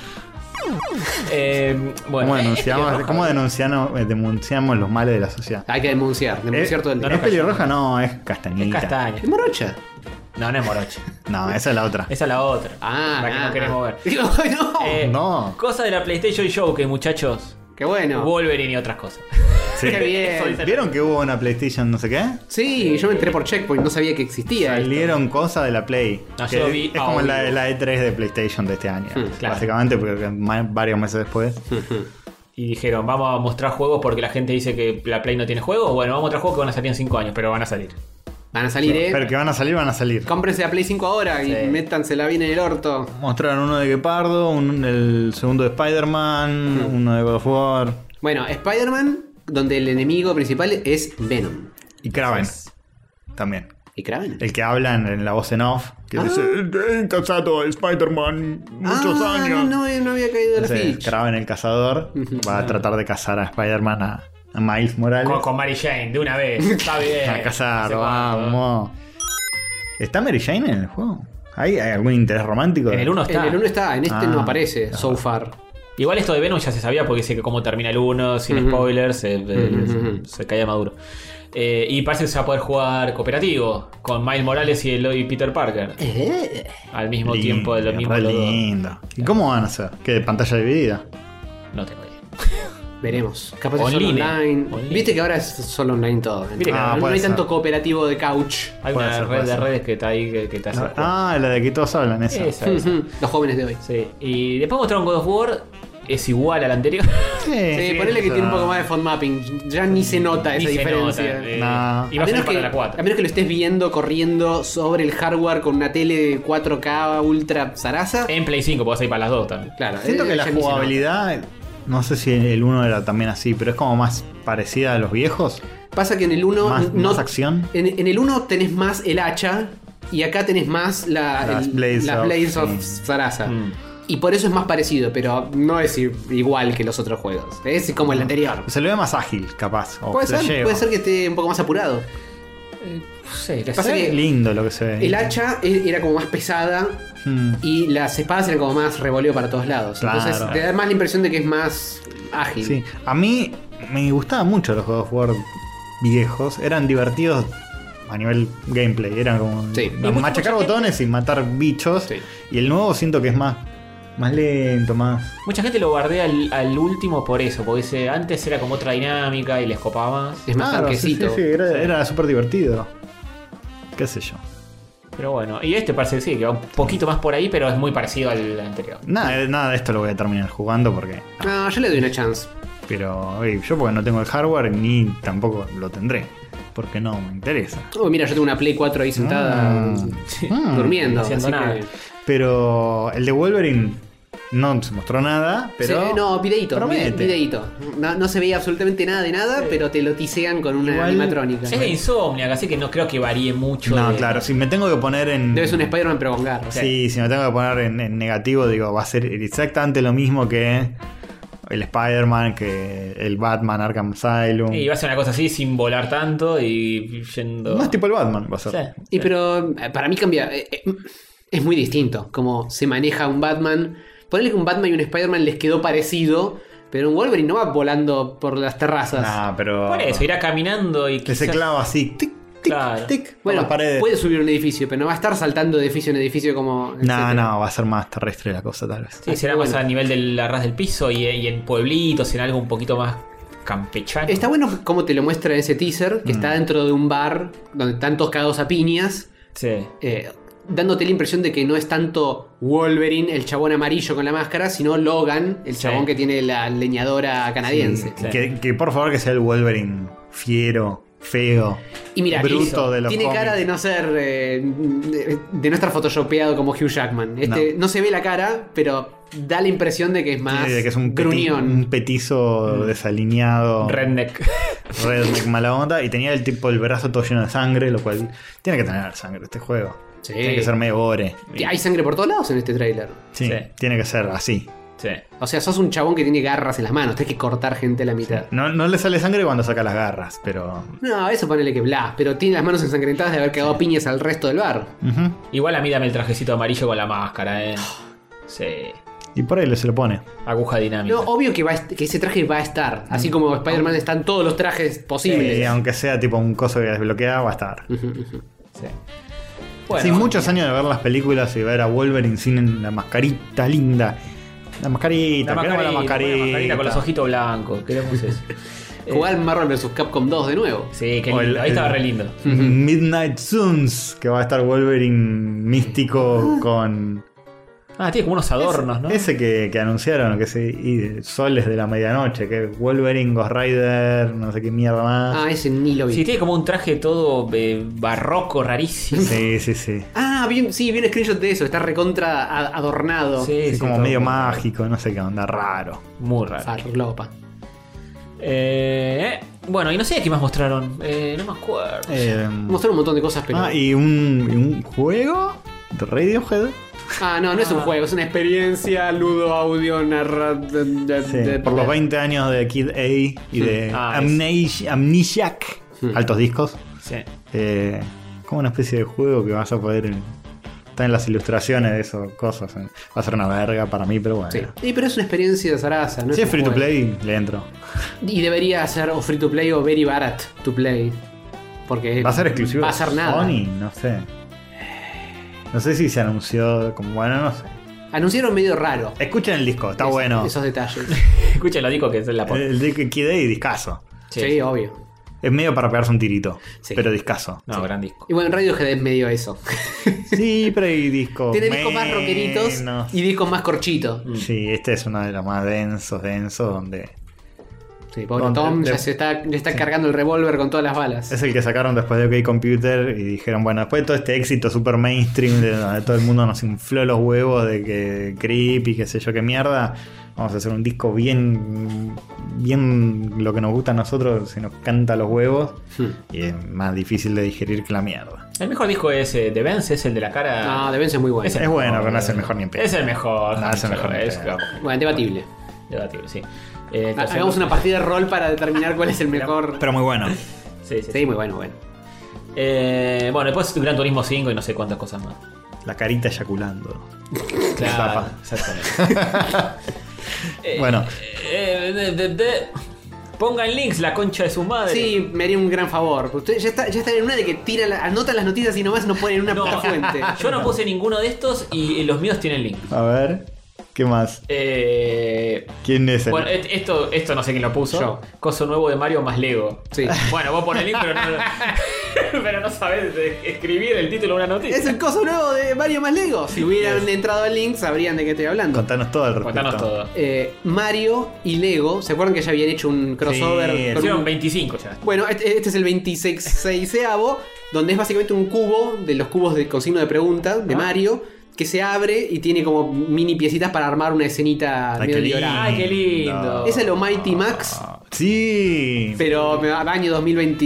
Eh, bueno, ¿Cómo eh, denunciamos, pelirroja. cómo denunciamos, eh, denunciamos los males de la sociedad? Hay que denunciar, denunciar Eh, todo el ¿Es día. pelirroja? No, es castañita. Es castaña. Es morocha. No, no es morocha. No, esa es la otra. Esa es la otra. Ah, la que ah, no queremos ah. ver. Ay, no. Eh, No. Cosa de la PlayStation Showcase, muchachos. Qué bueno. Wolverine y otras cosas. Sí. Qué Eso bien. dice- ¿Vieron que hubo una PlayStation no sé qué? Sí, yo me enteré por Checkpoint, no sabía que existía. esto. Salieron cosas de la Play. No, que Ah, yo es- vi es como audio. Hmm, la, la E3 de PlayStation de este año. claro. Hmm. Básicamente, porque ma- varios meses después. Y dijeron, vamos a mostrar juegos porque la gente dice que la Play no tiene juegos. Bueno, vamos a mostrar juegos que van a salir en 5 años, pero van a salir. Van a salir, eh. Pero que van a salir, van a salir. Cómprense la Play 5 ahora y Sí. métansela bien en el orto. Mostraron uno de Gepardo, un, el segundo de Spider-Man, uno de God of War. Bueno, Spider-Man, donde el enemigo principal es Venom. Y Kraven. También. ¿Y Kraven? El que habla en, en la voz en off. Que Ah. dice, "Eh, he cazado a Spider-Man muchos Ah, años. No, no había caído la Entonces, ficha. Kraven el cazador va a tratar de cazar a Spider-Man a, a Miles Morales. Con, con Mary Jane, de una vez. Está bien. a cazar, No sé cuándo. vamos. ¿Está Mary Jane en el juego? Oh. ¿Hay, hay algún interés romántico? En el 1 En está. el 1 está, en este Ah. no aparece, so far. Igual esto de Venom ya se sabía porque dice que cómo termina el 1, sin Ujú. spoilers, se, eh, Ujú. se- se caía maduro. Eh, y parece que se va a poder jugar cooperativo con Miles Morales y Eloy Peter Parker. Al mismo Lindo, tiempo, de lo mismo re los dos. lindo. ¿Y cómo van a hacer? ¿Qué? ¿Pantalla dividida? No tengo idea. Veremos. Capaz es solo Online. online. Online. Viste que ahora es solo online todo. ¿no? Mire, No, ah, no puede hay ser. tanto cooperativo de couch. Hay Puede una ser, red puede de ser. redes que está ahí que, que te hace jugar. Ah, la de que todos hablan, esa. Esa, esa. Ujú, Los jóvenes de hoy. Sí. Y después mostraron God of War. Es igual a la anterior. Sí, Sí, sí, ponele que esa. tiene un poco más de font mapping. Ya ni se nota esa Ni se diferencia. nota, eh, No. Y va a salir para la 4. a menos que lo estés viendo corriendo sobre el hardware con una tele de 4K ultra zaraza. En Play 5, porque va a salir para las dos también. claro. Siento eh, que la ya ni se nota. jugabilidad, no sé si el 1 era también así, pero es como más parecida a los viejos. Pasa que en el 1 Más- más acción. En, en el 1 tenés más el hacha y acá tenés más la, Las el- Blades las of- Blades of sí. Sarasa. Mm. Y por eso es más parecido, pero no es i- igual que los otros juegos. Es como el anterior. Se lo ve más ágil, capaz. o Puede ser, flasheo. puede ser que esté un poco más apurado. Eh, No sé, la Pasa sé. que lindo lo que se ve. el hacha e- era como más pesada Mm. y las espadas eran como más revoleo para todos lados. Claro. Entonces te da más la impresión de que es más ágil. Sí, a mí me gustaban mucho los juegos de War viejos. Eran divertidos a nivel gameplay. Eran como Sí. como machacar botones y matar bichos. Sí. Y el nuevo siento que es más, más lento, más. Mucha gente lo guardea al, al último por eso, porque dice, antes era como otra dinámica y les copaba más. Es más Claro, sí, tanquecito. sí, sí, era, era súper divertido. Qué sé yo. Pero bueno, y este parece que sí, que va un poquito más por ahí, pero es muy parecido al anterior. Nada, eh, nada de esto lo voy a terminar jugando porque. No, Ah, yo le doy una chance. Pero ey, yo porque no tengo el hardware ni tampoco lo tendré. Porque no me interesa. Oh, mira, yo tengo una Play 4 ahí sentada Mm. sí, Mm. durmiendo. No haciendo así nada. que- Pero el de Wolverine no se mostró nada. Pero Sí, no, videito, promete. vide- videíto. No, no se veía absolutamente nada de nada, pero te lo tisean con una Igual- animatrónica. Es de Insomniac, así que no creo que varíe mucho. No, de- Ah, claro, si me tengo que poner en. Debes un Spider-Man pero con garras. Sí, si me tengo que poner en, en negativo, digo, va a ser exactamente lo mismo que el Spider-Man, que el Batman Arkham Asylum. Y va a ser una cosa así, sin volar tanto y yendo... Más tipo el Batman, va a ser. Sí. Y pero eh, para mí cambia. eh, eh, Es muy distinto como se maneja un Batman. Ponerle que un Batman y un Spider-Man les quedó parecido, Pero un Wolverine no va volando por las terrazas. Ah, pero. Por eso, irá caminando y Que se quizás- clava así. Tic, tic, Claro. tic. Bueno, Bueno, las paredes. puede subir a un edificio, pero no va a estar saltando de edificio en edificio como. No, etcétera. no, va a ser más terrestre la cosa, tal vez. Sí, será más a nivel de la ras del piso y, eh, y en pueblitos, en algo un poquito más campechano. Está bueno como te lo muestra en ese teaser, que está dentro de un bar donde están todos cagados a piñas, Sí. eh, dándote la impresión de que no es tanto Wolverine, el chabón amarillo con la máscara, sino Logan, el Sí. chabón que tiene la leñadora canadiense. Sí, Que, que por favor que sea el Wolverine fiero, feo, Y mira, bruto hizo- de los tiene cómics. cara de no ser. eh, de, de no estar photoshopeado como Hugh Jackman. Este, no. se ve la cara, pero da la impresión de que es más. Sí, de eh, que es un, peti- gruñón. un petizo desalineado, Redneck. redneck mala onda, y tenía el tipo el brazo todo lleno de sangre, lo cual tiene que tener sangre este juego. Sí. Tiene que ser medio gore. Hay sangre por todos lados en este tráiler. Sí, Sí. tiene que ser así. Sí. O sea, sos un chabón que tiene garras en las manos, tenés que cortar gente a la mitad. No, no le sale sangre cuando saca las garras, pero. No, eso ponele que bla, pero tiene las manos ensangrentadas de haber cagado a piñas al resto del bar. Ujú. Igual a mí dame el trajecito amarillo con la máscara, eh. Sí. Y por ahí le se lo pone. Aguja dinámica. No, obvio que, va a est- que ese traje va a estar. Mm. Así como Spider-Man están todos los trajes posibles. Y aunque sea tipo un coso que desbloquea, va a estar. Ujú, ujú. Sí. Hace muchos años de ver las películas y ver a Wolverine sin la mascarita linda. La mascarita, La queremos mascarita, la mascarita. buena mascarita con los ojitos blancos. Queremos eso. Eh, Jugar Marvel vs. Capcom 2 de nuevo. Sí, qué O lindo. el- Ahí estaba el- re lindo. Midnight Suns, que va a estar Wolverine místico con... Ah, tiene como unos adornos, ¿no? Ese que, que anunciaron, que se y soles de la medianoche, que es Wolverine, Ghost Rider, no sé qué mierda más. Ah, ese ni lo vi. Sí, tiene como un traje todo eh, barroco, rarísimo. Sí, sí, sí. Ah, bien, sí, vi un screenshot de eso. Está recontra a- adornado. Sí, Sí, sí, como todo medio muy- mágico, no sé qué onda, raro. Muy raro. Farlopa. Eh, bueno, y no sé qué más mostraron. Eh, no me acuerdo. Eh, Mostraron un montón de cosas, pero. ah, y un, y un juego de Radiohead. Ah, no, no es un juego, es una experiencia ludo audio narra. de- de- Sí, de- por los 20 años de Kid A y de Ah, es- Amnesia- Amnesiac, Hmm. altos discos. Sí. Eh, como una especie de juego que vas a poder. Está en las ilustraciones de esas cosas. eh. Va a ser una verga para mí, pero bueno. Sí. Y, pero es una experiencia de zaraza, ¿no? Si un es free to juego. play, le entro. Y debería ser o free to play o very barat to play. Porque Va a ser exclusivo. Va a ser nada. Sony, no sé. No sé si se anunció como bueno, no sé. Anunciaron medio raro. Escuchen el disco, está Es- bueno. Esos detalles. Escucha lo digo que es la El, portada. el de Kid A, discazo. sí, Sí. obvio. Es medio para pegarse un tirito, Sí. pero discazo. No, gran disco. Y bueno, Radiohead es medio eso. Sí, pero hay discos. Tiene discos más rockeritos menos. y discos más corchitos. Sí, este es uno de los más densos, densos, donde Sí, pobre Donde- Tom ya de- se está, le está cargando el revólver con todas las balas. Es el que sacaron después de OK Computer y dijeron, bueno, después de todo este éxito super mainstream, de donde todo el mundo nos infló los huevos de que creep y qué sé yo qué mierda, vamos a hacer un disco bien, bien lo que nos gusta a nosotros, se nos canta los huevos Hmm. y es más difícil de digerir que la mierda. El mejor disco es eh, de Vence, es el de la cara. No, Ah, de Vence es muy bueno. Ese- Es bueno, pero no es el mejor ni en pedo. Es el mejor. No, es el mejor ni en Es- pedo. Bueno, debatible. Debatible, sí. Eh, Ha- entonces- Ah, Hagamos una partida de rol para determinar cuál es el mejor. Pero muy bueno. Sí, sí. Sí, sí. muy bueno, bueno. Eh, bueno, después Gran Turismo 5 y no sé cuántas cosas más. La carita eyaculando. Claro, Zapa. exactamente. Eh, Bueno. eh, de- de- de- pongan links la concha de su madre. Sí, me haría un gran favor. Ustedes ya están ya está en una de que tira la- anotan las noticias y nomás no ponen en una puta fuente. Yo no puse ninguno de estos y los míos tienen link. A ver, ¿qué más? Eh, ¿Quién es el...? bueno, et- esto, esto no sé quién lo puso. Yo. Coso nuevo de Mario más Lego. Sí. Bueno, vos pones link, pero no, pero no sabés de- escribir el título de una noticia. Es el coso nuevo de Mario más Lego. Si hubieran entrado al link, sabrían de qué estoy hablando. Contanos todo al respecto. Contanos todo. Eh, Mario y Lego, ¿se acuerdan que ya habían hecho un crossover? Sí, con Hicieron un- 25 ya. Bueno, este, este es el 26 seiseavo, donde es básicamente un cubo de los cubos de, con signo de pregunta Ah. de Mario que se abre y tiene como mini piecitas para armar una escenita Ay, medio qué libre. lindo. Ah, Ay, qué lindo. Es el Almighty Max, Sí. pero me- año 2020.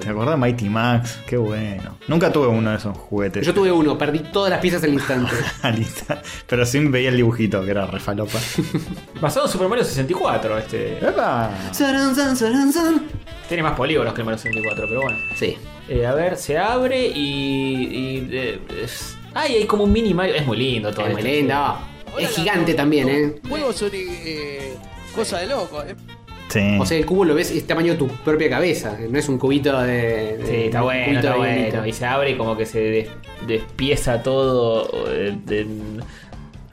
¿Te acuerdas de Mighty Max? Qué bueno. Nunca tuve uno de esos juguetes. Yo tuve uno, perdí todas las piezas al instante. Alita. Pero sí veía el dibujito, que era refalopa. Basado en Super Mario 64, este. ¡Epa! Sarán, san, sarán, san. Tiene más polígonos que el Mario 64, pero bueno. Sí. Eh, a ver, se abre y. y, eh, es- ay, hay como un mini Mario. Es muy lindo todo. Es muy esto. linda. Es gigante también, ¿eh? Juegos son eh, cosa de loco. eh. Sí. O sea, el cubo lo ves, es tamaño de tu propia cabeza. No es un cubito de. de- Sí, está un bueno, cubito está de bueno. hielito. Y se abre y como que se des- despieza todo. eh, en-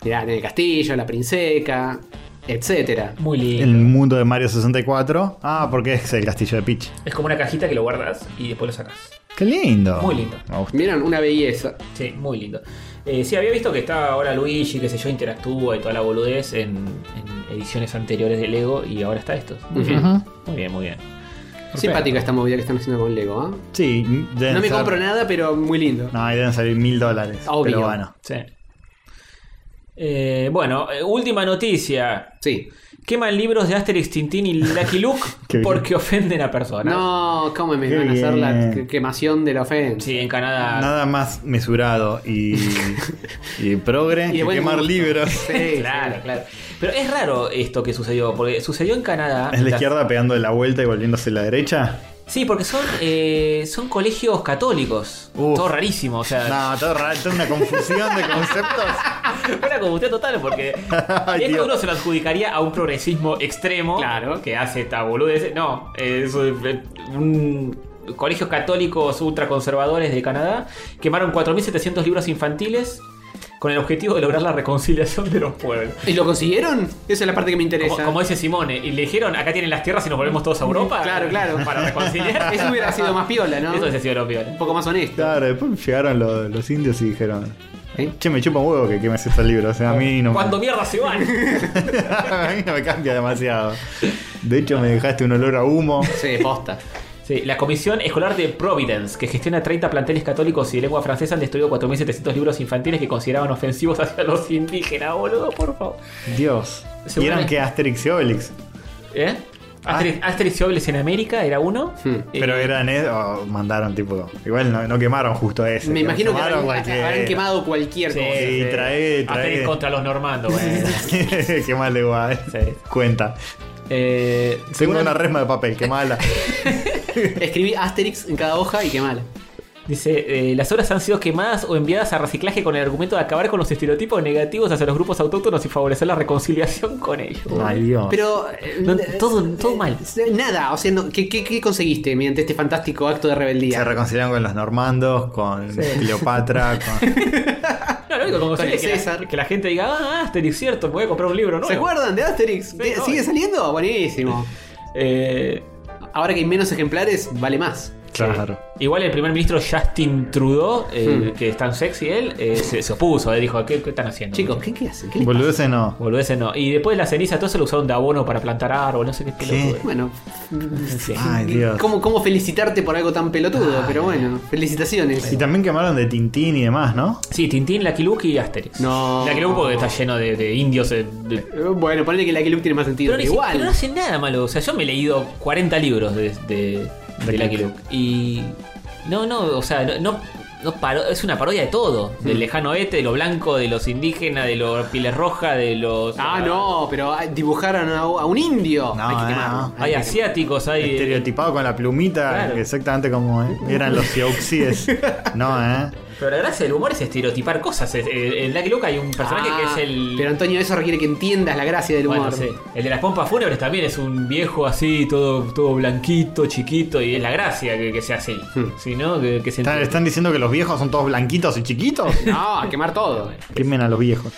Mirá, en el castillo, la princeca, etcétera. Muy lindo. El mundo de Mario 64. Ah, porque es el castillo de Peach. Es como una cajita que lo guardas y después lo sacas. Qué lindo. Muy lindo. Me gusta. Vieron una belleza. Sí, muy lindo. Eh, sí, había visto que está ahora Luigi, que sé yo, interactúa y toda la boludez en, en ediciones anteriores de Lego y ahora está esto. Muy bien, Ajá. muy bien, muy bien. Simpática esta movida que están haciendo con Lego, ¿ah? Sí, deben No me ser- compro nada, pero muy lindo. No, ahí deben salir mil dólares. Obvio. Pero bueno. Sí. Eh, bueno, eh, última noticia. Sí. Queman libros de Asterix, Tintín y Lucky Luke Qué bien. porque ofenden a personas. No, ¿cómo me Qué van a hacer la bien. quemación de la ofensa? Sí, en Canadá. Nada más mesurado y, y progre Y de que buen quemar gusto. libros. Sí, Claro, claro. Pero es raro esto que sucedió, porque sucedió en Canadá. Es la Las- izquierda pegando la vuelta y volviéndose a la derecha. Sí, porque son, eh, son colegios católicos. Todo rarísimo, o sea. No, todo raro, toda una confusión de conceptos. Una confusión total, porque Ay, esto Dios. uno se lo adjudicaría a un progresismo extremo Claro. que hace esta boludez. No, es un- un- colegios católicos ultraconservadores de Canadá quemaron 4.700 libros infantiles con el objetivo de lograr la reconciliación de los pueblos. ¿Y lo consiguieron? Esa es la parte que me interesa. Como, como dice Simone, y le dijeron, acá tienen las tierras y nos volvemos todos a Europa. Claro, claro. Para reconciliar. Eso hubiera sido más piola, ¿no? Eso hubiese sido lo peor. Un poco más honesto. Claro, después llegaron los, los indios y dijeron: ¿Eh? Che, me chupa un huevo que quemes estos libros. O sea, a mí no me- Cuando mierda se van. a mí no me cambia demasiado. De hecho, me dejaste un olor a humo. Sí, posta. Sí, la Comisión Escolar de Providence, que gestiona 30 planteles católicos y de lengua francesa, han destruido 4.700 libros infantiles que consideraban ofensivos hacia los indígenas, boludo, por favor. Dios. Seguramente- ¿Y eran que Asterix y Obelix? ¿Eh? Ah. Asterix, Asterix y Obelix en América era uno. Hmm. Eh, Pero eran, es- o mandaron tipo. Igual no, no quemaron justo ese. Me imagino que quemaron habrán, cualquiera. habrán quemado cualquier sí, cosa. sí, sí. trae, trae. Asterix contra los normandos, bueno. Qué mal igual. Sí. Cuenta. Eh, Tengo seguramente- una resma de papel, qué mala. Escribí Asterix en cada hoja y qué mal. Dice, eh, las obras han sido quemadas o enviadas a reciclaje con el argumento de acabar con los estereotipos negativos hacia los grupos autóctonos y favorecer la reconciliación con ellos. Ay, Dios. Pero. eh, No, eh, todo- todo mal. eh, Nada, o sea, no- ¿qué, qué, qué conseguiste mediante este fantástico acto de Se rebeldía? reconciliaron con los normandos, con Cleopatra, con... No, lo único que Con consigue el es que, César. La, que la gente diga, ah, Asterix, cierto, me voy a comprar un libro nuevo. ¿Se acuerdan de Asterix? Sí, no, ¿Sigue eh. saliendo? Buenísimo. Eh, Ahora que hay menos ejemplares, vale más. Claro. eh, igual el primer ministro Justin Trudeau, Hmm. eh, que es tan sexy él, eh, se, se opuso, eh, dijo, ¿qué, qué están haciendo? Chicos, ¿qué, qué hacen? ¿Qué les pasa? Boludeces no. Boludeces no. Y después la ceniza, todo se lo usaron de abono para plantar árbol, no sé qué. pelotudez. Bueno, Sí. Ay, Dios. ¿cómo, ¿cómo felicitarte por algo tan Ah, pelotudo? Pero bueno, felicitaciones. Y también quemaron de Tintín y demás, ¿no? Sí, Tintín, Lucky Luke y Asterix. No. Lucky Luke porque está lleno de, de indios. eh, de- Eh, Bueno, ponele que la que Luke tiene más sentido. Pero, Pero ni si- pero igual. no hace nada malo. O sea, yo me he leído 40 libros de, de, de De Lucky Luke. Y. No, no, o sea, no. no- no paro- es una parodia de todo. Mm. Del lejano este, de lo blanco, de los indígenas, de los pieles rojas, de los. Ah, no, pero a- dibujaron a, a un indio. No, hay que no, quemarlo. no. Hay que asiáticos, hay. Estereotipado con la plumita, Claro. exactamente como eh, eran los Sioux No, ¿eh? Pero la gracia del humor es estereotipar cosas. Es- eh, En Lucky Luke hay un personaje Ah, que es el. Pero Antonio, eso requiere que entiendas la gracia del humor. Bueno, sí. El de las pompas fúnebres también es un viejo así, todo, todo blanquito, chiquito, y es la gracia que, que sea así. Hmm. Si no, que, que se ¿Están, entienda. están diciendo que los viejos son todos blanquitos y chiquitos? No, a quemar todo. Quemen a los viejos.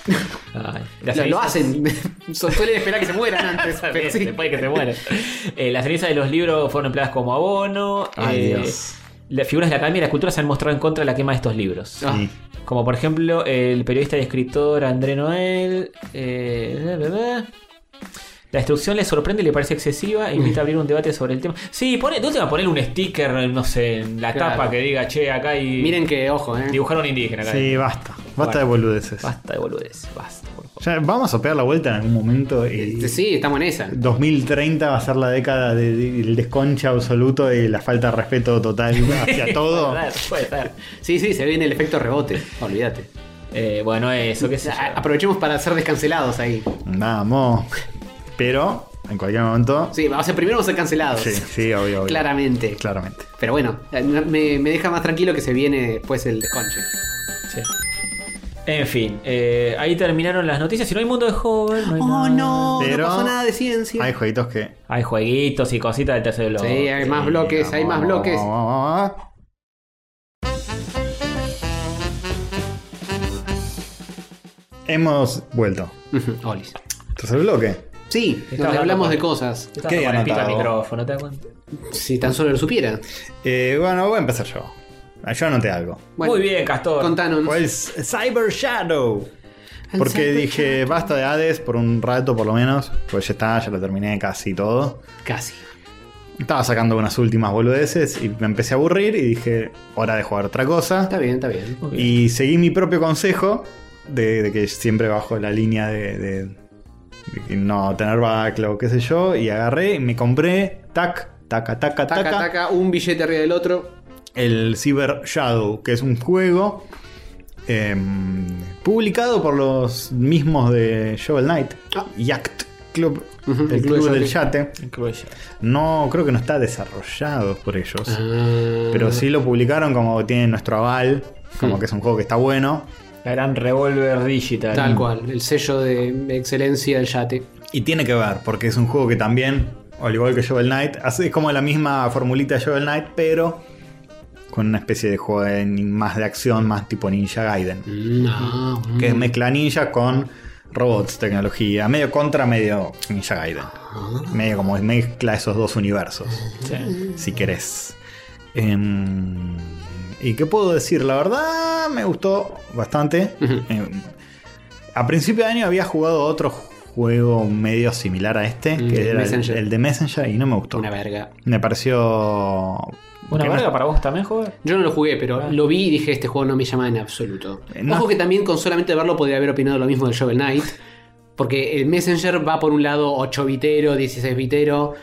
Ay, la Lo, lo ceniza- hacen. Su- Suelen esperar que se mueran antes. Está pero bien, sí. Después de que se muera. Eh, las cenizas de los libros fueron empleadas como abono. Ay, eh, Dios. Las figuras de la academia y la cultura se han mostrado en contra de la quema de estos libros. Ah. Sí. Como por ejemplo el periodista y escritor André Noel. eh, bla, bla, bla. La instrucción le sorprende, le parece excesiva e invita a abrir un debate sobre el tema. Sí, pone, de última poner un sticker, no sé, en la Claro. tapa que diga, che, acá y Miren que, ojo, eh. dibujaron indígena acá. Sí, basta. Basta de boludeces. Basta de boludez, basta, por favor. Ya vamos a pegar la vuelta en algún momento. Y... Este, Sí, estamos en esa. 2030 va a ser la década de- de- del desconcha absoluto y la falta de respeto total hacia todo. Puede ser, puede ser. Sí, sí, se viene el efecto rebote. Olvídate. Eh, bueno, eso, qué sé yo. A- Aprovechemos para ser descancelados ahí. Vamos. Pero, en cualquier momento. Sí, o sea, primero vamos a ser cancelados. Sí, sí, obvio, obvio. Claramente. Claramente. Pero bueno, eh, me, me deja más tranquilo que se viene después el desconche. Sí. En fin, eh, ahí terminaron las noticias. Si no hay mundo de joven, no hay Oh, nada. no, Pero- no pasó nada de ciencia. Hay jueguitos que. Hay jueguitos y cositas del tercer bloque. Sí, hay más bloques, hay más bloques. Hemos vuelto. Tercer bloque. Sí, donde hablamos de cosas. ¿Qué he anotado? ¿te das cuenta? Si tan solo lo supiera. Eh, bueno, voy a empezar yo. Ah, Yo anoté algo. Muy bien, Castor. Contanos. Pues Cyber Shadow. El Porque Cyber dije, basta de Hades por un rato por lo menos. Pues ya está, ya lo terminé casi todo. Casi. Estaba sacando unas últimas boludeces y me empecé a aburrir y dije, hora de jugar otra cosa. Está bien, está bien. Y seguí mi propio consejo de, de que siempre bajo la línea de, de- de no tener backlog, qué sé yo. Y agarré y me compré, tac, taca, taca, taca, Taca, taca, un billete arriba del otro. el Cyber Shadow, que es un juego em, publicado por los mismos de Shovel Knight y Act Club, el, Ah. el club, club de del Shovel. yate. No, creo que no está desarrollado por ellos. Ah, Mm. Pero sí lo publicaron como tiene nuestro aval, como que es un juego que está bueno. La gran Revolver Digital. Tal cual, el sello de excelencia del yate. Y tiene que ver, porque es un juego que también, al igual que Shovel Knight, hace- es como la misma formulita de Shovel Knight, pero con una especie de juego de- más de acción, más tipo Ninja Gaiden. No. que es mezcla ninja con robots, tecnología, medio contra, medio Ninja Gaiden. Medio como mezcla esos dos universos, si querés. Em, ¿Y qué puedo decir? La verdad me gustó bastante. Em, a principio de año había jugado otro juego medio similar a este, que era el, Messenger. el de Messenger, y no me gustó. Una verga. Me pareció... ¿Una que no- verga para vos también, joven? Yo no lo jugué, pero Ah. lo vi y dije, este juego no me llama en absoluto. Eh, Ojo que también con solamente verlo podría haber opinado lo mismo del Shovel Knight. Porque el Messenger va por un lado 8 bitero, 16 bitero.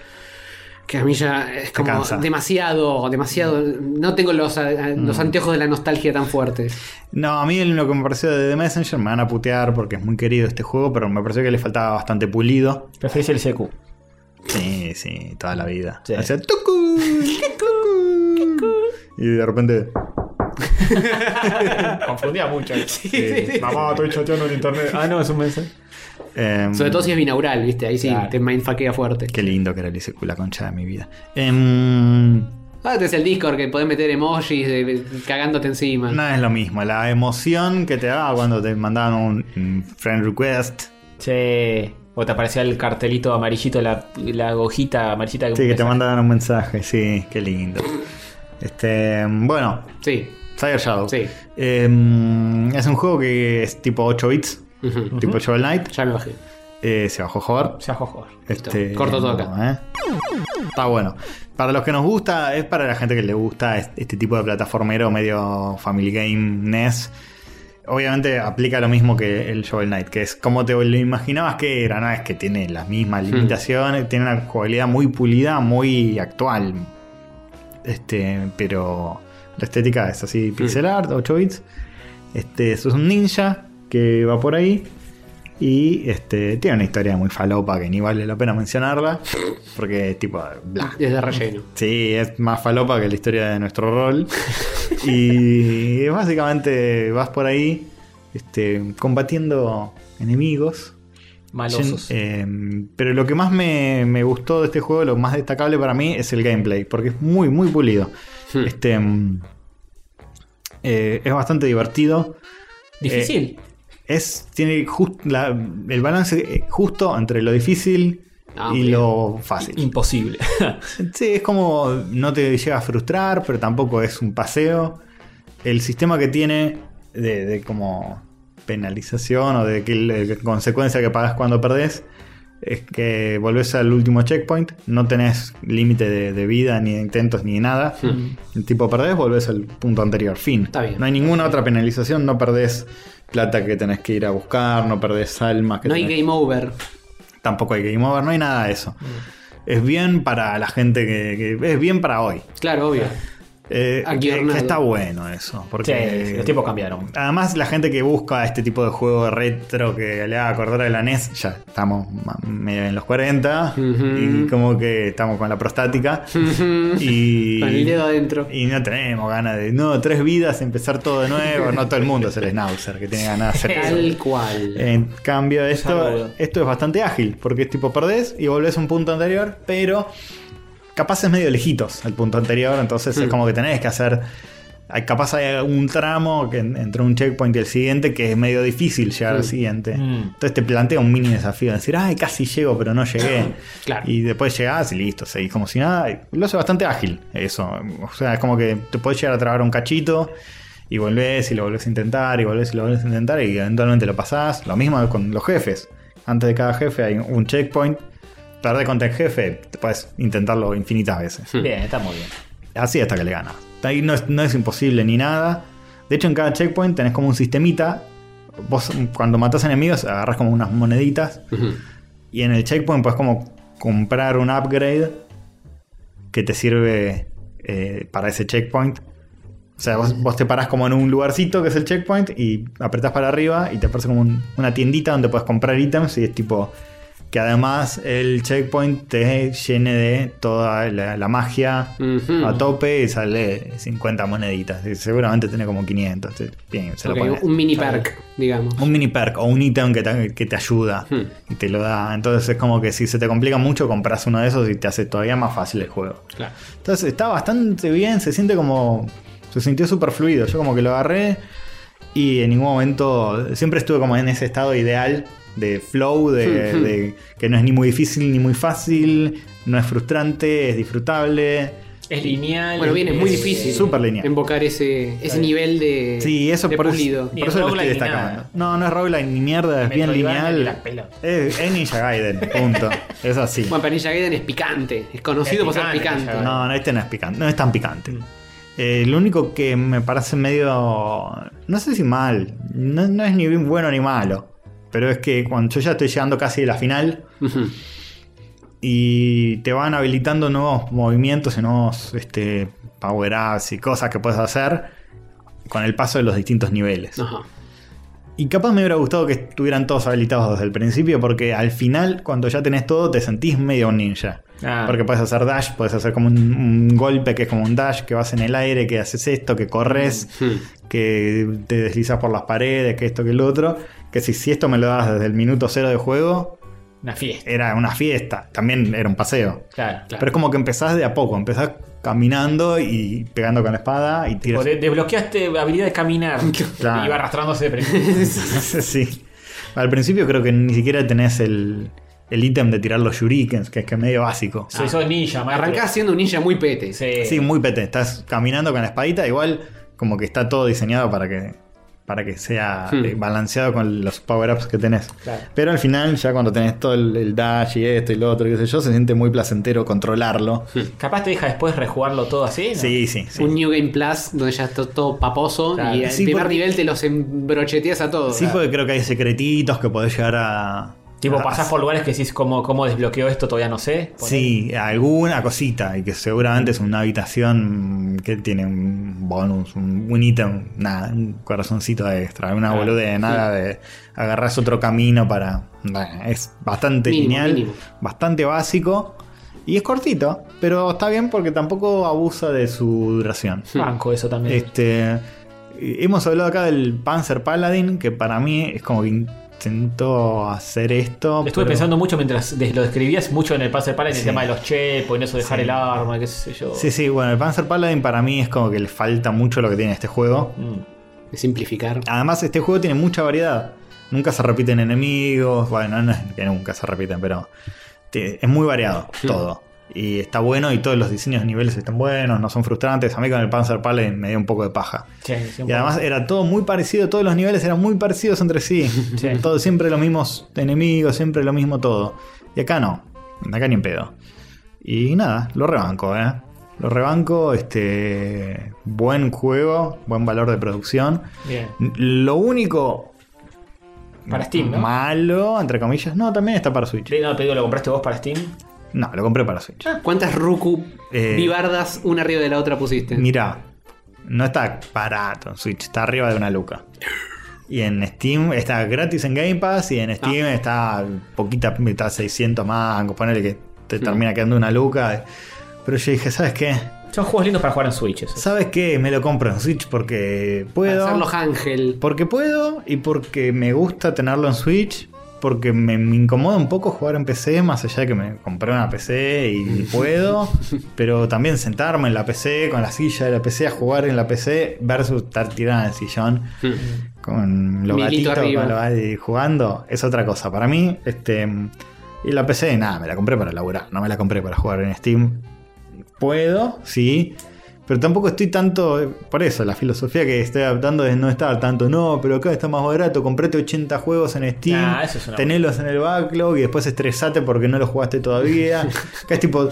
Que a mí ya es como cansa. demasiado, demasiado. No tengo los, a- a- los Mm. anteojos de la nostalgia tan fuertes. No, a mí lo que me pareció de The Messenger me van a putear porque es muy querido este juego, pero me pareció que le faltaba bastante pulido. Preferís el CQ. Sí, sí, toda la vida. Hacía tucu, y de repente. Confundía mucho. Sí, Mamá, estoy chateando en internet. Ah, no, es un mensaje. Em, Sobre todo si es binaural, ¿viste? Ahí sí te mindfuckea fuerte. Qué lindo Mm. que era el ICQ, la concha de mi vida. Em, Ah, te es el Discord que podés meter emojis de- de- cagándote encima. no es lo mismo, la emoción que te daba cuando te mandaban un mm, friend request. Sí. O te aparecía el cartelito amarillito, la, la hojita amarillita Sí, que te mandaban un mensaje, sí, qué lindo. Este, bueno. Sí. Cyber Shadow. Sí. es un juego que es tipo 8 bits, tipo Shovel Knight. Eh, Ya me bajé. se bajó Jor. Se bajó Jor. Este, Listo. Corto todo acá. ¿eh? Está bueno. Para los que nos gusta, es para la gente que le gusta es- este tipo de plataformero medio Family Game NES. Obviamente aplica lo mismo que el Shovel Knight, que es como te lo imaginabas que era, ¿no? Es que tiene las mismas Hmm. limitaciones, tiene una jugabilidad muy pulida, muy actual. Este, pero la estética es así, pixel Hmm. art, 8 bits. Este, es un ninja que va por ahí. Y este, tiene una historia muy falopa que ni vale la pena mencionarla. Porque es tipo. bla. Es de relleno. Sí, es más falopa que la historia de nuestro rol. y básicamente vas por ahí este, combatiendo enemigos. Malosos. Eh, pero lo que más me, me gustó de este juego, lo más destacable para mí, es el gameplay. Porque es muy, muy pulido. Este, mm, eh, es bastante divertido. Difícil. Eh, es, tiene just- la- el balance eh, justo entre lo difícil y lo fácil. Imposible. sí, es como no te llega a frustrar, pero tampoco es un paseo. El sistema que tiene de, de como penalización o de, que, de consecuencia que pagas cuando perdés es que volvés al último checkpoint, no tenés límite de, de vida, ni de intentos, ni de nada. Hmm. El tipo perdés, volvés al punto anterior. Fin. No hay ninguna otra penalización, no perdés plata que tenés que ir a buscar, no perdés almas que No hay tenés- game over. Tampoco hay game over, no hay Mm. nada de eso. Es bien para la gente que, que- Es bien para hoy. Claro, obvio. Eh, que- Aquí que Arnaldo. está bueno eso. Porque Sí, los tiempos cambiaron. Además, la gente que busca este tipo de juego retro que le haga acordar a la NES, ya estamos ma- medio en los 40 y como que estamos con la prostática. y, Con el dedo adentro. Y no tenemos ganas de. No, tres vidas, empezar todo de nuevo. no todo el mundo es el Schnauzer que tiene ganas de hacer eso. Tal cual. En cambio, esto, Desarrollo. esto es bastante ágil, porque es tipo perdés y volvés a un punto anterior, pero capaz es medio lejitos el punto anterior, entonces es Mm. como que tenés que hacer. hay- Capaz hay un tramo que en- entre un checkpoint y el siguiente que es medio difícil llegar al Mm. siguiente. Mm. Entonces te plantea un mini desafío: decir, ay, casi llego, pero no llegué. Claro. Y después llegás y listo, seguís como si nada. Y Lo hace bastante ágil eso. O sea, es como que te podés llegar a trabar un cachito y volvés y lo volvés a intentar y volvés y lo volvés a intentar y eventualmente lo pasás. Lo mismo con los jefes. Antes de cada jefe hay un checkpoint. Tardé contra el jefe, te puedes intentarlo infinitas veces. Bien, está muy bien. Así hasta que le ganas. Ahí no es, no es imposible ni nada. De hecho, en cada checkpoint tenés como un sistemita. Vos cuando matás enemigos agarras como unas moneditas. Y en el checkpoint puedes como comprar un upgrade que te sirve eh, para ese checkpoint. O sea, vos, vos te parás como en un lugarcito que es el checkpoint y apretás para arriba y te aparece como un- una tiendita donde puedes comprar ítems y es tipo que además el checkpoint te llene de toda la, la magia Mm. a tope y sale 50 moneditas. Y seguramente tiene como 500. te- bien, se lo Ok, pones. un mini perk, digamos. Un mini perk o un ítem que te, que te ayuda Hmm. y te lo da. Entonces es como que si se te complica mucho, compras uno de esos y te hace todavía más fácil el juego. Claro. Entonces está bastante bien, se siente como. Se sintió súper fluido. Yo como que lo agarré y en ningún momento. Siempre estuve como en ese estado ideal de flow, de, Ujú. de que no es ni muy difícil ni muy fácil, no es frustrante, es disfrutable. Es lineal. Bueno, bien, es muy difícil. Súper lineal. Invocar ese, ese nivel de. Sí, eso de por, pulido. eso, por eso lo estoy destacando. No, no es roguelike ni mierda, es bien Metroidvania ni lineal. las pelotas. Es, es Ninja Gaiden, punto. Es así. Bueno, pero Ninja Gaiden es picante. Es conocido por ser picante. No, no, este no es picante. No es tan picante. Mm. Eh, lo único que me parece medio. No sé si mal. No, no es ni bien bueno ni malo. Pero es que cuando yo ya estoy llegando casi a la final. y te van habilitando nuevos movimientos y nuevos este, power-ups y cosas que puedes hacer con el paso de los distintos niveles. Y capaz me hubiera gustado que estuvieran todos habilitados desde el principio, porque al final, cuando ya tenés todo, te sentís medio un ninja. Ah. Porque puedes hacer dash, puedes hacer como un, un golpe que es como un dash, que vas en el aire, que haces esto, que corres, Mm, que te deslizas por las paredes, que esto, que el otro. Que si, si esto me lo das desde el minuto cero de juego, Una fiesta. era una fiesta. También era un paseo. Claro, claro. Pero es como que empezás de a poco, empezás caminando y pegando con la espada y O tiras. de- desbloqueaste habilidad de caminar. Claro. Y iba arrastrándose de frente. sí. Al principio creo que ni siquiera tenés el, el ítem de tirar los shurikens, que es que es medio básico. Ah. Soy, soy ninja, maestro. Arrancás siendo un ninja muy pete. Sí. Sí, muy pete. Estás caminando con la espadita, igual como que está todo diseñado para que, para que sea Hmm. eh, balanceado con los power-ups que tenés. Claro. Pero al final, ya cuando tenés todo el, el dash y esto y lo otro, qué sé yo, se siente muy placentero controlarlo. Capaz te deja después rejugarlo todo así. ¿no? Sí, sí, sí. Un New Game Plus donde ya está todo paposo Claro. y al Sí, primer porque- nivel te los embrocheteas a todos. Sí, porque creo que hay secretitos que podés llegar a. Tipo, a- pasás por lugares que decís cómo, cómo desbloqueo esto, todavía no sé. Sí, alguna cosita, y que seguramente es una habitación que tiene un bonus, un, un ítem, nada, un corazoncito extra, una Claro, boludez, sí. nada de agarrás otro camino para. Bueno, es bastante Mínimo, lineal, mínimo. bastante básico, y es cortito, pero está bien porque tampoco abusa de su duración. Banco, eso también. Este, hemos hablado acá del Panzer Paladin, que para mí es como que intentó hacer esto. Estuve pero- pensando mucho mientras des- lo describías, mucho en el pase para en Sí. el tema de los checkpoints, en eso de dejar Sí. el arma, qué sé yo. Sí, sí, bueno, el Panzer Paladin para mí es como que le falta mucho lo que tiene este juego. Mm. Simplificar. Además, este juego tiene mucha variedad. Nunca se repiten enemigos. Bueno, no es que nunca se repiten, pero te- es muy variado todo. Y está bueno y todos los diseños de niveles están buenos, no son frustrantes. A mí con el Panzer Paladin me dio un poco de paja. Sí, sí, un Y además poco. era todo muy parecido, todos los niveles eran muy parecidos entre sí. Todo, siempre los mismos enemigos, siempre lo mismo todo. Y acá no, acá ni en pedo. Y nada, lo rebanco, eh. Lo rebanco, este. Buen juego, buen valor de producción. Bien. Lo único. Para Steam, ¿no? Malo, entre comillas. No, también está para Switch. Sí, No, te digo, lo compraste vos para Steam. No, lo compré para Switch. ¿Cuántas Ruku Eh. vivardas una arriba de la otra pusiste? Mirá, no está barato en Switch, está arriba de una luca. Y en Steam está gratis en Game Pass y en Ah. Steam está poquita, está 600 más, ponele que Mm. te termina quedando una luca. Pero yo dije, ¿sabes qué? Son juegos lindos para jugar en Switch. eso. ¿Sabes qué? Me lo compro en Switch porque puedo. Para hacerlo ángel. Porque puedo y porque me gusta tenerlo en Switch. Porque me, me incomoda un poco jugar en PC, más allá de que me compré una PC y puedo. pero también sentarme en la PC, con la silla de la PC, a jugar en la PC, versus estar tirada en el sillón con los Milito gatitos arriba. para los gatos jugando. Es otra cosa. Para mí, este. Y la PC, nada, me la compré para laburar, no me la compré para jugar en Steam. Puedo, sí. Pero tampoco estoy tanto. Por eso, la filosofía que estoy adaptando es no estar tanto. No, pero acá está más barato. Comprate 80 juegos en Steam. Nah, Ah, eso es una tenelos en el backlog y después estresate porque no los jugaste todavía. acá es tipo.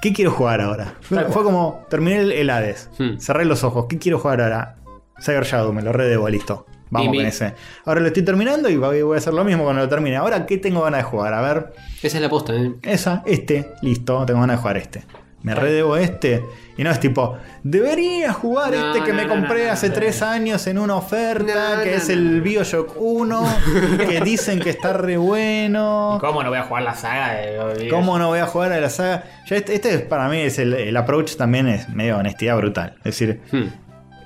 ¿Qué quiero jugar ahora? Fue, fue como. Terminé el, el Hades. Cerré los ojos. ¿Qué quiero jugar ahora? Cyber Shadow, me lo redebo, listo. Vamos Mimi. con ese. Ahora lo estoy terminando y voy voy a hacer lo mismo cuando lo termine. Ahora, ¿qué tengo ganas de jugar? A ver. Esa es la posta, ¿eh? Esa, este, listo, tengo ganas de jugar este. Me redebo este. Y no es tipo, debería jugar No, este que no, me no, compré no, no, hace no, tres años en una oferta, que no, es no, el Bioshock 1, que dicen que está re bueno. ¿Cómo no voy a jugar la saga? De... ¿Cómo no voy a jugar a la saga? Ya este, este es, para mí es el, el approach también es medio honestidad brutal. Es decir,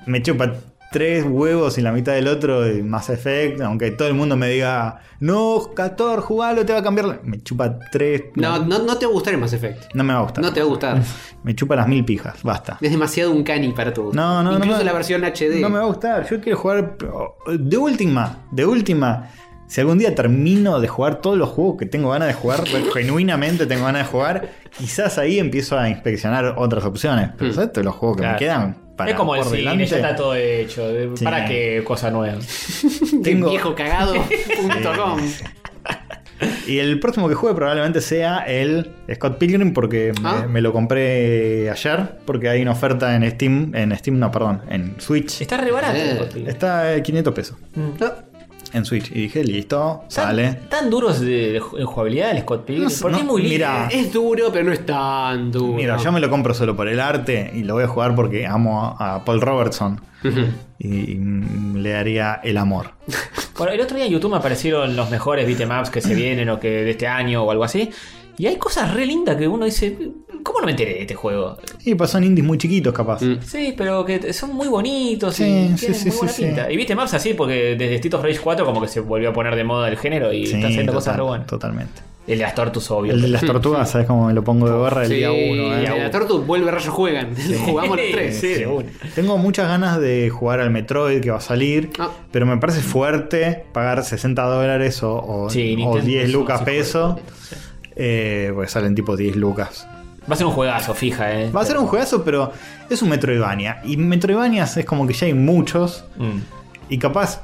me chupa tres huevos y la mitad del otro de Mass Effect, aunque todo el mundo me diga, no, Cator, jugalo, te va a cambiar. la-". Me chupa tres. No, no, no te va a gustar el Mass Effect. No me va a gustar. No te va a gustar. Me chupa las mil pijas, basta. Es demasiado un cani para tu gusto. No, no, no Incluso me- la versión HD. No me va a gustar. Yo quiero jugar. pero, De última, de última. Si algún día termino de jugar todos los juegos que tengo ganas de jugar, pero genuinamente tengo ganas de jugar, quizás ahí empiezo a inspeccionar otras opciones. Hmm. Pero ¿sabes todos los juegos que Claro. me quedan? Para es como el por cine, delante? ya está todo hecho. de- Sí. ¿Para qué cosa nueva? Tengo- Viejo cagado. punto com. Y el próximo que juegue probablemente sea el Scott Pilgrim porque me- Ah. me, lo compré ayer porque hay una oferta en Steam, en Steam no, perdón, en Switch. Está re barato, Eh, Scott Pilgrim. Está eh, 500 pesos. Mm. En Switch y dije, listo, sale. Tan duros de, de ju- en jugabilidad el Scott Pilgrim. No sé, Porque no, es muy lindo. mira. Es duro, pero no es tan duro. Mira, yo me lo compro solo por el arte y lo voy a jugar porque amo a, a Paul Robertson y, y mm, le daría el amor. Bueno, el otro día en YouTube me aparecieron los mejores beatemaps que se vienen o que de este año o algo así. Y hay cosas re lindas que uno dice, ¿cómo no me enteré de este juego? Y pues son indies muy chiquitos, capaz. Sí, pero que son muy bonitos Sí, y tienen sí, muy sí, buena sí, pinta. sí. Y viste maps así porque desde Street of Rage 4 como que se volvió a poner de moda el género y Sí, está haciendo total, cosas re buenas. Totalmente. El de las tortus, obvio. El de las tortugas, ¿sabes cómo me lo pongo de gorra el Sí, día uno? eh? a la Tortu vuelve Rayo Juegan. Jugamos los tres. Sí. Tengo muchas ganas de jugar al Metroid que va a salir, pero me parece fuerte pagar 60 dólares o, o- Sí, o Nintendo 10 es un lucas psicópata. peso. Eh, pues salen tipo 10 lucas. Va a ser un juegazo, fija, eh. Va a ser un juegazo, pero es un Metroidvania. Y Metroidvanias es como que ya hay muchos. Mm. Y capaz.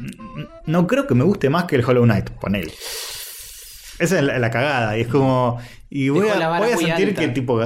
n- No creo que me guste más que el Hollow Knight, ponele. Esa es la, la cagada. Y es como. Y voy Dejó la a, vara voy a muy sentir alta. que tipo.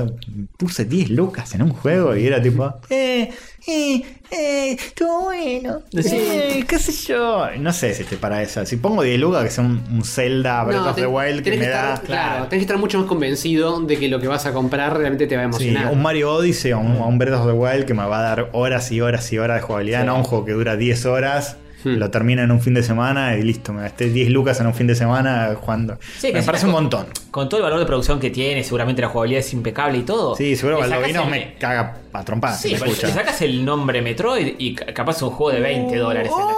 Puse 10 lucas en un juego y era tipo. Eh, eh, eh, estuvo bueno. Sí. Eh, qué sé yo. No sé si te para esa. Si pongo 10 lucas, que sea un, un Zelda, Breath No, Ah, of the ten- Wild, que tenés me que da. estar- claro, tenés que estar mucho más convencido de que lo que vas a comprar realmente te va a Sí, emocionar. un Mario Odyssey o un, o un Breath of the Wild que me va a dar horas y horas y horas de jugabilidad, no un juego que dura 10 horas. Lo termina en un fin de semana y listo, me gasté 10 lucas en un fin de semana jugando. Sí, que me es parece un una montón. Con todo el valor de producción que tiene, seguramente la jugabilidad es impecable y todo. Sí, seguro Le que sacás Baldovinos el- me caga a trompadas. si Sí, me pero escucha. le sacas el nombre Metroid y ca- capaz un juego de Oh. 20 dólares en la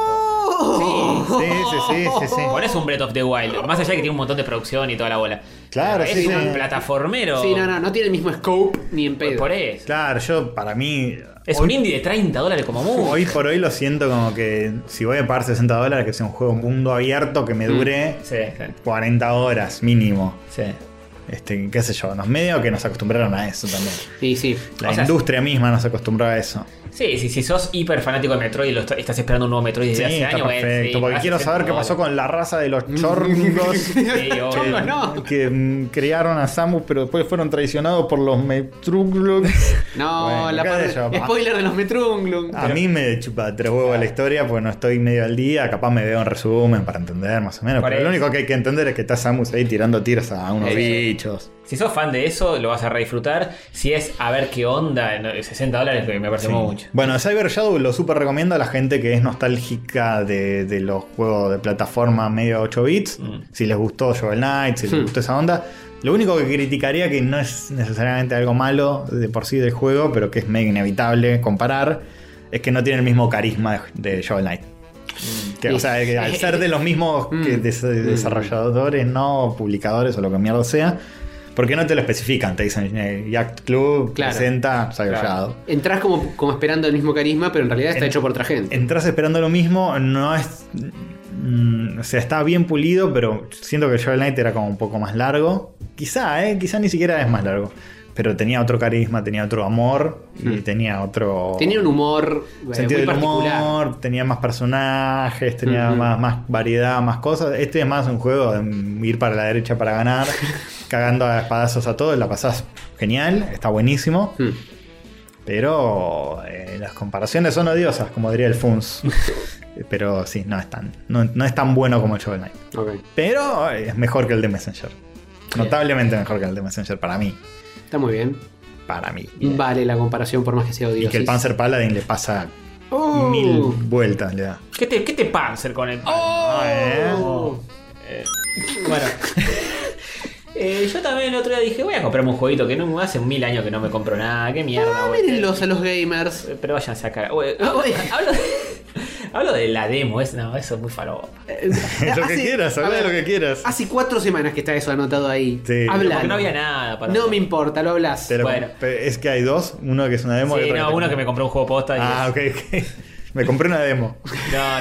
store. Sí, sí, sí, sí, sí. Pones un Breath of the Wild, más allá de que tiene un montón de producción y toda la bola. Claro, es sí, un sí. plataformero. Sí, no, no, no tiene el mismo scope ni en pedo. Por eso. Claro, yo para mí. Es un indie de 30 dólares como mucho. Hoy por hoy lo siento como que si voy a pagar 60 dólares, que sea un juego mundo abierto que me Mm. dure Sí, sí. 40 horas mínimo. Sí. Este, qué sé yo, nos medio que nos acostumbraron a eso también. Sí, sí. La O sea, industria misma nos acostumbró a eso. Sí, sí, si sos hiper fanático de Metroid y lo est- estás esperando un nuevo Metroid Sí, desde hace está años, bueno, perfecto. sí, porque vas a quiero hacer saber qué todo. pasó con la raza de los chorngos. obvio. que, Chorngos no. que, mm, crearon a Samus, pero después fueron traicionados por los Metruglogs. No, Bueno, la qué parte- sé yo, pa. spoiler de los Metrunglum. A mí me chupa tres huevos la historia, pues no estoy medio al día. Capaz me veo en resumen para entender más o menos. Por Pero lo eso. único que hay que entender es que está Samus ahí tirando tiros a unos Sí. bichos. bichos. Si sos fan de eso, lo vas a re disfrutar. Si es a ver qué onda, no, 60 dólares que me parece Sí. mucho. Bueno, Cyber Shadow lo súper recomiendo a la gente que es nostálgica de, de los juegos de plataforma medio 8 bits. Mm. Si les gustó Shovel Knight, si les Hmm. gustó esa onda. Lo único que criticaría, que no es necesariamente algo malo de por sí del juego, pero que es medio inevitable comparar, es que no tiene el mismo carisma de, de Shovel Knight. Mm. Que, o sea, que al ser de los mismos que des- desarrolladores, no publicadores o lo que mierda sea, porque no te lo especifican, te dicen eh, Yacht Club Claro. presenta Cyber Shadow. Entrás como, como esperando el mismo carisma, pero en realidad está hecho por otra gente. Entrás esperando lo mismo, no es. mm, o sea, está bien pulido, pero siento que Shovel Knight era como un poco más largo. Quizá, ¿eh? Quizá ni siquiera es más largo. Pero tenía otro carisma, tenía otro amor y tenía otro. Hmm. Tenía un humor eh, sentido del muy particular. Hmm, humor, tenía más personajes, tenía Ujú. más, más variedad, más cosas. Este es más un juego de mm, ir para la derecha para ganar, cagando a espadazos a todos, la pasás genial, está buenísimo. Hmm, Pero eh, las comparaciones son odiosas, como diría el Funs. Pero sí, no es tan, no, no es tan bueno como el Shovel Knight. Pero eh, es mejor que el de Messenger. Notablemente mejor que el de Messenger para mí. Está muy bien. Para mí. Vale la comparación por más que sea Y odioso. que el Panzer Paladin le pasa Oh. mil Uh. vueltas, le da. Ah, ¿Qué te, qué te panzer con el Oh, Eh, bueno. Eh, yo también el otro día dije, voy a comprarme un jueguito que no hace mil años que no me compro nada, qué mierda. güey. Mírenlos a Ah, los Ah, gamers. Pero váyanse a cagar. Güey, hablo, hablo de, hablo de la demo, es, no, eso es muy falopa. lo Eh, que quieras, habla de lo que quieras. Hace cuatro semanas que está eso anotado ahí. Sí. Habla. Porque no había nada para No me importa, lo hablas. Pero Bueno. pero es que hay dos, uno que es una demo y Sí, otro no, te uno que me compró un juego posta y Ah, ok, ok. Me compré una demo. No,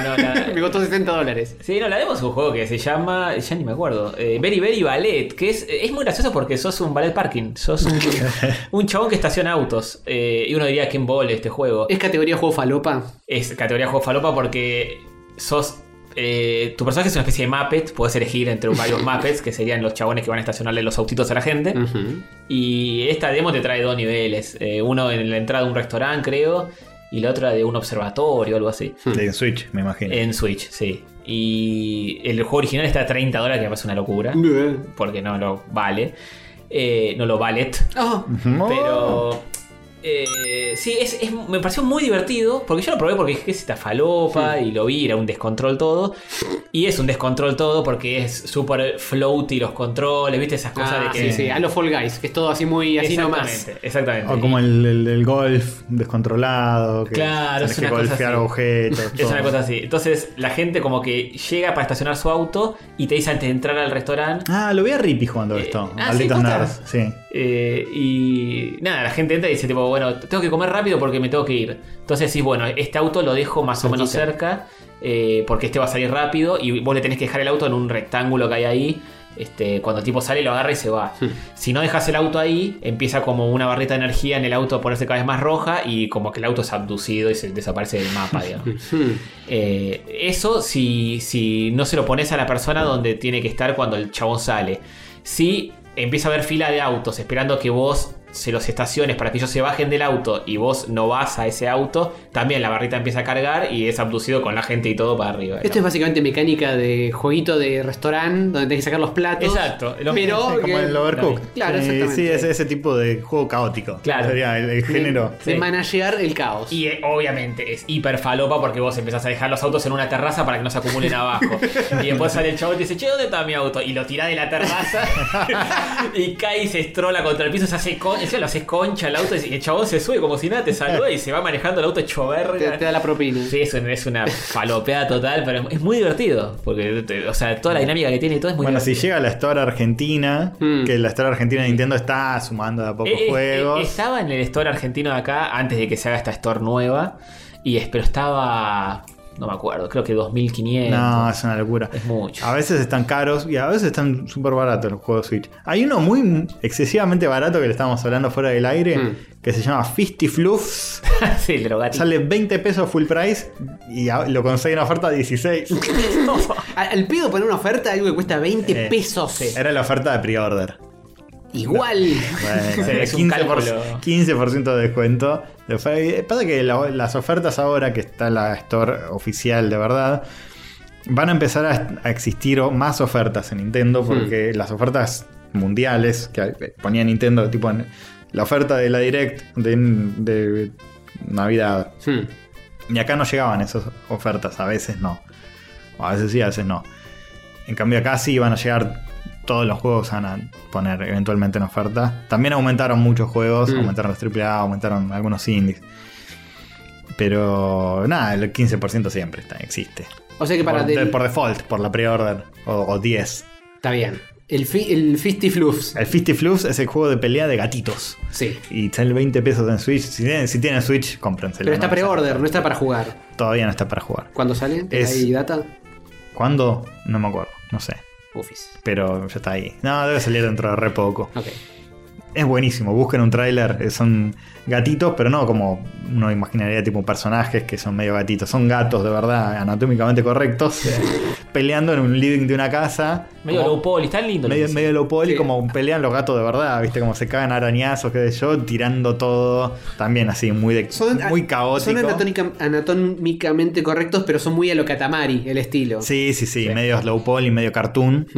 no, Me costó 60 dólares. Sí, no, la demo es un juego que se llama, ya ni me acuerdo, eh, Very Very Ballet, que es, es muy gracioso porque sos un ballet parking, sos un, un chabón que estaciona autos, eh, y uno diría que embole este juego. ¿Es categoría juego falopa? Es categoría juego falopa porque sos... eh, tu personaje es una especie de Muppet, puedes elegir entre varios Muppets, que serían los chabones que van a estacionarle los autitos a la gente. Mm. Y esta demo te trae dos niveles, eh, uno en la entrada de un restaurante, creo, y la otra de un observatorio, algo así. En Switch, me imagino. En Switch, sí. Y el juego original está a 30 dólares, que me parece una locura. Mm. Porque no lo vale. Eh, no lo vale. Oh. Pero. eh, sí, es- es- me pareció muy divertido. Porque yo lo probé porque dije que es esta falopa. Y lo vi, era un descontrol todo. Y es un descontrol todo porque es súper floaty los controles. ¿Viste esas cosas Ah, de sí, que. sí, a los Fall Guys, que es todo así muy así nomás. Ah, Exactamente, exactamente. O como el, el- el golf descontrolado, que Claro, tenés es una que cosa golpear así. objetos. Es todo. una cosa así. Entonces la gente como que llega para estacionar su auto y te dice antes de entrar al restaurante. Ah, lo vi a Rippy jugando esto. ah, Malditos sí, posta. nerds. Sí. eh, y nada, la gente entra y dice tipo, bueno, tengo que comer rápido porque me tengo que ir. Entonces decís, bueno, este auto lo dejo más o menos cerca eh, porque este va a salir rápido y vos le tenés que dejar el auto en un rectángulo que hay ahí. Este, cuando el tipo sale, lo agarra y se va. Si no dejas el auto ahí, empieza como una barrita de energía en el auto a ponerse cada vez más roja y como que el auto es abducido y se desaparece del mapa, digamos. Hmm. Eh, eso si, si no se lo pones a la persona donde tiene que estar cuando el chabón sale. Si empieza a haber fila de autos esperando que vos se los estaciones para que ellos se bajen del auto y vos no vas a ese auto, también la barrita empieza a cargar y es abducido con la gente y todo para arriba. Esto es básicamente mecánica de jueguito de restaurante donde tenés que sacar los platos. Exacto, lo mismo, pero sí, como que- El Overcooked. Claro, sí, exactamente. sí, es ese tipo de juego caótico. Claro. Sería el, el género. Sí. managear el caos. Y eh, obviamente es hiper falopa porque vos empezás a dejar los autos en una terraza para que no se acumulen abajo. y después sale el chabón y te dice, che, ¿dónde está mi auto? Y lo tira de la terraza y cae y se estrola contra el piso, se hace con- encima lo haces concha el auto y el chabón se sube como si nada, te saluda y se va manejando el auto hecho verga. Te- te da la propina. Sí, es, un- es una falopeada total, pero es- es muy divertido. Porque, te- o sea, toda la dinámica que tiene y todo es muy Bueno, si divertido. llega la Store Argentina, que la Store Argentina de Nintendo está sumando de a poco Eh, eh, juegos. eh, estaba en el store argentino de acá antes de que se haga esta store nueva. Y es- pero estaba. No me acuerdo, creo que 2500. No, es una locura. Es mucho. A veces están caros y a veces están súper baratos los juegos Switch. Hay uno muy excesivamente barato que le estábamos hablando fuera del aire, que se llama Fisty Fluffs. sí, Sale 20 pesos full price y a- lo conseguí en oferta 16. Al al pedo poner una oferta algo que cuesta 20 Eh, pesos. Era la oferta de pre-order. Igual. Bueno, Sí, es 15%, un cálculo. 15% de descuento. Le fue- eh, Pasa que la- las ofertas ahora que está la store oficial de verdad, Hmm. van a empezar a, a existir o- más ofertas en Nintendo porque las ofertas mundiales que eh, ponía Nintendo, tipo en la oferta de la Direct de, de Navidad. Hmm. Y acá no llegaban esas ofertas, a veces no. O a veces sí, a veces no. En cambio acá sí iban a llegar todos los juegos van a poner eventualmente en oferta. También aumentaron muchos juegos, Mm. aumentaron los AAA, aumentaron algunos indies. Pero nada, el 15% siempre está, existe. O sea que para por, del- de- por default, por la pre-order o, o 10. Está bien. El, fi- el Fisty Fluffs. El Fisty Fluffs es el juego de pelea de gatitos. Sí. Y sale 20 pesos en Switch. Si tienen, si tienen Switch, cómprenselo. Pero está No, pre-order, no está para jugar. Todavía no está para jugar. ¿Cuándo sale? Es- ¿Hay data? ¿Cuándo? No me acuerdo, no sé. Ufis. Pero ya está ahí. No, debe salir dentro de re poco. Ok. Es buenísimo, busquen un tráiler, eh, son gatitos, pero no como uno imaginaría tipo personajes que son medio gatitos, son gatos de verdad, anatómicamente correctos, eh, peleando en un living de una casa. Medio como- low poly, está lindo. Medio, lo medio low poly, como pelean los gatos de verdad, viste, como se cagan a arañazos, qué sé yo, tirando todo, también así, muy, de, muy caótico. Son anatónica- anatómicamente correctos, pero son muy a lo Katamari el estilo. Sí, sí, sí, medio slow poly, medio cartoon.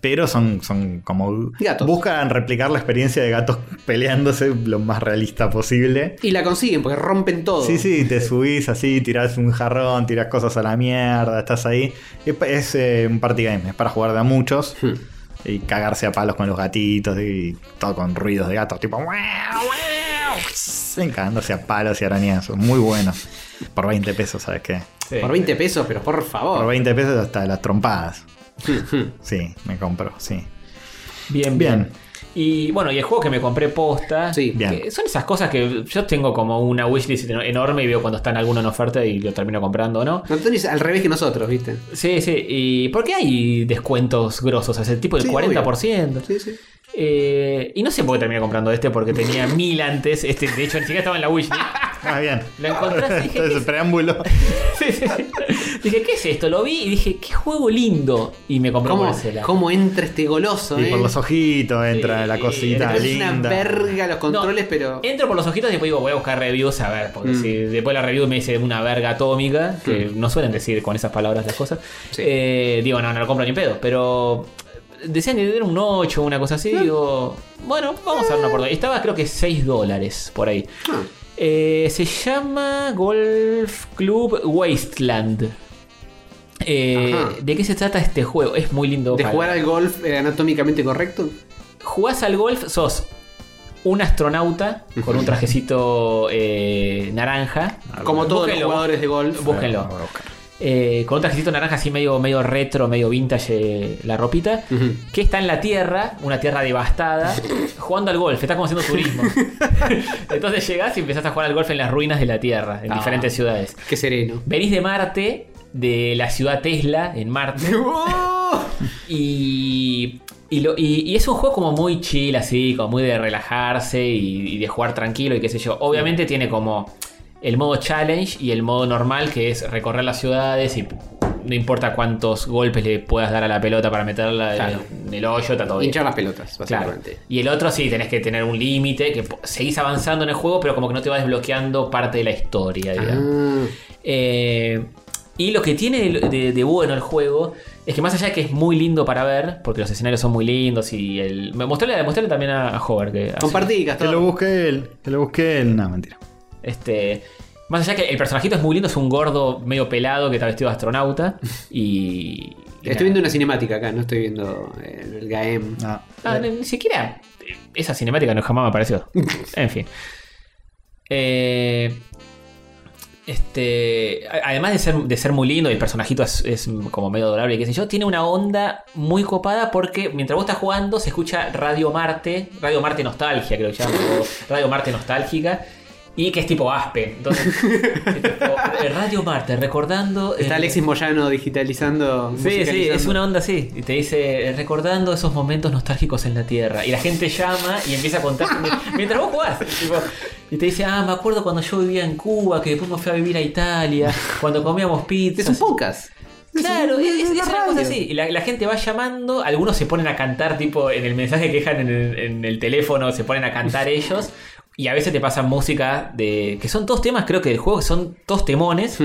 Pero son, son como. Buscan replicar la experiencia de gatos peleándose lo más realista posible. Y la consiguen porque rompen todo. Sí, sí, te subís así, tirás un jarrón, tirás cosas a la mierda, estás ahí. Es, pa- es, eh, un party game, es para jugar de a muchos. Y cagarse a palos con los gatitos y todo con ruidos de gatos, tipo. Cagándose a palos y arañazos. Muy bueno. Por 20 pesos, ¿sabes qué? Por 20 pesos, pero por favor. Por 20 pesos hasta las trompadas. Hmm. Sí, me compro, sí. Bien, bien. Y bueno, y el juego que me compré posta. que son esas cosas que yo tengo como una wishlist eno- enorme y veo cuando están alguno en oferta y lo termino comprando, ¿no? Antonio es al revés que nosotros, ¿viste? Sí, sí. ¿Y por qué hay descuentos grosos? O sea, tipo del Sí, 40%. Sí, sí. Eh, y no sé por qué terminé comprando este porque tenía mil antes. Este, de hecho, ni siquiera estaba en la wishlist. Ah, bien. Lo encontraste. Dije, Entonces, preámbulo. dije, ¿qué es esto? Lo vi y dije, qué juego lindo. Y me compré ¿Cómo, por ese lado. cómo entra este goloso? Y eh? por los ojitos entra la te cosita parece Una linda. verga los controles, pero. Mm. Entro por los ojitos y después digo, voy a buscar reviews a ver. Porque si después la review me dice una verga atómica, que no suelen decir con esas palabras las cosas, eh, digo, no, no lo compro ni en pedo. Pero decían que era un 8 o una cosa Mm. así. Digo, bueno, vamos a dar una oportunidad. Estaba creo que 6 dólares por ahí. ah, Eh, se llama Golf Club Wasteland. Eh, Ajá. ¿De qué se trata este juego? Es muy lindo. ¿De para- jugar al golf eh, anatómicamente correcto? jugás al golf, sos un astronauta con un trajecito eh, naranja. Como todos los Búsquenlo, jugadores de golf. Búsquenlo. Eh, con un trajecito naranja así medio, medio retro, medio vintage eh, la ropita. Que está en la tierra, una tierra devastada, jugando al golf. Estás como haciendo turismo. Entonces llegás y empezás a jugar al golf en las ruinas de la tierra, en Ah. diferentes ciudades. Qué sereno. Venís de Marte, de la ciudad Tesla, en Marte. ¡Oh! y, y, lo- y- y es un juego como muy chill, así, como muy de relajarse y, y de jugar tranquilo y qué sé yo. Obviamente tiene como el modo challenge y el modo normal, que es recorrer las ciudades y no importa cuántos golpes le puedas dar a la pelota para meterla en, Claro. en el hoyo, está todo bien. Hinchar las pelotas, básicamente. Claro. Y el otro sí, tenés que tener un límite, que po- seguís avanzando en el juego, pero como que no te va desbloqueando parte de la historia, digamos. Ah, Eh, y lo que tiene de, de- de bueno el juego es que más allá de que es muy lindo para ver, porque los escenarios son muy lindos y el... me- Mostrale, mostrale también a, a Hover que... hace- Que lo busque él. Que lo busque él. No, mentira. Este, más allá de que el personajito es muy lindo, es un gordo medio pelado que está vestido de astronauta y... y Estoy viendo una cinemática acá, no estoy viendo eh, el GAEM. Ah, ni, ni siquiera. Esa cinemática no jamás me apareció. en fin. Eh, este. a- Además de ser, de ser muy lindo, y el personajito es, es como medio adorable y qué sé yo, tiene una onda muy copada porque mientras vos estás jugando se escucha Radio Marte, Radio Marte Nostalgia, creo que se llama, o Radio Marte Nostálgica. Y que es tipo Aspen. Entonces, es tipo, eh, Radio Marte, recordando. Está el- Alexis Moyano digitalizando. Eh. Sí, sí, musicalizando. es una onda así. Y te dice, recordando esos momentos nostálgicos en la Tierra. Y la gente llama y empieza a contar mientras vos jugás. tipo, y te dice, ah, me acuerdo cuando yo vivía en Cuba, que después me fui a vivir a Italia, cuando comíamos pizza. Es un pocas. Claro, es, es- es una cosa así. Y la, la gente va llamando, algunos se ponen a cantar, tipo, en el mensaje que dejan en el, en el teléfono, se ponen a cantar ellos. Y a veces te pasan música de. que son todos temas, creo que del juego, que son todos temones.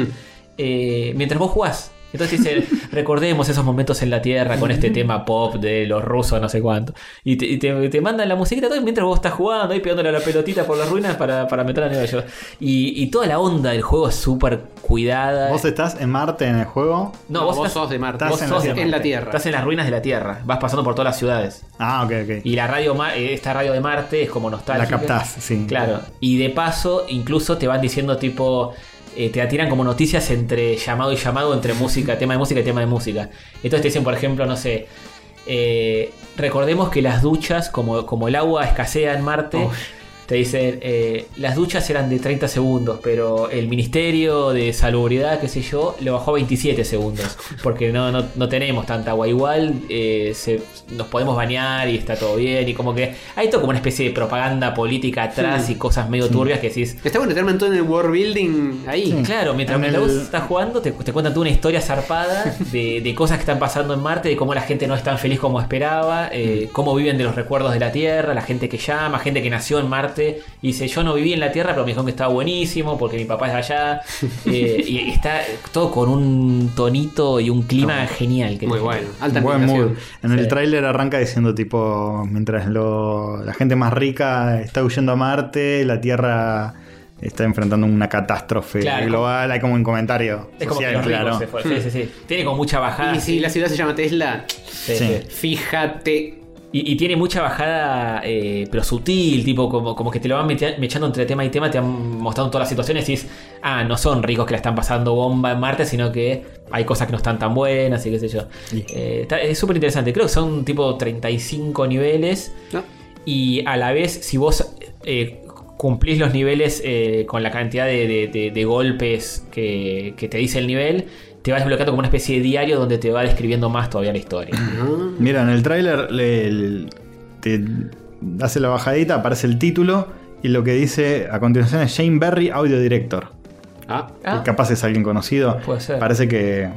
eh, mientras vos jugás. Entonces dice, recordemos esos momentos en la Tierra con este tema pop de los rusos, no sé cuánto. Y te, y te- te mandan la musiquita todo mientras vos estás jugando, ahí pegándole a la pelotita por las ruinas para, para meter a Nueva Y, y toda la onda del juego es súper cuidada. ¿Vos estás en Marte en el juego? No, vos, estás- sos de Marte. Vos Vos sos sos de en la Marte. Tierra. Estás en las ruinas de la Tierra. Vas pasando por todas las ciudades. Ah, ok, ok. Y la radio, Mar- eh, esta radio de Marte es como nostálgica. La captás, sí. Claro. Y de paso, incluso te van diciendo tipo. eh, te atiran como noticias entre llamado y llamado, entre música, tema de música y tema de música. Entonces te dicen, por ejemplo, no sé. eh, recordemos que las duchas, como, como el agua escasea en Marte. Te dicen, eh, las duchas eran de 30 segundos, pero el Ministerio de Salubridad, qué sé yo, lo bajó a 27 segundos. Porque no, no, no tenemos tanta agua. Igual eh, se- nos podemos bañar y está todo bien. Y como que hay todo como una especie de propaganda política atrás Sí. y cosas medio turbias que decís. Está bueno meterme todo en el world building ahí. Claro, mientras, Mm. En mientras el- vos estás jugando, te, te cuentan toda una historia zarpada de, de cosas que están pasando en Marte, de cómo la gente no es tan feliz como esperaba, eh, Mm. cómo viven de los recuerdos de la Tierra, la gente que llama, gente que nació en Marte y dice: Yo no viví en la Tierra, pero me dijeron que estaba buenísimo porque mi papá es de allá. Eh, y está todo con un tonito y un clima genial. Que Muy tiene. bueno, alta Buen mood. En el Sí. tráiler arranca diciendo tipo, mientras lo, la gente más rica está huyendo a Marte, la Tierra está enfrentando una catástrofe Claro. global, hay como un comentario Es como que social, los ricos claro. se fueron. Mm. Sí, sí, sí. Tiene como mucha bajada. Y si la ciudad se llama Tesla, Sí, Sí. sí. fíjate. Y, y tiene mucha bajada, eh, pero sutil, tipo como, como que te lo van metia- mechando entre tema y tema, te han mostrado todas las situaciones y es, ah, no son ricos que la están pasando bomba en Marte, sino que hay cosas que no están tan buenas y qué sé yo. Eh, está- es súper interesante, creo que son tipo 35 niveles No. y a la vez si vos eh, cumplís los niveles eh, con la cantidad de, de- de- de golpes que, que te dice el nivel, te vas desbloqueando como una especie de diario donde te va describiendo más todavía la historia. Mm. Mira, en el tráiler le- el- te hace la bajadita, aparece el título y lo que dice a continuación es Shane Berry, audio director. Ah, Y Capaz es alguien conocido. Puede ser. Parece que,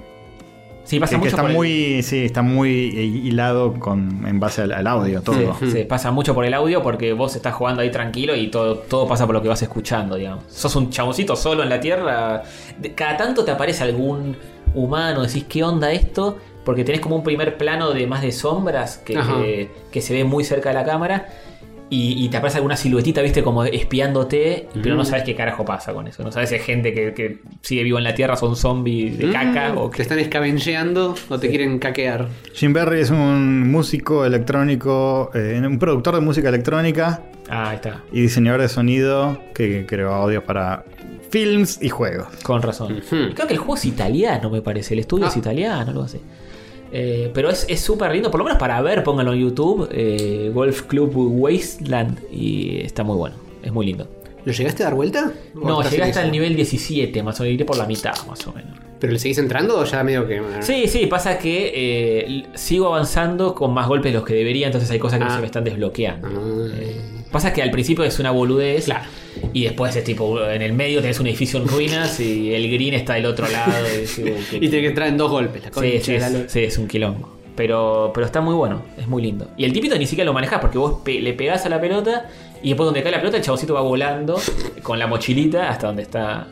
Sí, pasa que- que mucho está por el- muy, sí, está muy hilado con, en base al, al audio todo. Sí, sí, pasa mucho por el audio porque vos estás jugando ahí tranquilo y todo, todo pasa por lo que vas escuchando, digamos. Sos un chaboncito solo en la tierra. De- Cada tanto te aparece algún humano, decís, ¿qué onda esto? Porque tenés como un primer plano de más de sombras que, Ajá. que- que se ve muy cerca de la cámara. Y, y te aparece alguna siluetita, viste, como espiándote, pero no Mm. sabes qué carajo pasa con eso. No sabes si es gente que, que sigue vivo en la tierra, son zombies de caca Mm, o Te están escabencheando o te quieren caquear. Jim Berry es un músico electrónico, eh, un productor de música electrónica Ah, ahí está. y diseñador de sonido que creó audios para films y juegos. Con razón. Creo que el juego es italiano, me parece. El estudio Ah. es italiano, algo así. Eh, pero es es súper lindo, por lo menos para ver, pónganlo en YouTube. eh, Golf Club Wasteland. Y está muy bueno, es muy lindo. ¿Lo llegaste a dar vuelta? ¿O No, estás llegué en hasta eso? el nivel 17, más o menos. Iré por la mitad, más o menos. ¿Pero le seguís entrando o ya medio que.? Sí, sí, pasa que eh, l- sigo avanzando con más golpes de los que debería, entonces hay cosas que Ah. se me están desbloqueando. Eh, pasa que al principio es una boludez. Y después es tipo, en el medio tenés un edificio en ruinas y el green está del otro lado. Y, decís, "Uh, qué Y tiene que entrar en dos golpes, la Sí, concha sí, de la es, lora. sí, es un quilombo. Pero, pero está muy bueno, es muy lindo. Y el tipito ni siquiera lo manejás porque vos pe- le pegás a la pelota y después donde cae la pelota el chaboncito va volando con la mochilita hasta donde está.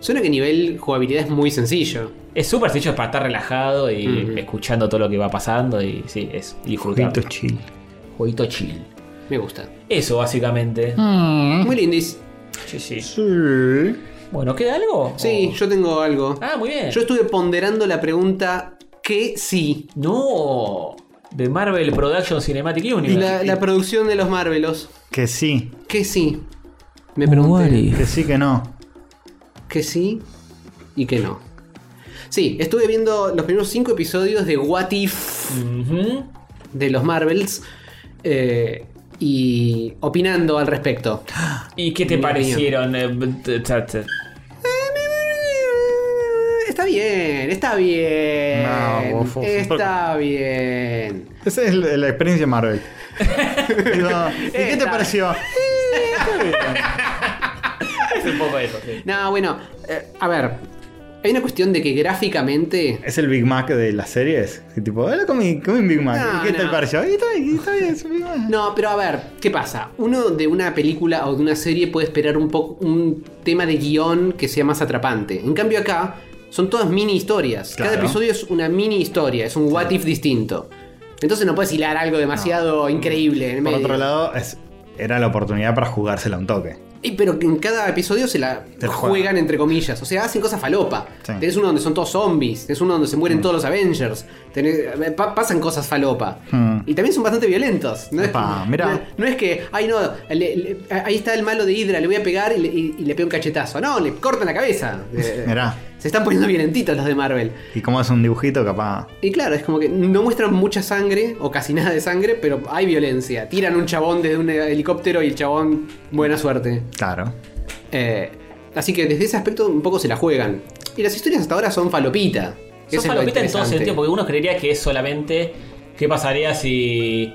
Suena que nivel jugabilidad es muy sencillo. Es súper sencillo es para estar relajado y Ujú. escuchando todo lo que va pasando y sí, es disfrutar. Jueguito chill. Jueguito chill. Me gusta. Eso básicamente. Muy lindis. Sí, sí. Sí. Bueno, ¿queda algo? Sí, yo tengo algo. Ah, muy bien. Yo estuve ponderando la pregunta ¿qué sí? No. De Marvel Production Cinematic Universe. La, la producción de los Marvelos. Que sí. ¿Qué sí? Me pregunté. Que sí, que no. ¿Qué sí? Y que no. Sí, estuve viendo los primeros cinco episodios de What If Ujú. de los Marvels eh, y opinando al respecto. ¿Y qué te Mira, parecieron? eh, t- t- t- Eh, Está bien, está bien. No, vos, vos, está bien. Esa es la la experiencia Marvel. Digo, ¿Y qué te Esta. pareció? Es un poco eso, sí. No, bueno, eh, a ver. Hay una cuestión de que gráficamente Es el Big Mac de las series. Que tipo, hola, comí, comí un Big Mac. No, ¿Y qué no. te pareció? Y está bien, está bien, es un Big Mac. No, pero a ver, ¿qué pasa? Uno de una película o de una serie puede esperar un poco un tema de guión que sea más atrapante. En cambio acá son todas mini historias. Cada Claro. episodio es una mini historia, es un what if distinto. Entonces no puedes hilar algo demasiado increíble en el Por medio. otro lado, es- era la oportunidad para jugársela un toque. Y pero que en cada episodio se la juegan entre comillas. O sea, hacen cosas falopa. Sí. Mm. Tenés uno donde son todos zombies. Tenés uno donde se mueren todos los Avengers. tenés- eh, pa- pasan cosas falopa. Mm. Y también son bastante violentos. No, es, no, no es que, ay no, le- le- ahí está el malo de Hydra, le voy a pegar y le, y- y le pego un cachetazo. No, le cortan la cabeza. Eh, Mirá. Se están poniendo violentitos los de Marvel. Y como es un dibujito, capaz. Y claro, es como que no muestran mucha sangre o casi nada de sangre, pero hay violencia. Tiran un chabón desde un helicóptero y el chabón, buena suerte. Claro. Eh, así que desde ese aspecto un poco se la juegan. Y las historias hasta ahora son falopita. que Son eso es lo palopita en todo interesante. sentido, porque uno creería que es solamente qué pasaría si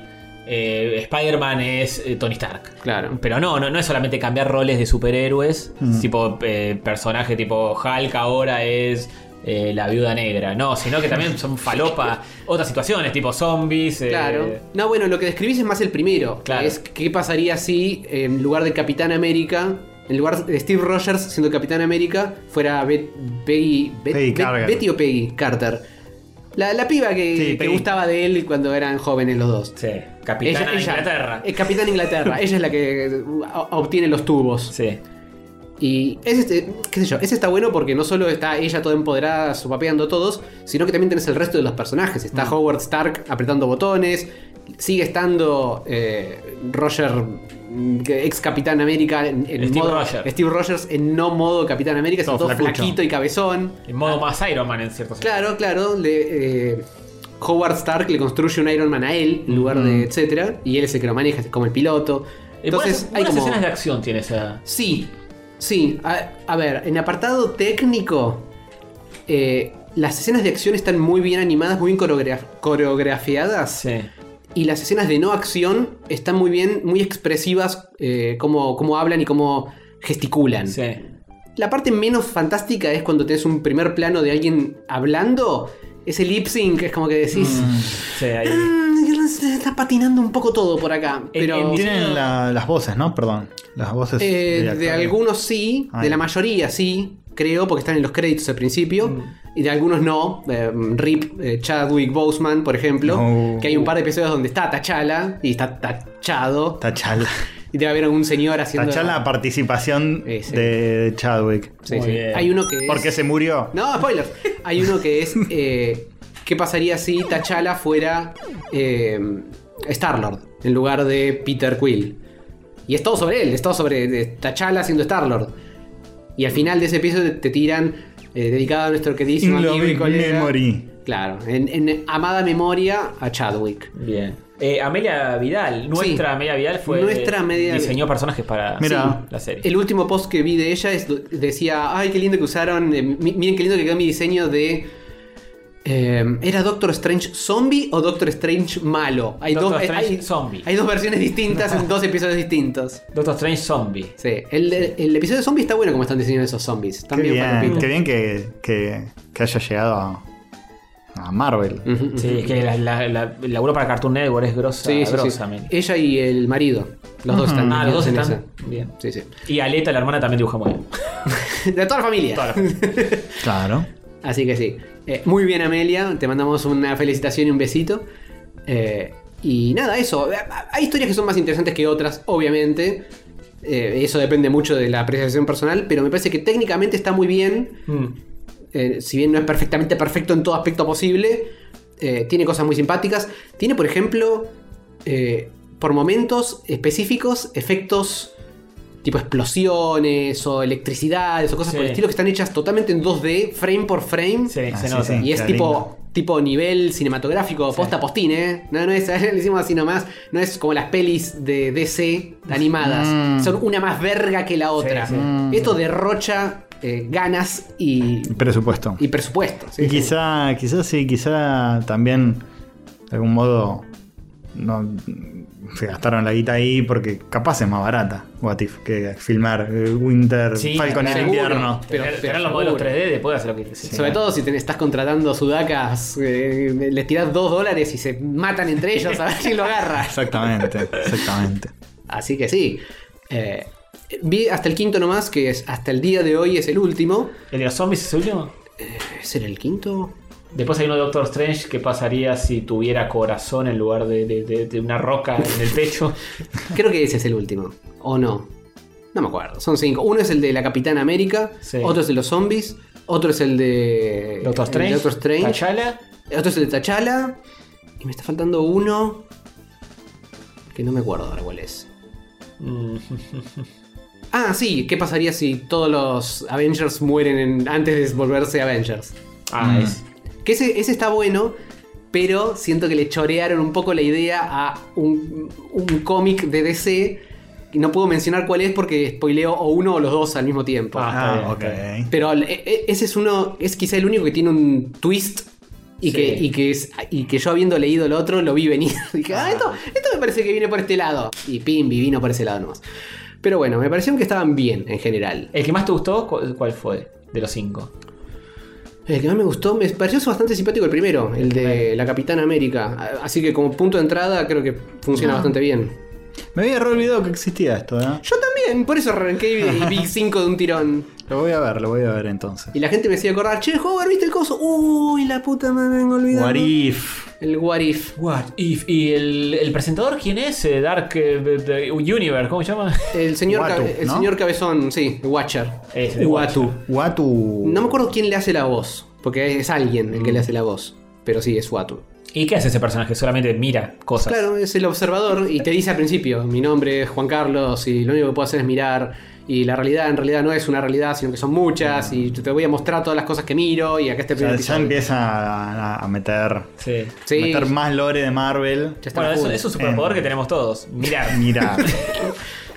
eh, Spider-Man es eh, Tony Stark. Claro. Pero no, no, no es solamente cambiar roles de superhéroes, Mm. tipo eh, personaje tipo Hulk ahora es eh, la viuda negra. No, sino que también son falopa otras situaciones, tipo zombies. eh, Claro. No, bueno, lo que describís es más el primero. que Es qué pasaría si en lugar de Capitán América, en lugar de Steve Rogers siendo Capitán América, fuera Bet- Peggy, Bet- Peggy Bet- Carter. Betty o Peggy Carter. La, la piba que, que Peggy. gustaba de él cuando eran jóvenes los dos. Sí, Capitana de Inglaterra. Es Capitán Inglaterra. ella es la que o- obtiene los tubos. Sí. Y ese, este- qué sé yo, ese está bueno porque no solo está ella toda empoderada, supapeando a todos, sino que también tenés el resto de los personajes. Está Mm. Howard Stark apretando botones, sigue estando eh, Roger, mm, que- ex Capitán América, en, en Steve modo Rogers. Steve Rogers en no modo Capitán América, Todo sino todo flacucho. flaquito y cabezón. En modo más Iron Man en cierto sentido. ah. Claro, claro, le, eh, Howard Stark le construye un Iron Man a él en lugar Mm. de etcétera, y él es el que lo maneja como el piloto. Eh, buenas- Entonces, hay buenas como... escenas de acción tiene esa. Sí, sí. A, a ver, en apartado técnico, eh, las escenas de acción están muy bien animadas, muy bien coreograf- coreografiadas. Y las escenas de no acción están muy bien, muy expresivas, eh, como, como hablan y cómo gesticulan. La parte menos fantástica es cuando tenés un primer plano de alguien hablando. Ese lip sync es como que decís. "Mm, está patinando un poco todo por acá. Pero Tienen la- las voces, ¿no? Perdón. Las voces. eh, actores. de algunos sí, Ah, de la ya. mayoría sí, creo, porque están en los créditos al principio. Y de algunos no. Eh, Rip eh, Chadwick Boseman, por ejemplo. No. Que hay un par de episodios donde está Tachala y está tachado. Tachala. Y debe haber algún señor haciendo. Tachá la participación de Chadwick. Sí, sí. Hay uno que es- Porque se murió. No, spoilers. Hay uno que es. eh, ¿Qué pasaría si Tachala fuera eh, Star-Lord en lugar de Peter Quill? Y es todo sobre él, es todo sobre Tachala siendo Star-Lord. Y al final de ese episodio te tiran, eh, dedicado a nuestro queridísimo amigo y Loving colega- Memory. Claro, en, en amada memoria a Chadwick. Bien. Eh, Amelia Vidal, nuestra Amelia Vidal fue. Nuestra Amelia- Diseñó personajes para Mirá. sí, la serie. El último post que vi de ella es- decía, ay, qué lindo que usaron, eh, mi- miren qué lindo que quedó mi diseño de... eh, ¿Era Doctor Strange zombie o Doctor Strange malo? Hay Doctor dos, eh, Strange hay- Zombie. hay dos versiones distintas en dos episodios distintos. Doctor Strange Zombie. Sí, el, el episodio de zombie está bueno como están diseñando esos zombies. Qué También bien, qué bien que, que- que haya llegado a, a Marvel. Mm. Sí, es que la, la, la, laburó para Cartoon Network es grosa. Sí, sí, sí. Eh, grosa, Amelia. Ella y el marido. Los dos están. Ah, los dos en están. Bien. Sí, sí. Y Aleta, la hermana, también dibuja muy bien. esa. De toda la familia. Claro. Así que sí. Eh, muy bien, Amelia. Te mandamos una felicitación y un besito. Eh, y nada, eso. Eh, Hay historias que son más interesantes que otras, obviamente. Eh, eso depende mucho de la apreciación personal, pero me parece que técnicamente está muy bien. Eh, si bien no es perfectamente perfecto en todo aspecto posible, eh, tiene cosas muy simpáticas. Tiene, por ejemplo, eh, por momentos específicos, efectos tipo explosiones o electricidades o cosas por Sí. el estilo que están hechas totalmente en 2D, frame por frame. Ah, se sí, nota. sí, y es queda tipo, tipo nivel cinematográfico, posta postín, ¿eh? No, no es, le decimos así nomás, no es como las pelis de DC animadas. Mm. Son una más verga que la otra. sí. Mm. Esto derrocha eh, ganas y Presupuesto. y presupuesto. sí, y sí. quizá, quizá sí, quizá también de algún modo no se gastaron la guita ahí porque capaz es más barata What If que filmar eh, Winter Falcon y el seguro, invierno. pero- Tener- pero tener los seguro. modelos 3D después de hacer lo que sí. Sobre todo si te estás contratando sudacas, eh, les tirás dos dólares y se matan entre ellos a ver quién lo agarra. Exactamente, exactamente. Así que sí. eh, vi hasta el quinto nomás, que es hasta el día de hoy es el último. ¿El de los zombies es el último? ¿Ese era el quinto? Después hay uno de Doctor Strange que pasaría si tuviera corazón en lugar de, de- de- de una roca en el pecho. Creo que ese es el último. ¿O no? No me acuerdo. Son cinco. Uno es el de la Capitana América. Otro es el de los zombies. Otro es el de. Doctor el Strange, de Doctor Strange. T'Challa. Otro es el de Tachala. Y me está faltando uno. Que no me acuerdo ahora cuál es. Mm. Ah, sí. ¿Qué pasaría si todos los Avengers mueren en- antes de volverse Avengers? Ah, es. Que ese, ese está bueno, pero siento que le chorearon un poco la idea a un, un cómic de DC. Y no puedo mencionar cuál es porque spoileo o uno o los dos al mismo tiempo. Ah, está bien, Pero el- e- e- ese es uno, es quizá el único que tiene un twist y, Sí. que, y, que, es, y que yo habiendo leído el otro lo vi venir. Dije, ah, esto, esto me parece que viene por este lado. Y pimbi, vino por ese lado nomás. Pero bueno, me parecieron que estaban bien en general. ¿El que más te gustó? ¿Cuál cuál fue? De los cinco. El que más me gustó, me pareció bastante simpático el primero, el de la Capitana América. A- Así que como punto de entrada creo que funciona Ah. bastante bien. Me había re olvidado que existía esto, ¿eh? Yo también, por eso arranqué y vi 5 de un tirón. Lo voy a ver, lo voy a ver entonces. Y la gente me decía acordar, che, Hover, ¿viste el coso? Uy, la puta me vengo olvidando. What if? El What If. What If. ¿Y el, el presentador quién es? Eh, Dark eh, de- de- Universe, ¿cómo se llama? El señor, Watu, Cabe- el ¿no? señor Cabezón, sí, Watcher. Eh, Ese, Watu. Watu. No me acuerdo quién le hace la voz, porque es alguien el que Mm. le hace la voz. Pero sí, es Watu. ¿Y qué hace ese personaje? Solamente mira cosas. Claro, es el observador y te dice al principio, mi nombre es Juan Carlos y lo único que puedo hacer es mirar y la realidad en realidad no es una realidad, sino que son muchas y te voy a mostrar todas las cosas que miro y acá este Mm. O sea, primer ya episodio. empieza a, a meter, Sí. Sí. meter más lore de Marvel. Bueno, es, es un superpoder que tenemos todos. Mirar. Mirar.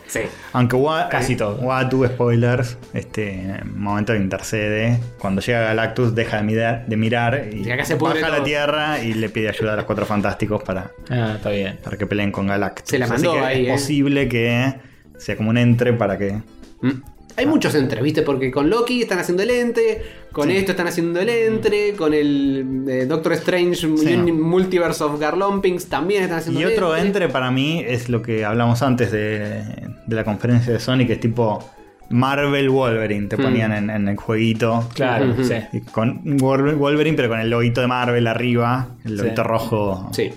Sí. Aunque Wa- eh, Watu, spoilers, este en el momento que intercede. Cuando llega Galactus, deja de mirar, de mirar y, Y acá se pudre baja a la todo. tierra y le pide ayuda a los cuatro fantásticos para, Ah, está bien. para que peleen con Galactus. Se la mandó Así que ahí, Es eh. posible que sea como un entre para que. ¿Mm? Ah. Hay muchos entres, ¿viste? Porque con Loki están haciendo el ente, con esto están haciendo el Mm. entre, con el eh, Doctor Strange Uni- Multiverse of Garlompings también están haciendo Y el otro ente. entre para mí es lo que hablamos antes de, de la conferencia de Sony, que es tipo Marvel Wolverine, te Mm. ponían en, en el jueguito. Claro, Ujú. sí. Y Con Wol- Wolverine, pero con el loguito de Marvel arriba, el loguito Sí. rojo. Sí.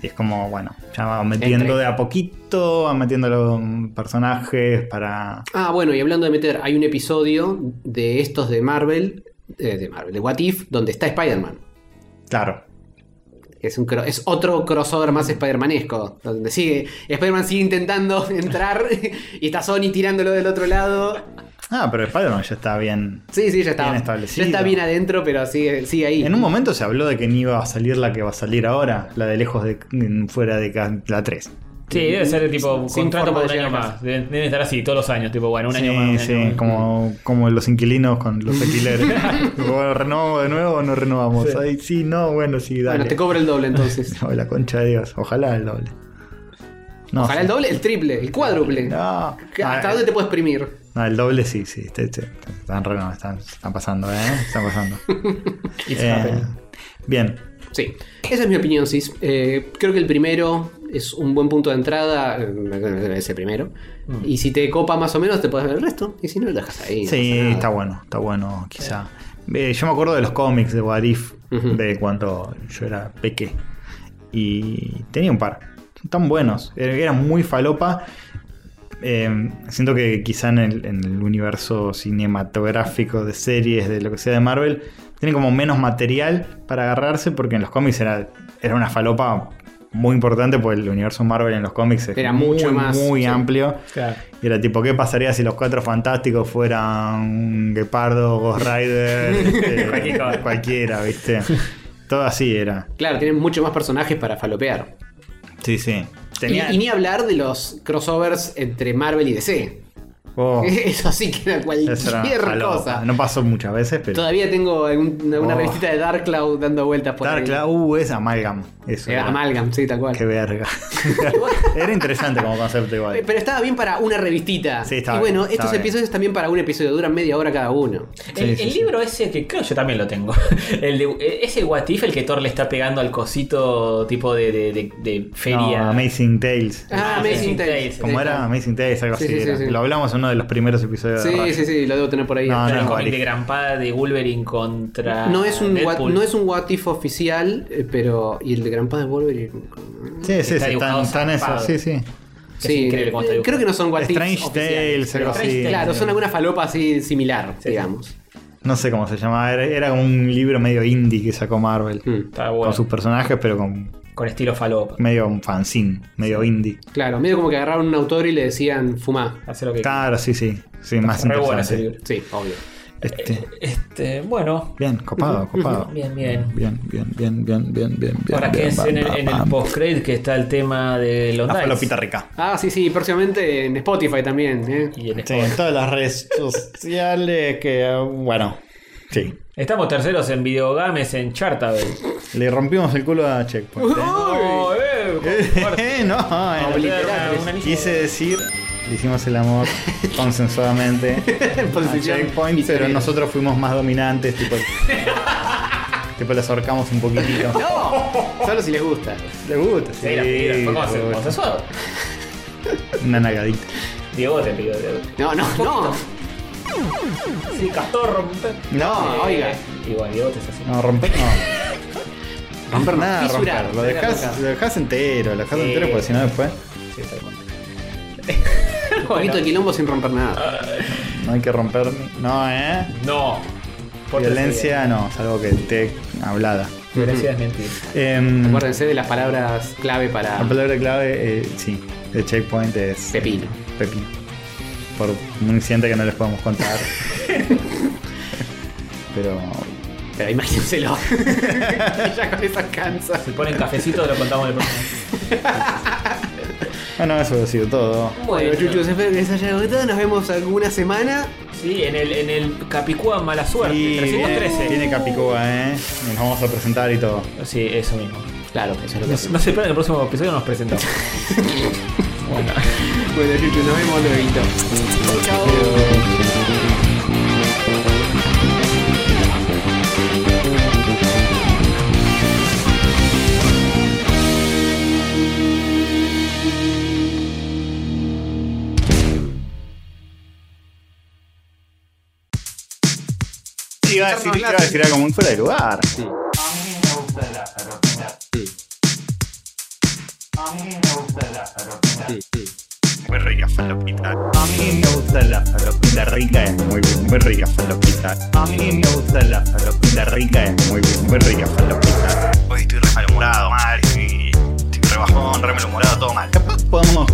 Y es como, bueno, ya van metiendo Entre. de a poquito, van metiendo los mm, personajes para... Ah, bueno, y hablando de meter, hay un episodio de estos de Marvel, eh, de Marvel, de What If, donde está Spider-Man. Claro. Es, un cro- es otro crossover más Spider-Manesco, donde sigue, Spider-Man sigue intentando entrar y está Sony tirándolo del otro lado. Ah, pero Spider-Man ya está bien... Sí, sí, ya Bien está. establecido. ya está bien adentro, pero sigue, sigue ahí. En un momento se habló de que ni iba a salir la que va a salir ahora, la de lejos de fuera de ca- la 3. Sí, debe ser tipo Sin contrato forma por de un año llegar a más. Deben, deben estar así todos los años, tipo, bueno, un año sí, más. un sí, año más. Como, como los inquilinos con los alquileres. bueno, renovamos de nuevo o no renovamos. Sí. Ay, Sí. no, bueno, sí, dale. Bueno, te cobro el doble entonces. No, la concha de Dios. Ojalá el doble. No, Ojalá sí. el doble, el triple, el cuádruple. ¿Qué- ¿Hasta dónde te puedo exprimir? Ah, No, el doble sí, sí. este- este- están, re- no, están, están pasando, ¿eh? Están pasando. It's Eh, happening. bien. Sí, esa es mi opinión, Sis. Eh, creo que el primero es un buen punto de entrada, eh, ese primero. Mm. Y si te copa más o menos, te puedes ver el resto. Y si no, lo dejas ahí. no Sí, pasa nada. está bueno, está bueno, quizá. Eh, yo me acuerdo de los cómics de Warif, de cuando yo era peque. Y tenía un par. Tan buenos. Eh, Eran muy falopa. Eh, siento que quizá en el, en el universo cinematográfico de series, de lo que sea de Marvel, tienen como menos material para agarrarse porque en los cómics era, era una falopa muy importante porque el universo Marvel en los cómics es Era muy, mucho más, muy sí. amplio. Y era tipo, ¿qué pasaría si los cuatro fantásticos fueran un guepardo, Ghost Rider, este, cualquiera, viste? Todo así era. Claro, tienen mucho más personajes para falopear. Sí, sí. Tenía... Y, y ni hablar de los crossovers entre Marvel y DC. Oh, Eso sí que era eso era cualquier falopa. cosa. No pasó muchas veces, pero... Todavía tengo algún- alguna Oh. revistita de Dark Cloud dando vueltas por Dark ahí. Cloud, uh, es Amalgam. Eso Eh, era. Amalgam, sí, tal cual. Qué verga. era interesante como concepto Eh, igual. Pero estaba bien para una revistita. Sí, estaba y bueno, bien, estaba estos bien. episodios también para un episodio, duran media hora cada uno. El, el libro ese que creo yo también lo tengo. El de, ese What If, el que Thor le está pegando al cosito tipo de, de- de- de No, feria. Amazing Tales. Ah, Amazing Tales. Como era Amazing Tales, algo Sí, así. sí, sí, era. sí. Lo hablamos en uno uno de los primeros episodios de Sí, Rayo. sí, sí, lo debo tener por ahí. No, Está no, en no. cómic. de grampada de Wolverine contra. No es un what, Deadpool. no es un what if oficial, eh, pero. Y el de Grandpa de Wolverine. Sí, sí, sí, están, están eso, sí, sí. Sí, increíble cómo está eh, dibujado. creo que no son what ifs Strange oficiales, Tales, pero- algo así. Claro, Sí. son alguna falopa así similar, digamos. No sé cómo se llamaba, era, era como un libro medio indie que sacó Marvel. Hmm. Mm. Con sus personajes, pero con Con estilo falopa. medio un fanzine, medio indie. Claro, medio como que agarraron un autor y le decían, fumá. Hacé lo que Claro, sí, sí. Sí, más re bueno ese interesante. libro. Sí, obvio. Este, Este, bueno. bien, copado, copado. Bien, bien. Bien, bien, bien, bien, bien, bien, bien. Ahora bien, quédense bam, en el, bam, en el bam. post-credit que está el tema de los La Dice. falopita rica. Ah, sí, sí, próximamente en Spotify también. ¿eh? Sí, en todas las redes sociales que, eh, bueno, sí. Estamos terceros en Videogames en Chartable. Le rompimos el culo a Checkpoint. ¿eh? Oh, eh, Eh, no, eh, Obliteraste. una- una- quise decir, le hicimos el amor consensuadamente a Posición Checkpoint, pero nosotros fuimos más dominantes, tipo, tipo les ahorcamos un poquitito. No, solo si les gusta. Les gusta, Sí, la pidió, fue como les hacer- gusta. consensuado. Una nagadita. Diego te pidió. Diego. No, no, no. Sí, Castor. No, Eh, oiga. Igual, Diego te está haciendo. No, romper no. Romper no, nada, fisurar, romper. Lo dejar dejás, tocar. lo dejás entero, lo dejás Sí. entero porque si no después Sí, está bien. Un poquito de quilombo sin romper nada. no hay que romper. ni- No, eh. No. Pórtense Violencia no, salvo que esté hablada. bien. Violencia es mentir. Em, Acuérdense de las palabras clave para. La palabra clave, eh, sí, de checkpoint es. Pepino. Pepino. Por un incidente que no les podemos contar. Pero. Pero imagínenselo. ya con eso alcanza. Si ponen cafecito, lo contamos en el próximo. Bueno, eso ha sido todo. Bueno, chuchos, espero que les haya gustado. Nos vemos alguna semana. Sí, en el, en el Capicúa Mala Suerte, Y viene, 313. viene Capicúa, ¿eh? Y Nos vamos a presentar y todo. Sí, eso mismo. Claro, eso es lo que No, no se pierdan el próximo episodio, nos presentamos. bueno. Bueno, chuchos, nos vemos luego. Chao. Iba a decir, iba a decir algo muy fuera de lugar. Muy rica falopita. A mí me gusta la falopita rica, es muy, muy rica falopita. A mí me gusta la falopita rica, es muy, muy rica falopita. Hoy estoy re malhumorado, mal, estoy, estoy re bajón, re malhumorado, todo mal. Capaz podemos...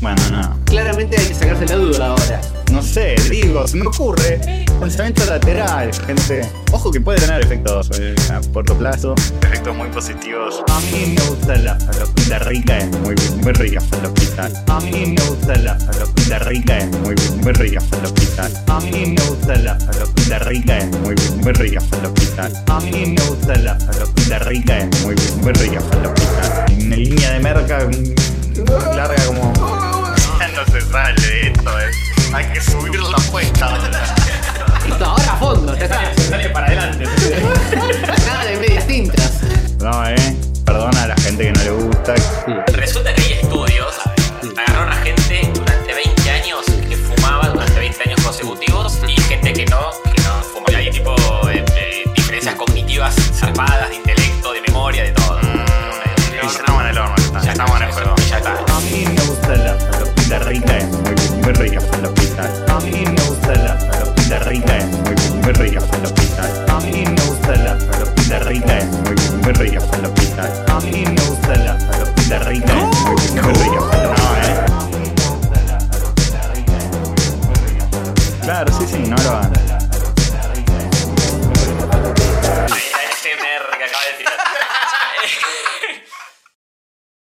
Bueno, no. Claramente hay que sacarse la duda ahora. No sé, digo, se me ocurre. Pensamiento lateral, gente. Ojo que puede tener efectos eh, a corto plazo. Efectos muy positivos. A mí me gusta la falopita rica, es muy, muy rica falopita. A mí me gusta la falopita rica, es muy, muy rica falopita. A mí me gusta la falopita rica, es muy, muy rica falopita. A mí me gusta la falopita rica, es muy, muy rica falopita. En línea de merca mm, larga como eh, Mm,